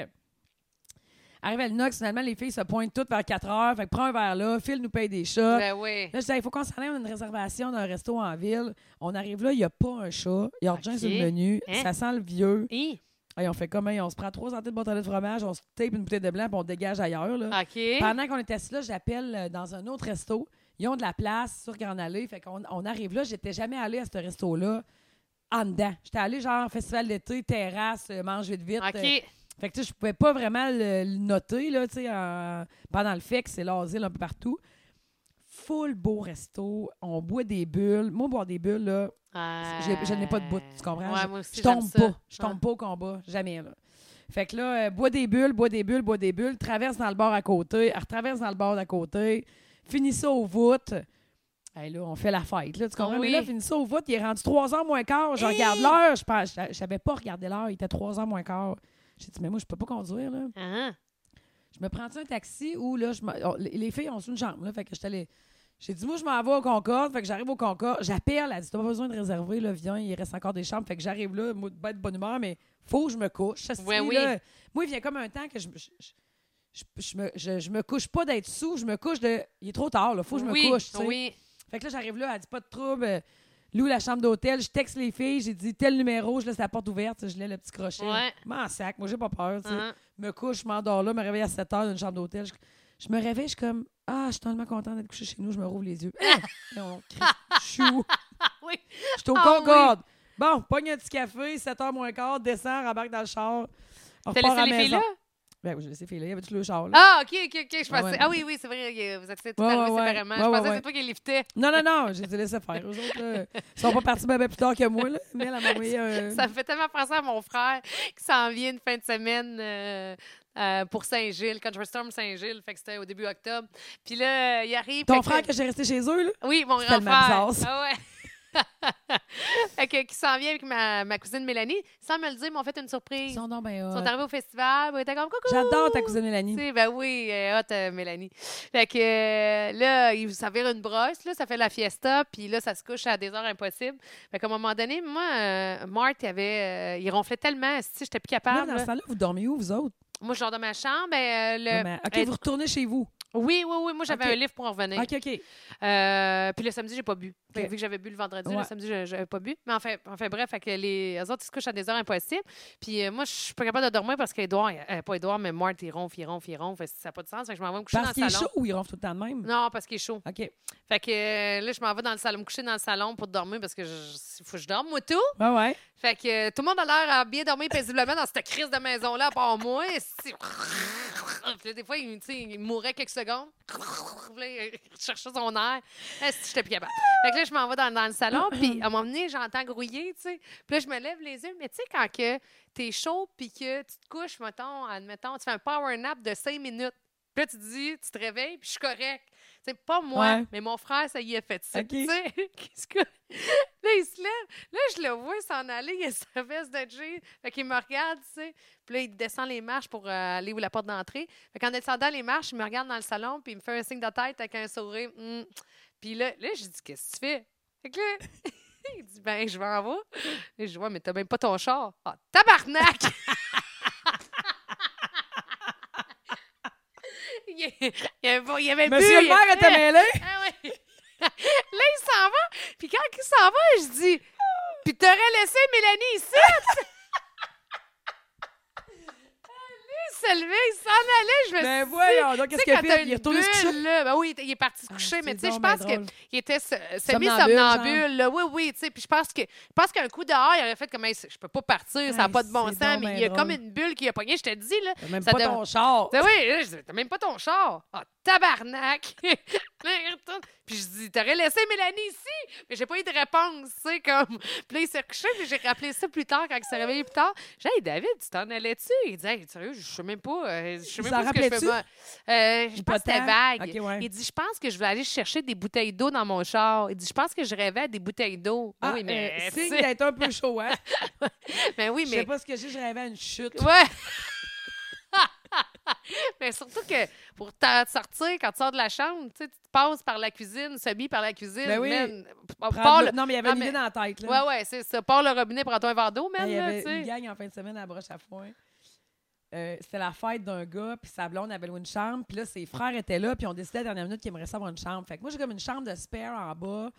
A: arrivé à l'inox, finalement, les filles se pointent toutes vers 4 heures. Fait que prends un verre là, Phil nous paye des chats.
B: Ben oui.
A: Là, je disais, il faut qu'on s'en aille, on a une réservation d'un resto en ville. On arrive là, il n'y a pas un chat. Il y a rien
B: Ok.
A: sur le menu.
B: Hein?
A: Ça sent le vieux.
B: Hi.
A: Et on fait comme, hey, on se prend trois santé de bâtonnets de fromage, on se tape une bouteille de blanc, puis on dégage ailleurs. Là.
B: OK.
A: Pendant qu'on était assis là, j'appelle euh, dans un autre resto. Ils ont de la place sur Grande Allée. Fait qu'on on arrive là. J'étais jamais allée à ce resto-là en dedans. J'étais allée genre festival d'été, terrasse, euh, mange vite vite.
B: OK.
A: euh. Fait que tu sais, je pouvais pas vraiment le, le noter là, tu sais, en- pendant le fait que c'est l'asile un peu partout. Full beau resto. On boit des bulles. Moi, boire des bulles, là, euh, j'ai- je n'ai pas de bout, tu comprends?
B: Euh, Ouais, moi aussi,
A: je tombe
B: j'aime ça.
A: pas. Je tombe
B: Ouais.
A: pas au combat. Jamais, là. Fait que là, euh, bois des bulles, bois des bulles, bois des bulles, traverse dans le bord à côté, elle retraverse dans le bord d'à côté, finis ça aux voûtes. Hey, là, on fait la fête, là, tu comprends?
B: Ah Oui.
A: Mais là, finis ça aux voûtes, il est rendu 3 h moins quart. Je regarde l'heure. Je pense- Je je savais pas regarder l'heure, il était 3 h moins quart. J'ai dit, mais moi, je peux pas conduire, là.
B: Ah,
A: Je me prends un taxi ou là, je me- on- les les filles ont une chambre, là. Fait que j'étais allée. J'ai dit, moi, je m'en vais au Concorde. Fait que j'arrive au Concorde. J'appelle. Elle dit, t'as pas besoin de réserver, là, viens, il reste encore des chambres. Fait que j'arrive là, moi, de bête de bonne humeur, mais faut que je me couche. Ça, c'est
B: Ouais, oui.
A: là. Moi, il vient comme un temps que je. je- je- je- je me, je, je me couche pas d'être sous, je me couche de. Il est trop tard, là, faut que je
B: oui,
A: me couche. tu sais.
B: Oui.
A: Fait que là, j'arrive là, elle dit pas de trouble, euh, loue la chambre d'hôtel, je texte les filles, j'ai dit tel numéro, je laisse la porte ouverte, je laisse le petit crochet.
B: Ouais.
A: M'en sac, moi j'ai pas peur. tu sais
B: Ah.
A: me couche, je m'endors là, me réveille à 7 heures d'une chambre d'hôtel. Je, je me réveille, je suis comme Ah, je suis tellement contente d'être couchée chez nous, je me rouvre les yeux. Ah! Et on crie, Je suis où?
B: oui.
A: Je suis au
B: Ah
A: Concorde. Bon, pogne un petit café, 7 h moins quart, descends, rembarque dans le char. On
B: T'as
A: repart à
B: laissé les filles
A: maison.
B: là?
A: Ben oui, je laissé les filles là. Il y avait tout le char là.
B: Ah, OK, OK, OK. Je
A: Ouais,
B: pensais...
A: ouais.
B: Ah oui, oui, c'est vrai. euh, Vous êtes tout
A: Ouais,
B: arrivés
A: ouais, ouais.
B: séparément. je
A: Ouais,
B: pensais
A: ouais,
B: que
A: ouais.
B: c'est toi qui liftais.
A: Non, non, non, j'ai dit laissez faire. Eux autres, là, ils sont pas partis bien plus tard que moi. Là. Mais elle m'a envoyé un.
B: Ça me fait tellement penser à mon frère qui s'en vient une fin de semaine euh, euh, pour Saint-Gilles, Country Storm Saint-Gilles. Fait que c'était au début octobre. Puis là, euh, il arrive.
A: Ton
B: fait que-
A: frère que j'ai resté chez eux, là?
B: Oui, mon
A: C'est
B: grand
A: tellement
B: frère.
A: bizarre, ça.
B: Ah ouais. fait que, qui s'en vient avec ma, ma cousine Mélanie, sans me le dire, ils m'ont fait une surprise.
A: Ils
B: Ils sont,
A: sont donc ben hot.
B: arrivés au festival, ils étaient comme coucou.
A: J'adore ta cousine
B: Tu
A: Mélanie.
B: sais, ben oui, euh, hot, euh, Mélanie. Fait que euh, là, ils s'avèrent une brosse, là, ça fait la fiesta, puis là, ça se couche à des heures impossibles. Fait qu'à un moment donné, moi, euh, Mart, il, avait, euh, il ronflait tellement, si j'étais plus
A: Là,
B: capable.
A: dans ce
B: là.
A: temps-là, vous dormiez où, vous autres?
B: Moi, je dors dans ma chambre. ben, euh, le-
A: Ouais, mais- OK,
B: euh,
A: vous retournez chez vous.
B: Oui, oui, oui, moi, j'avais
A: Ok.
B: un livre pour en revenir.
A: OK, OK.
B: Euh, puis le samedi, j'ai pas bu. Fait que
A: Ok.
B: Vu que j'avais bu le vendredi,
A: Ouais.
B: le samedi, je- j'avais pas bu. Mais enfin, enfin bref, fait que les, eux autres, ils se couchent à des heures impossibles. Puis euh, moi, je suis pas capable de dormir parce qu'Edouard, euh, pas Edouard, mais Mart, il ronfle, il ronfle, il ronfle. Fait que Ça n'a pas de sens. Fait que je m'en vais me coucher
A: Parce
B: dans
A: qu'il
B: le
A: est
B: salon.
A: chaud ou il ronfle tout le temps de même?
B: Non, parce qu'il est chaud.
A: OK.
B: Fait que euh, là, je m'en vais dans le salon, me coucher dans le salon pour dormir parce que je, je- faut que je dorme, moi, tout.
A: Ouais, ouais.
B: Fait que euh, tout le monde a l'air à bien dormir paisiblement dans cette crise de maison-là, à part moi. C'est- Puis là, des fois, il, tu sais, il mourait quelques secondes. Puis là, Il cherchait son air. Là, si j'étais plus capable. Fait que là, je m'en vais dans, dans le salon, puis à un moment donné, j'entends grouiller, tu sais. Puis là, je me lève les yeux. Mais tu sais, quand que t'es chaud, puis que tu te couches, mettons, admettons, tu fais un power nap de cinq minutes. Puis là, tu te dis, tu te réveilles, puis je suis correct. C'est pas moi,
A: Ouais.
B: mais mon frère, ça y est fait ça.
A: Ok.
B: Tu sais, qu'est-ce que- Là, il se lève. Là, je le vois s'en aller. Il a sa veste de jean. Fait qu'il me regarde, tu sais. Puis là, il descend les marches pour euh, aller où la porte d'entrée. Fait qu'en descendant les marches, il me regarde dans le salon, puis il me fait un signe de tête avec un sourire. Hum. Puis là, là je dis, qu'est-ce que tu fais? Fait que là, il dit, ben, je m'en vais. Et je dis, ouais, mais t'as même pas ton char. Ah, tabarnak! il, y avait, il y avait bu,
A: Monsieur le
B: il y avait-
A: maire était mêlé.
B: ah ouais. là, il s'en va. Puis Puis quand il s'en va, je dis Puis t'aurais laissé Mélanie ici. Lui, il se levait, il s'en allait. Je me suis
A: Ben
B: dit,
A: voyons, donc qu'est-ce
B: tu
A: qu'il a
B: sais, quand t'as
A: fait? Il est
B: une
A: retourné se coucher.
B: bulle, là, ben oui, il est parti se coucher,
A: Ah,
B: mais
A: c'est
B: tu sais, je
A: donc ben
B: pense que
A: drôle.
B: il était se-
A: Somnambule, hein.
B: semi-somnambule. là. Oui, oui, tu sais. Puis je pense que je pense qu'un coup dehors, il aurait fait comme Hey, je peux pas partir, ça n'a
A: Hey,
B: pas de bon
A: c'est
B: sens,
A: donc
B: mais
A: ben
B: il y a
A: drôle.
B: comme une bulle qui a pogné, je te dis, là.
A: T'as même
B: Ça
A: pas
B: dev-
A: ton char.
B: Ben oui, là, je dis, t'as même pas ton char. Ah, tabarnak! là, il retourne. Puis je dis, t'aurais laissé Mélanie ici? Mais j'ai pas eu de réponse, tu sais, comme. Puis là, il s'est recouché, puis j'ai rappelé ça plus tard, quand il s'est réveillé plus tard. J'ai dit, hey, David, tu t'en allais-tu? Il dit, hey, sérieux, je sais même pas. euh, je sais
A: Il
B: même
A: s'en
B: pas ce que je fais.
A: rappelait-tu?
B: moi. Euh, je
A: Ou
B: pense
A: pas
B: que c'était
A: tant?
B: vague.
A: Ok, ouais.
B: Il dit, je pense que je voulais aller chercher des bouteilles d'eau dans mon char. Il dit, je pense que je rêvais à des bouteilles d'eau.
A: Ah,
B: oui, mais.
A: euh,
B: tu
A: signe
B: sais,
A: d'être un peu chaud, hein?
B: ben oui,
A: Je
B: mais.
A: sais pas ce que j'ai, je rêvais à une chute.
B: Ouais. Mais surtout que pour t'en sortir, quand tu sors de la chambre, tu sais, tu passes par la cuisine, semi par la cuisine.
A: Ben oui.
B: man. Par-
A: Prendre
B: par
A: le-
B: le-
A: Non, mais il y avait
B: non,
A: une
B: mais-
A: idée dans la tête, là.
B: Ouais, ouais, c'est ça. Par le robinet, prends-toi un verre d'eau,
A: Ben,
B: même.
A: il y
B: là,
A: avait
B: tu sais.
A: une gang en fin de semaine à broche à foin. Euh, c'était la fête d'un gars, puis sa blonde avait loué une chambre, puis là, ses frères étaient là, puis on décidait à la dernière minute qu'il aimerait ça avoir une chambre. Fait que moi, j'ai comme une chambre de spare en bas,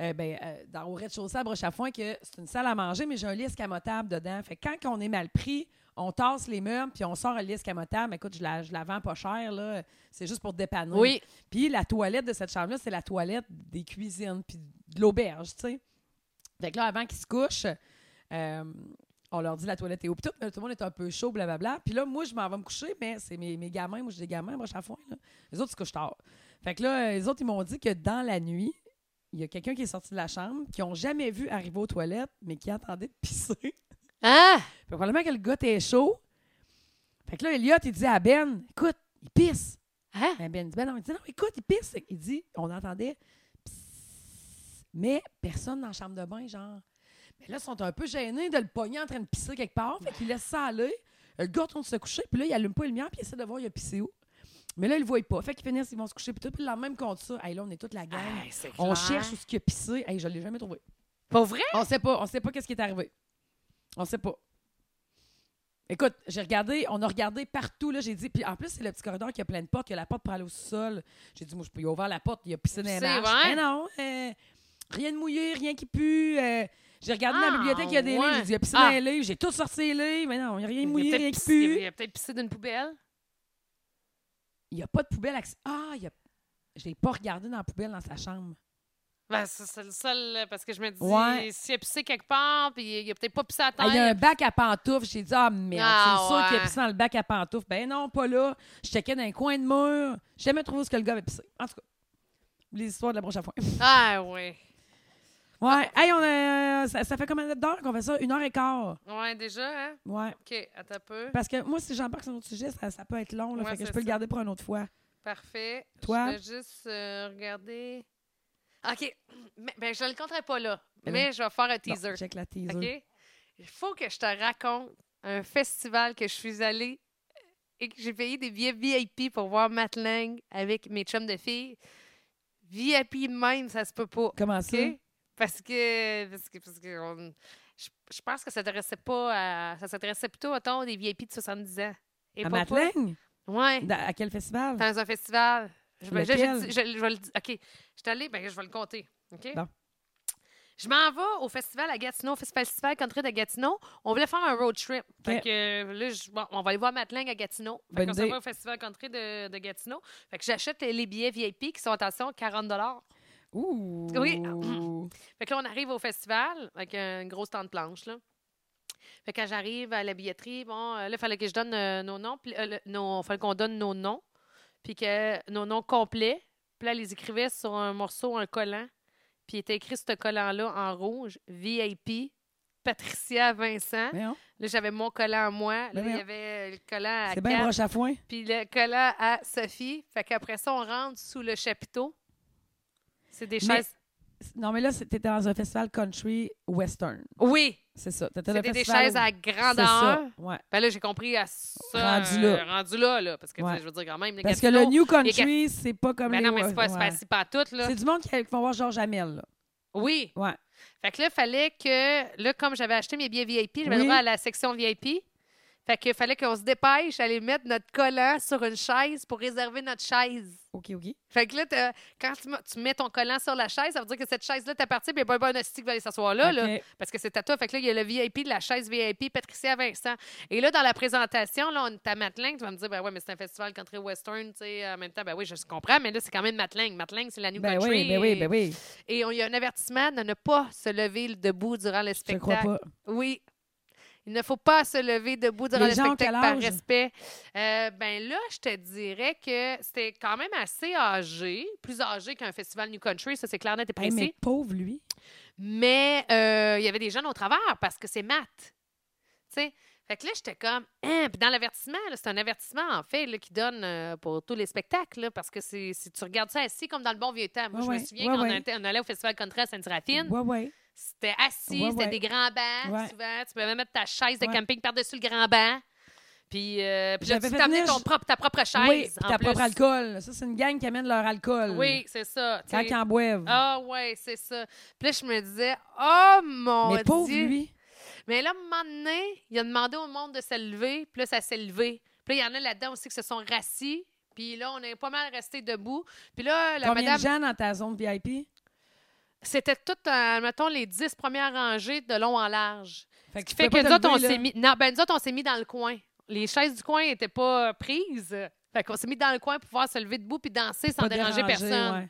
A: euh, ben, euh, dans, au rez-de-chaussée à broche à foin, que c'est une salle à manger, mais j'ai un lit escamotable dedans. Fait que quand on est mal pris, on tasse les meubles, puis on sort un lit escamotable. Écoute, je la, je la vends pas cher, là. C'est juste pour dépanner.
B: Oui.
A: Puis la toilette de cette chambre-là, c'est la toilette des cuisines, puis de l'auberge, tu sais. Fait que là, avant qu'ils se couchent, euh, on leur dit la toilette est où, puis tout, mais tout le monde est un peu chaud, blablabla. Puis là, moi, je m'en vais me coucher, mais c'est mes, mes gamins, moi, j'ai des gamins, broche à foin, là. Les autres, ils se couchent tard. Fait que là, euh, les autres, ils m'ont dit que dans la nuit, il y a quelqu'un qui est sorti de la chambre, qui n'ont jamais vu arriver aux toilettes, mais qui attendait de pisser.
B: Hein?
A: Fait que probablement que le gars était chaud. Fait que là, Elliot, il dit à Ben, écoute, il pisse.
B: Hein?
A: Ben, ben dit, ben non, il dit, non, écoute, il pisse. Il dit, on entendait, psss, mais personne dans la chambre de bain, genre. Mais là, ils sont un peu gênés de le pogner en train de pisser quelque part. Fait qu'il laisse ça aller. Le gars tourne se coucher, puis là, il allume pas les lumières, puis il essaie de voir, il a pissé où. Mais là, il le voit pas. Fait qu'ils finissent, ils vont se coucher, puis tout, puis le même compte ça. Hey, là, on est toute la gang.
B: Hey, c'est
A: on
B: clair.
A: cherche où ce qu'il a pissé. Hey, je l'ai jamais trouvé.
B: Pas vrai?
A: On sait pas. On sait pas qu'est-ce qui est arrivé. On sait pas. Écoute, j'ai regardé, on a regardé partout, là, j'ai dit, puis en plus, c'est le petit corridor qui a plein de portes, il y a la porte pour aller au sous-sol. J'ai dit, moi, je peux y ouvrir la porte, il y a piscine et
B: C'est
A: marche.
B: vrai?
A: Mais non, euh, rien de mouillé, rien qui pue. euh, j'ai regardé dans
B: Ah,
A: la bibliothèque, il y a des
B: ouais.
A: livres, j'ai dit, il y a piscine
B: Ah.
A: et livres, j'ai tout sorti les livres, mais non, il n'y a rien de
B: il
A: mouillé,
B: a
A: rien
B: peut-être
A: qui
B: pissé,
A: pue.
B: il a peut-être pissé d'une poubelle.
A: Il n'y a pas de poubelle. acc- Ah, il y a... je l'ai pas regardé dans la poubelle dans sa chambre.
B: Ben, ça, c'est le seul, là, parce que je me dis,
A: Ouais.
B: s'il a pissé quelque part, puis il a peut-être pas pissé à
A: Ah,
B: terre.
A: il y a un bac à pantoufles. J'ai dit, ah merde,
B: Ah,
A: c'est sûr qu'il a
B: ouais.
A: pissé dans le bac à pantoufles. Ben non, pas là. Je checkais dans un coin de mur. J'ai jamais trouvé où ce que le gars avait pissé. En tout cas, les histoires de la prochaine fois.
B: Ah, oui.
A: Ouais. Hey, on a- euh, ça, ça fait combien d'heures qu'on fait ça? Une heure et quart.
B: Ouais, déjà, hein?
A: Ouais.
B: OK, attends un peu.
A: Parce que moi, si j'embarque sur un autre sujet, ça, ça peut être long. Là,
B: Ouais,
A: fait que je
B: c'est
A: peux le
B: ça.
A: garder pour une autre fois.
B: Parfait.
A: Toi?
B: Je vais juste euh, regarder. OK. Mais, ben, je ne le compterai pas là,
A: Ben
B: mais je vais faire un
A: Bon,
B: teaser.
A: check la teaser.
B: OK? Il faut que je te raconte un festival que je suis allée euh, et que j'ai payé des billets VIP pour voir Matt Lang avec mes chums de filles. VIP même, ça se peut pas.
A: Comment
B: OK? Parce que, parce que, parce que on- je, je pense que ça s'adressait pas à, ça s'adressait plutôt, mettons, des VIP de 70 ans. Et
A: ça? À
B: pas- pas- Ah.
A: Matelaine?
B: Ouais
A: Dans- À quel festival?
B: dans un festival. Je, me- je- je-
A: Lequel?
B: je- je vais le dire. OK. Je suis allée, ben, je vais le compter. OK?
A: Bon.
B: Je m'en vais au festival à Gatineau, au festival country de Gatineau. On voulait faire un road trip. Fait
A: OK.
B: que euh, là, je- bon, on va aller voir Mateling à Gatineau. Fait
A: Bonne
B: qu'on s'en
A: idée.
B: va au festival country de, de Gatineau. Fait que j'achète les, les billets VIP qui sont, attention, 40
A: Ouh.
B: Oui. Fait que là, on arrive au festival avec une grosse tente planche, là. Fait que quand j'arrive à la billetterie, bon, euh, là, il fallait que je donne euh, nos noms, puis euh, le- nos- fallait qu'on donne nos noms, puis que nos noms complets, puis là, elle les écrivait sur un morceau, un collant, puis il était écrit ce collant-là en rouge, VIP, Patricia Vincent.
A: Mais non,
B: Là, j'avais mon collant à moi,
A: Ben
B: là, il y
A: voyons.
B: avait euh, le collant à
A: C'est bien
B: Kat,
A: broche à foin.
B: puis le collant à Sophie. Fait qu'après ça, on rentre sous le chapiteau. C'est des
A: Mais-
B: chaises...
A: Non, mais là, c'était dans un festival country western.
B: Oui!
A: C'est ça. T'étais dans un
B: C'était des
A: festival-
B: chaises à
A: C'est
B: grandeur.
A: ça. Ouais.
B: Ben là, j'ai compris à ça.
A: Rendu
B: euh,
A: là.
B: rendu là, là, Parce que, tu sais,
A: Ouais.
B: je veux dire, quand même,
A: Parce que le
B: Gatineau,
A: New
B: les Ga-
A: Country, c'est pas comme
B: Ben
A: les
B: non, mais c'est pas,
A: ouais.
B: c'est pas, c'est pas tout, là.
A: C'est du monde qui, qui vont voir Georges Hamel, là.
B: Oui.
A: Ouais.
B: Fait que là, fallait que... Là, comme j'avais acheté mes billets VIP, j'avais le
A: Oui.
B: droit à la section VIP. Fait qu'il fallait qu'on se dépêche, aller mettre notre collant sur une chaise pour réserver notre chaise.
A: OK, OK.
B: Fait que là, t'as- quand tu, m- tu mets ton collant sur la chaise, ça veut dire que cette chaise-là t'appartient, puis il n'y a pas un hostie qui va aller s'asseoir là, là,
A: OK. Ben
B: parce que c'est à toi. Fait que là, il y a le VIP de la chaise VIP, Patricia Vincent. Et là, dans la présentation, là, on est à Matling. Tu vas me dire, ben ouais, mais c'est un festival country western, tu sais, en même temps, ben oui, je comprends, mais là, c'est quand même Matling. Matling, c'est la New
A: Ben
B: Country.
A: oui, ben oui, ben oui.
B: Et on- il y a un avertissement de ne pas se lever debout durant le
A: Je te
B: spectacle.
A: crois pas.
B: Oui. Il ne faut pas se lever debout durant
A: Les
B: le
A: gens ont
B: spectacle
A: quel
B: par
A: âge?
B: respect. Euh, ben là, je te dirais que c'était quand même assez âgé, plus âgé qu'un festival New Country, ça c'est clair, net et
A: Hey,
B: précis.
A: mais pauvre, lui.
B: Mais euh, il y avait des jeunes au travers parce que c'est maths. Tu sais? Fait que là, j'étais comme. Hein? Puis dans l'avertissement, là, c'est un avertissement, en fait, là, qui donne euh, pour tous les spectacles, là, parce que c'est- si tu regardes ça assis comme dans le bon vieux temps. Moi,
A: Ouais,
B: je
A: ouais.
B: me souviens
A: Ouais,
B: quand on
A: ouais.
B: était- on allait au Festival Contra à Sainte-Séraphine.
A: Ouais, ouais.
B: C'était assis,
A: Ouais,
B: c'était
A: ouais.
B: des grands bancs,
A: Ouais.
B: souvent. Tu pouvais mettre ta chaise de
A: Ouais.
B: camping par-dessus le grand banc. Puis, euh, puis là,
A: J'avais
B: tu
A: fait
B: t'amenais
A: venir-
B: ton propre, ta propre chaise.
A: oui, puis
B: en
A: ta
B: plus.
A: propre alcool. Ça, c'est une gang qui amène leur alcool.
B: Oui, c'est ça. tu
A: Quand
B: sais.
A: ils en boivent.
B: Ah ouais, c'est ça. Puis là, je me disais, oh mon
A: mais pauvre,
B: Dieu.
A: lui.
B: Mais là, à un moment donné, il a demandé au monde de se lever, puis là, ça s'est levé. Puis là, il y en a là-dedans aussi qui se sont rassis, puis là, on est pas mal resté debout. Puis là, la
A: Combien
B: madame,
A: de gens dans ta zone VIP?
B: c'était tout, euh, mettons, les dix premières rangées de long en large.
A: Fait
B: Ce
A: tu
B: qui fait que
A: pouvais pas
B: nous
A: te
B: autres, on
A: lever, là.
B: s'est mis... Non, ben nous autres, on s'est mis dans le coin. Les chaises du coin n'étaient pas euh, prises. Fait qu'on s'est mis dans le coin pour pouvoir se lever debout puis danser sans
A: Pas
B: déranger
A: dérangé,
B: personne.
A: ouais.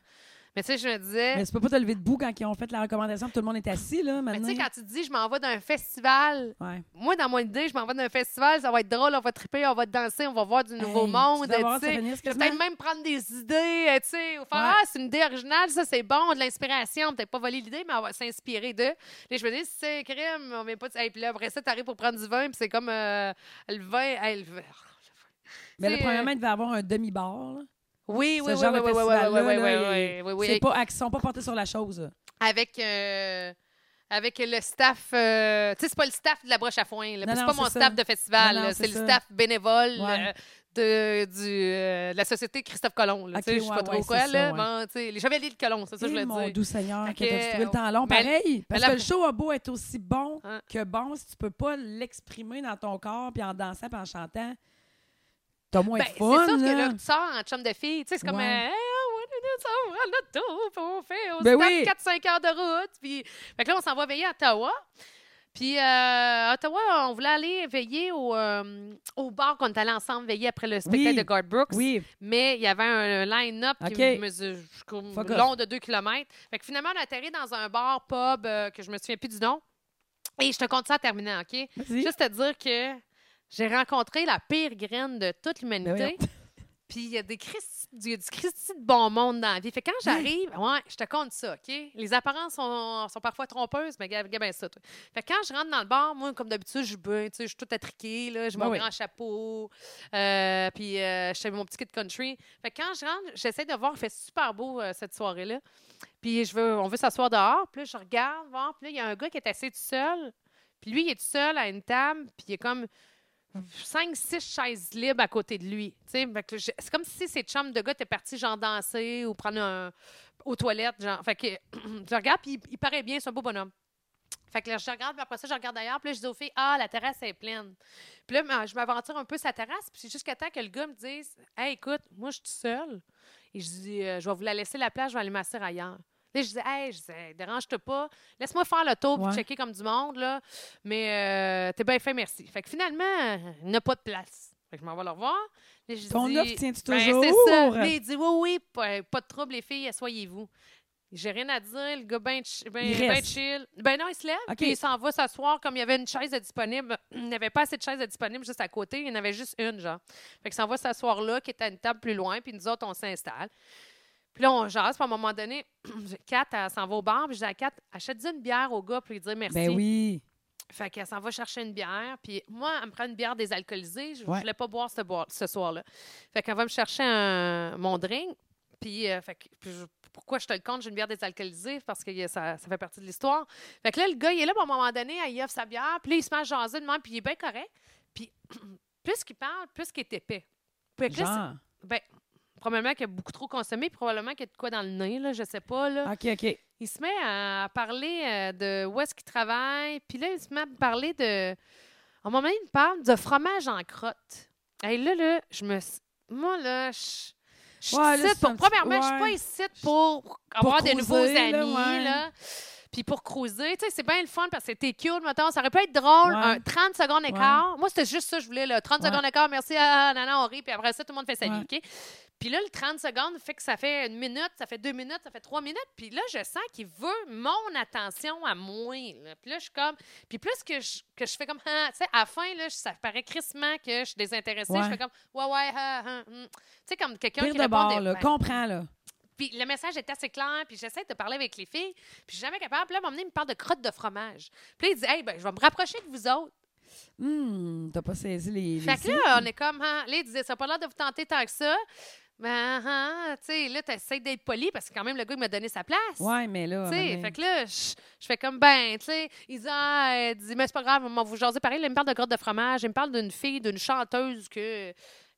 B: Mais tu sais, je me disais...
A: Mais tu peux pas te lever debout quand ils ont fait la recommandation que tout le monde est assis, là,
B: Mais tu
A: maintenant.
B: sais, quand tu te dis, je m'en vais d'un festival,
A: Ouais.
B: moi, dans mon idée, je m'en vais d'un festival, ça va être drôle, on va triper, on va danser, on va voir du nouveau
A: Hey,
B: monde,
A: tu dois voir
B: tu sais.
A: ça finir,
B: Je vais
A: quasiment.
B: peut-être même prendre des idées, euh, tu sais, ou faire
A: Ouais.
B: Ah, c'est une idée originale, ça c'est bon, de l'inspiration, peut-être pas voler l'idée, mais on va s'inspirer de. Là, je me dis, c'est crème, on vient pas de. Hey, puis là, après ça, t'arrives pour prendre du vin, puis c'est comme euh, le vin. hey, le vin.
A: Mais là,
B: C'est, euh,
A: premièrement, il devait avoir un demi-bar. là.
B: Oui,
A: Ce
B: oui, oui, oui,
A: genre
B: oui,
A: de
B: oui, oui,
A: festival-là,
B: oui,
A: là,
B: oui, oui, oui, oui,
A: C'est pas, ils sont pas portés sur la chose. là.
B: avec euh, avec le staff. euh, tu sais, c'est pas le staff de la broche à foin. là,
A: Non,
B: C'est
A: non,
B: pas mon
A: c'est
B: staff
A: ça.
B: de festival.
A: Non, non,
B: là, c'est
A: c'est
B: le
A: ça.
B: staff bénévole
A: Ouais.
B: euh, de, du, euh, de la société Christophe Colomb. là,
A: Ok,
B: tu sais, je sais
A: ouais,
B: pas trop
A: ouais,
B: quoi.
A: c'est ça,
B: là,
A: ouais.
B: bon, tu sais, les chevaliers de Colomb, c'est ça que je
A: Eh,
B: voulais
A: mon
B: dire.
A: doux Seigneur,
B: Fait
A: que t'as
B: que,
A: trouvé le temps long.
B: mais-
A: Pareil, parce
B: mais la-
A: que le show a beau être aussi bon
B: Hein.
A: que bon, si tu peux pas l'exprimer dans ton corps, puis en dansant, puis en chantant, t'as moins
B: Ben,
A: de
B: c'est
A: fun.
B: sûr que
A: là.
B: là, tu sors en chum de fille. Tu sais, c'est comme.
A: Ouais.
B: euh, Hey, I wanna do some, oh, on a tout, puis on fait. On
A: Ben oui.
B: se tape 4-5 heures de route. Puis... Fait que là, on s'en va veiller à Ottawa. Puis, euh, à Ottawa, on voulait aller veiller au, euh, au bar qu'on est allé ensemble veiller après le spectacle
A: Oui.
B: de Garth Brooks.
A: Oui,
B: Mais il y avait un, un line-up qui
A: OK.
B: me- je- je- comme
A: Fuck off.
B: long de 2 km. Fait que finalement, on a atterri dans un bar pub euh, que je me souviens plus du nom. Et je te compte ça en terminant, OK?
A: vas-y.
B: Juste à dire que j'ai rencontré la pire graine de
A: Ben
B: toute l'humanité.
A: voyons.
B: Puis il y a des Christi, il y a du Christi de bon monde dans la vie. Fait que quand j'arrive, ouais, je te compte ça, OK? Les apparences sont, sont parfois trompeuses, mais regarde bien ça, toi. Fait que quand je rentre dans le bar, moi, comme d'habitude, je suis bien, tu sais, je suis toute attriquée, là, j'ai mon
A: Ben oui.
B: grand chapeau, euh, puis euh, je fais mon petit kit country. Fait que quand je rentre, j'essaie de voir, il fait super beau euh, cette soirée-là. Puis je veux, on veut s'asseoir dehors, puis là, je regarde, voir, puis là, il y a un gars qui est assis tout seul, puis lui, il est tout seul à une table, puis il est comme cinq, six chaises libres à côté de lui. Tu sais, fait que je- C'est comme si ces chums de gars étaient partis genre danser ou prendre un, aux toilettes. Genre. Fait que je regarde, puis il, il paraît bien, c'est un beau bonhomme. Fait que là, je regarde, puis après ça, je regarde ailleurs, puis là, je dis aux filles, ah, la terrasse est pleine. Puis là, ma- je m'aventure un peu sa terrasse, puis c'est jusqu'à temps que le gars me dise, hey, écoute, moi, je suis seule. Et je dis, Euh, je vais vous la laisser la place, je vais aller m'asseoir ailleurs. Là, je dis, hey, je dis, Hey, dérange-toi pas, laisse-moi faire le tour, puis
A: Ouais.
B: checker comme du monde, là. Mais euh, t'es bien fait, merci. Fait que finalement, euh, il n'a pas de place. Fait que je m'en vais le revoir. Là, je
A: Ton
B: dis,
A: offre tiens-tu
B: Ben,
A: toujours?
B: c'est ça. Là, il dit, oui, oui, pas, pas de trouble, les filles, asseyez-vous. J'ai rien à dire, le gars, ben, chi- ben,
A: Il
B: ben
A: reste.
B: chill. Ben non, il se lève,
A: OK.
B: puis il s'en va s'asseoir comme il y avait une chaise de disponible. Il n'y avait pas assez de chaises de disponibles juste à côté, il y en avait juste une, genre. Fait qu'il s'en va s'asseoir là, qui est à une table plus loin, puis nous autres, on s'installe. Puis là, on jase, puis à un moment donné, Kat, elle s'en va au bar, puis je dis à Kat, achète-lui une bière au gars, puis lui dire merci.
A: Ben oui.
B: Fait qu'elle s'en va chercher une bière. Puis moi, elle me prend une bière désalcoolisée. Je ne
A: Ouais.
B: voulais pas boire ce, boire- ce soir-là. Fait qu'elle va me chercher un, mon drink. Puis, euh, fait que- puis je- pourquoi je te le compte, j'ai une bière désalcoolisée? Parce que y a- ça, ça fait partie de l'histoire. Fait que là, le gars, il est là, puis à un moment donné, elle y offre sa bière. Puis là, il se met à jaser de même, puis il est bien correct. Puis plus qu'il parle, plus qu'il est épais. Puis que là,
A: Genre.
B: c'est- ben, probablement qu'il a beaucoup trop consommé, puis probablement qu'il y a de quoi dans le nez, là, je sais pas. Là.
A: OK, OK.
B: Il se met à parler euh, de où est-ce qu'il travaille, puis là, il se met à me parler de À un moment, donné, il me parle de fromage en crotte. Hey, là, là, je me. s- Moi, là, je. Je suis
A: Ouais, là,
B: ici
A: c'est
B: pour-
A: un petit-
B: Premièrement, je suis pas
A: ouais.
B: ici pour avoir
A: cruiser,
B: de nouveaux amis,
A: là,
B: là.
A: ouais.
B: Puis pour cruiser, tu sais, c'est bien le fun parce que t'es cute, mettons. Ça aurait pu être drôle,
A: Ouais.
B: un 30 secondes écart. Ah, Moi, c'était juste ça que je voulais, là. 30
A: Ouais.
B: secondes écart, merci, ah, non, non, on rit. Puis après ça, tout le monde fait sa vie,
A: Ouais.
B: OK? Puis là, le 30 secondes fait que ça fait une minute, ça fait deux minutes, ça fait trois minutes. Puis là, je sens qu'il veut mon attention à moi. là. Puis là, je suis comme. Puis plus que je, que je fais comme. Ah, tu sais, à la fin, là, je- ça paraît crissement que je suis désintéressée.
A: Ouais.
B: Je fais comme. Ouais, ouais, ah, ah, hum. Tu sais, comme quelqu'un
A: Pire
B: qui
A: de
B: répond.
A: bord,
B: des-
A: là.
B: ben,
A: Comprends, là.
B: puis le message est assez clair, puis j'essaie de parler avec les filles, puis je suis jamais capable. Puis là, à un moment donné, il me parle de crotte de fromage. Puis là, il dit Hey, ben, je vais me rapprocher de vous autres.
A: Hum, t'as pas saisi les. les
B: Fait que
A: signes.
B: là, on est comme, hein, là, il disait, ça n'a pas l'air de vous tenter tant que ça. Ben, hein, tu sais, là, tu d'être poli parce que quand même, le gars, il m'a donné sa place.
A: Ouais, mais là.
B: Tu
A: à un moment
B: sais,
A: donné-
B: fait que là, je je fais comme, ben, tu sais, il dit, ah, elle dit, mais c'est pas grave, on va vous jaser pareil. Là, il me parle de grotte de fromage, il me parle d'une fille, d'une chanteuse que. euh,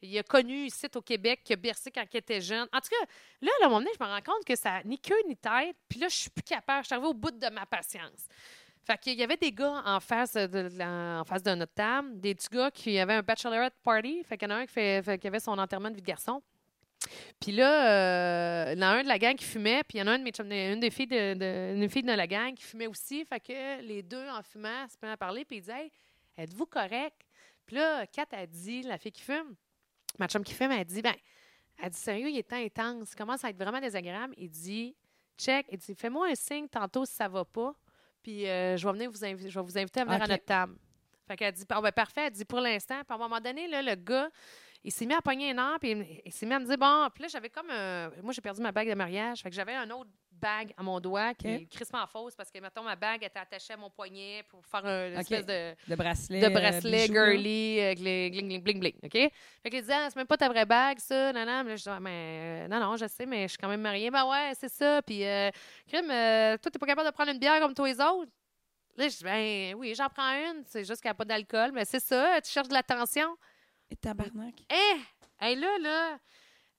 B: Il a connue ici au Québec, qui a bercé quand il était jeune. En tout cas, là, à un moment donné, je me rends compte que ça a ni queue ni tête. Puis là, je suis plus capable. Je suis arrivée au bout de ma patience. Fait qu'il y avait des gars en face de, la- en face de notre table, des petits gars qui avaient un bachelorette party. Fait qu'il y en a un qui, fait, fait qu'il y avait son enterrement de vie de garçon. Puis là, euh, il y en a un de la gang qui fumait, puis il y en a un de mes chums- une des filles de, de- une fille de la gang qui fumait aussi. Fait que les deux, en fumant, se prenaient à parler, puis ils disaient Hey, Êtes-vous correct? Puis là, Kat a dit, la fille qui fume, ma chum qui fume, elle dit Ben, elle dit Sérieux, il est intense, il commence à être vraiment désagréable. Il dit Check, il dit Fais-moi un signe tantôt si ça va pas, puis euh, je vais venir vous inviter, je vais vous inviter à venir
A: Ok.
B: à notre table. Fait qu'elle dit Ah, ben, Parfait, elle dit Pour l'instant, puis à un moment donné, là, le gars, il s'est mis à pogner un arbre, puis il- il s'est mis à me dire Bon, puis là, j'avais comme. euh, moi, j'ai perdu ma bague de mariage, fait que j'avais un autre bague à mon doigt qui
A: Ok.
B: est crissement fausse parce que, mettons, ma bague était attachée à mon poignet pour faire un une
A: Ok.
B: espèce de
A: De bracelet.
B: de
A: euh,
B: bracelet
A: bijoux, là.
B: girly, euh, gling, gling, gling, bling, bling, OK? Fait qu'il disait, ah, c'est même pas ta vraie bague, ça, non, non. Mais là, je dis, Ah, mais, euh, non, non, je sais, mais je suis quand même mariée. Ben ouais, c'est ça. Puis, euh, crime, euh, toi, t'es pas capable de prendre une bière comme toi les autres? Là, je dis, ben oui, j'en prends une. C'est juste qu'il n'y a pas d'alcool, mais c'est ça, tu cherches de l'attention.
A: Et tabarnak.
B: Hé! Hé, Hein? là, là,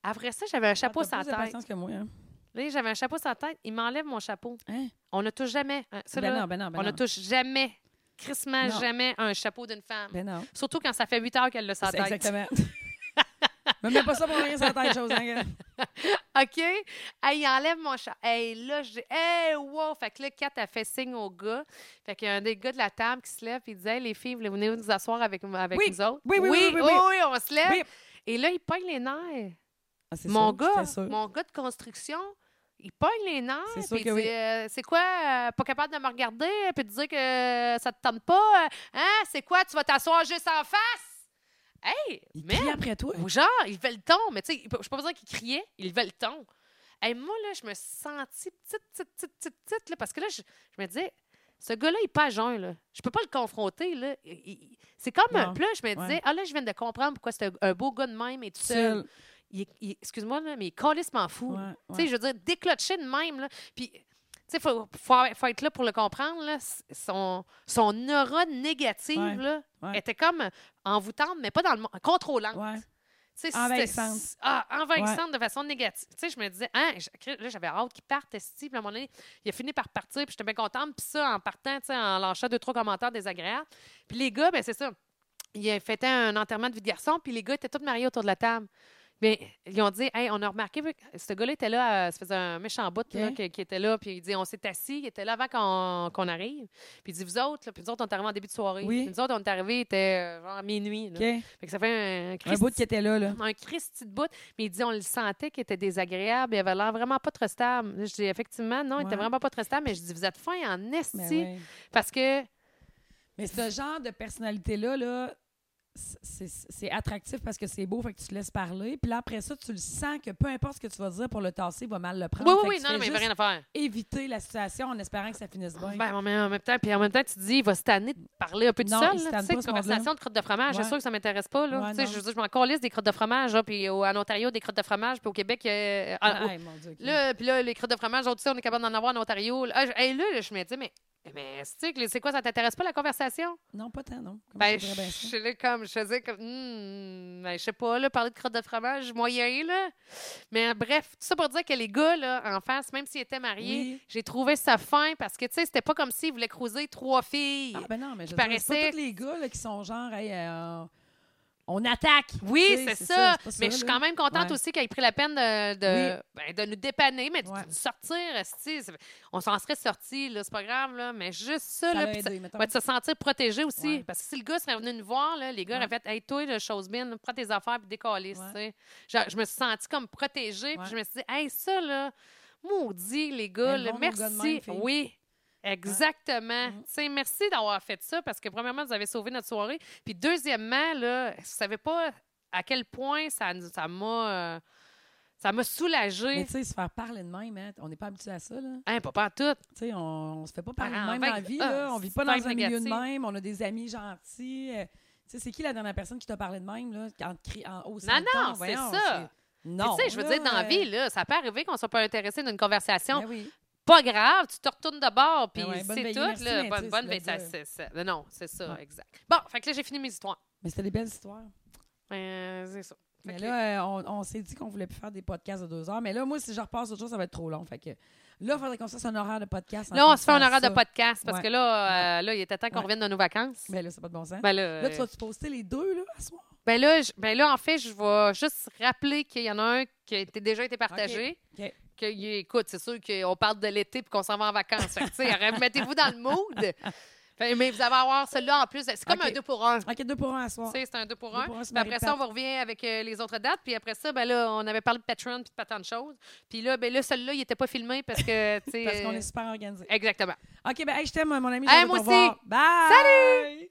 B: après ça, j'avais un chapeau
A: Ah, t'as
B: sans
A: plus de
B: tête.
A: patience que moi, hein.
B: Là, j'avais un chapeau sans tête. Il m'enlève mon chapeau.
A: Hein?
B: On ne touche jamais. hein, ça,
A: Ben
B: là,
A: non, ben non, ben
B: on
A: non.
B: ne touche jamais, crissement
A: Non.
B: jamais, un chapeau d'une femme.
A: Ben non.
B: Surtout quand ça fait 8 heures qu'elle le sent
A: C'est Exactement. Me mets pas ça pour rien sur la tête, chose. hein.
B: OK? Hey, il enlève mon chat. Hey, là, j'ai. Hey, wow! Fait que là, Kat a fait signe au gars. Fait qu'il y a un des gars de la table qui se lève et il dit Hey, les filles, voulez-vous nous asseoir avec, avec
A: Oui.
B: nous autres?
A: Oui, oui, oui, oui, oui,
B: oui,
A: oui.
B: on se lève.
A: Oui.
B: Et là, il pogne les nerfs.
A: Ah, c'est
B: Mon
A: sûr,
B: gars,
A: c'était sûr.
B: mon gars de construction, il pogne les nerfs.
A: C'est sûr
B: puis il
A: que
B: dit,
A: oui.
B: euh, c'est quoi, euh, pas capable de me regarder, euh, puis de dire que ça te tente pas? euh, Hein? C'est quoi, tu vas t'asseoir juste en face? Hey,
A: Il
B: mais
A: crie après toi.
B: ou genre, il levait le ton, mais tu sais, je pas besoin qu'il criait, il levait le ton. Et moi, là, je me sentis petite, petite, petite, petite, petite, là, parce que là, je, je me disais, ce gars-là, il est pas jeune, là. Je peux pas le confronter, là. Il- il- C'est comme un
A: Non,
B: plat, je me disais,
A: ouais.
B: ah là, je viens de comprendre pourquoi c'est un, un beau gars de même et tout seul.
A: Seul.
B: Il est- il- Excuse-moi, là, mais il est calissement fou.
A: Ouais,
B: là.
A: ouais.
B: Tu sais, je veux dire, décloché de même, là. Puis, tu sais, faut, faut, faut être là pour le comprendre, là. S- Son, son aura négative,
A: Ouais,
B: là,
A: ouais.
B: était comme envoûtante, mais pas dans le monde, contrôlante.
A: Ouais.
B: Tu sais, c'était-
A: Envahissante.
B: Ah, envahissante de façon négative. Tu sais, je me disais, hein, je- là, j'avais hâte qu'il parte, esti. Puis à un moment donné, il a fini par partir, puis j'étais bien contente. Puis ça, en partant, tu sais, en lâchant deux, trois commentaires désagréables. Puis les gars, ben c'est ça. Ils euh, fêtaient un enterrement de vie de garçon, puis les gars étaient tous mariés autour de la table. Mais ils ont dit, hey, on a remarqué, vu que ce gars-là était là, euh, ça faisait un méchant bout là,
A: Ok.
B: que- qui était là, puis il dit, on s'est assis, il était là avant qu'on qu'on arrive. Puis il dit, vous autres, là, puis nous autres, on est arrivés en début de soirée.
A: Oui.
B: Puis Nous autres, on est arrivés, il était euh, genre minuit. là.
A: OK.
B: Fait que ça fait un, un
A: Un bout qui était là, là.
B: un Christy de bout. Mais il dit, on le sentait qu'il était désagréable. Il avait l'air vraiment pas trustable. Là, Je dis, effectivement, non, il était
A: Ouais.
B: vraiment pas trustable. Mais je dis, vous êtes fin en esti.
A: Mais, Ben ouais.
B: Parce que,
A: Mais ce genre de personnalité-là, là, c'est- c'est c'est attractif parce que c'est beau, fait que tu te laisses parler. Puis là, après ça, tu le sens que peu importe ce que tu vas dire pour le tasser, il va mal le prendre.
B: oui,
A: Fait que
B: oui, oui,
A: tu
B: non,
A: fais
B: non, mais il n'y
A: juste
B: avait rien à faire.
A: éviter la situation en espérant que ça finisse bien.
B: Ben, en même- en même temps, puis en même temps, tu te dis, il va se tanner de parler un peu tout
A: Non,
B: seul.
A: il se
B: là.
A: tanne
B: Tu sais,
A: pas,
B: une
A: ce monde-là.
B: conversation de crottes de fromage, c'est
A: Ouais.
B: sûr que ça m'intéresse pas. Là.
A: Ouais,
B: Tu sais,
A: non.
B: je veux dire, je m'en calisse des crottes de fromage. Là, puis au- en Ontario, des crottes de fromage, puis au Québec, euh, en-
A: Ah, hey, mon Dieu, ok.
B: Ah, Là, puis là, les crottes de fromage, on dit ça, on est capable d'en avoir en Ontario. Là, je- hey, là, là, je me dis, mais Mais c'est tu sais, c'est quoi, ça t'intéresse pas la conversation?
A: Non, pas tant, non. Comment
B: Ben,
A: je dirais bien ça?
B: je suis là comme, je faisais comme, hmm, ben, je sais pas, là, parler de crotte de fromage, moyen, là. Mais euh, bref, tout ça pour dire que les gars, là, en face, même s'ils étaient mariés,
A: Oui.
B: j'ai trouvé ça fin parce que, tu sais, c'était pas comme s'ils voulaient croiser trois filles.
A: Ah, ben non, mais je
B: qui
A: veux dire, c'est
B: paraissait-
A: pas tous les gars là, qui sont genre, hey, euh, on attaque.
B: Oui,
A: Tu sais,
B: c'est ça.
A: c'est pas
B: Mais je suis
A: là.
B: quand même contente
A: Ouais.
B: aussi qu'elle ait pris la peine de, de, ben, de nous dépanner, mais de,
A: Ouais.
B: de sortir. esti. C'est- On s'en serait sortis, là, c'est pas grave, là, mais juste ça,
A: Ça
B: là,
A: l'a
B: puis ça-
A: aidé, mettons.
B: ouais, de se sentir protégé aussi.
A: Ouais.
B: Parce que si le gars serait venu nous voir, là, les gars
A: Ouais.
B: auraient fait Hey, toi, là, chose bien, prends tes affaires puis décoller.
A: Ouais.
B: tu sais. Je, je me suis sentie comme protégée, puis
A: Ouais.
B: je me suis dit Hey, ça, là, maudit, les gars,
A: Mais
B: là,
A: bon, nos
B: merci.
A: gars de même, fille.
B: oui. Exactement.
A: Mhm.
B: Tu sais, Merci d'avoir fait ça parce que, premièrement, vous avez sauvé notre soirée. Puis, deuxièmement, là, je ne savais pas à quel point ça nous- ça m'a euh, ça m'a
A: Mais
B: soulagée.
A: tu sais, se faire parler de même, hein, on n'est pas habitué à ça, là.
B: Hein, pas partout.
A: Tu sais, on, on se fait pas parler
B: Ah,
A: de même
B: en
A: dans la
B: vague-
A: vie,
B: ah,
A: là. On vit pas dans
B: c'est
A: un milieu de
B: négatif.
A: même. On a des amis gentils. euh, tu sais, c'est qui la dernière personne qui t'a parlé de même, là, en, cri- en haussant
B: Non,
A: le ton?
B: non, c'est
A: Voyons,
B: ça.
A: c'est-
B: Puis,
A: Non.
B: Tu sais, je veux
A: là,
B: dire, dans la
A: euh,
B: vie, là, ça peut arriver qu'on soit pas intéressé d'une conversation.
A: ben oui.
B: Pas grave, tu te retournes de bord, puis
A: Ben ouais, bonne
B: c'est
A: veillée,
B: tout.
A: merci, mais
B: là.
A: tu
B: bonne
A: sais,
B: bonne
A: c'est
B: veillée. Ça,
A: de dire.
B: c'est- ça- non, Non, c'est ça,
A: Ouais.
B: exact. Bon, fait que là, j'ai fini mes histoires.
A: Mais c'était des belles histoires.
B: Euh, c'est ça. Fait
A: Mais
B: que-
A: là, euh, on, on s'est dit qu'on voulait plus faire des podcasts de deux heures. Mais là, moi, si je repasse autre chose, ça va être trop long. Fait que là, il faudrait qu'on se fasse un horaire de podcast. en
B: Là, on
A: plus
B: se fait un
A: faire
B: horaire de
A: ça.
B: podcast parce
A: Ouais.
B: que là, euh, là, il était temps qu'on
A: Ouais.
B: revienne de nos vacances.
A: Mais là, c'est pas de bon sens.
B: Ben là,
A: là, tu
B: euh,
A: vas-tu poster les deux, là, à soir?
B: Ben là, je- ben là, en fait, je vais juste rappeler qu'il y en a un qui a été- déjà été partagé.
A: OK.
B: Que, il- écoute, c'est sûr qu'on parle de l'été puis qu'on s'en va en vacances. Fait que, tu sais, remettez-vous dans le mood. Fait- mais vous allez avoir celui-là en plus. C'est comme
A: OK.
B: un deux pour un. Tu
A: OK, deux pour un à soir.
B: sais, c'est un deux pour
A: Deux
B: un.
A: pour un, c'est
B: Puis après ça, on
A: Marie-Pat.
B: va revient avec euh, les autres dates. Puis après ça, ben là, on avait parlé de Patreon puis de pas tant de choses. Puis là, ben là, celui-là, il n'était pas filmé parce que, tu sais...
A: Parce qu'on
B: euh,
A: est super organisés.
B: Exactement.
A: OK, ben, hey, je t'aime, mon ami.
B: Hey,
A: J'ai
B: moi
A: envie de te
B: aussi.
A: revoir. Bye! Salut!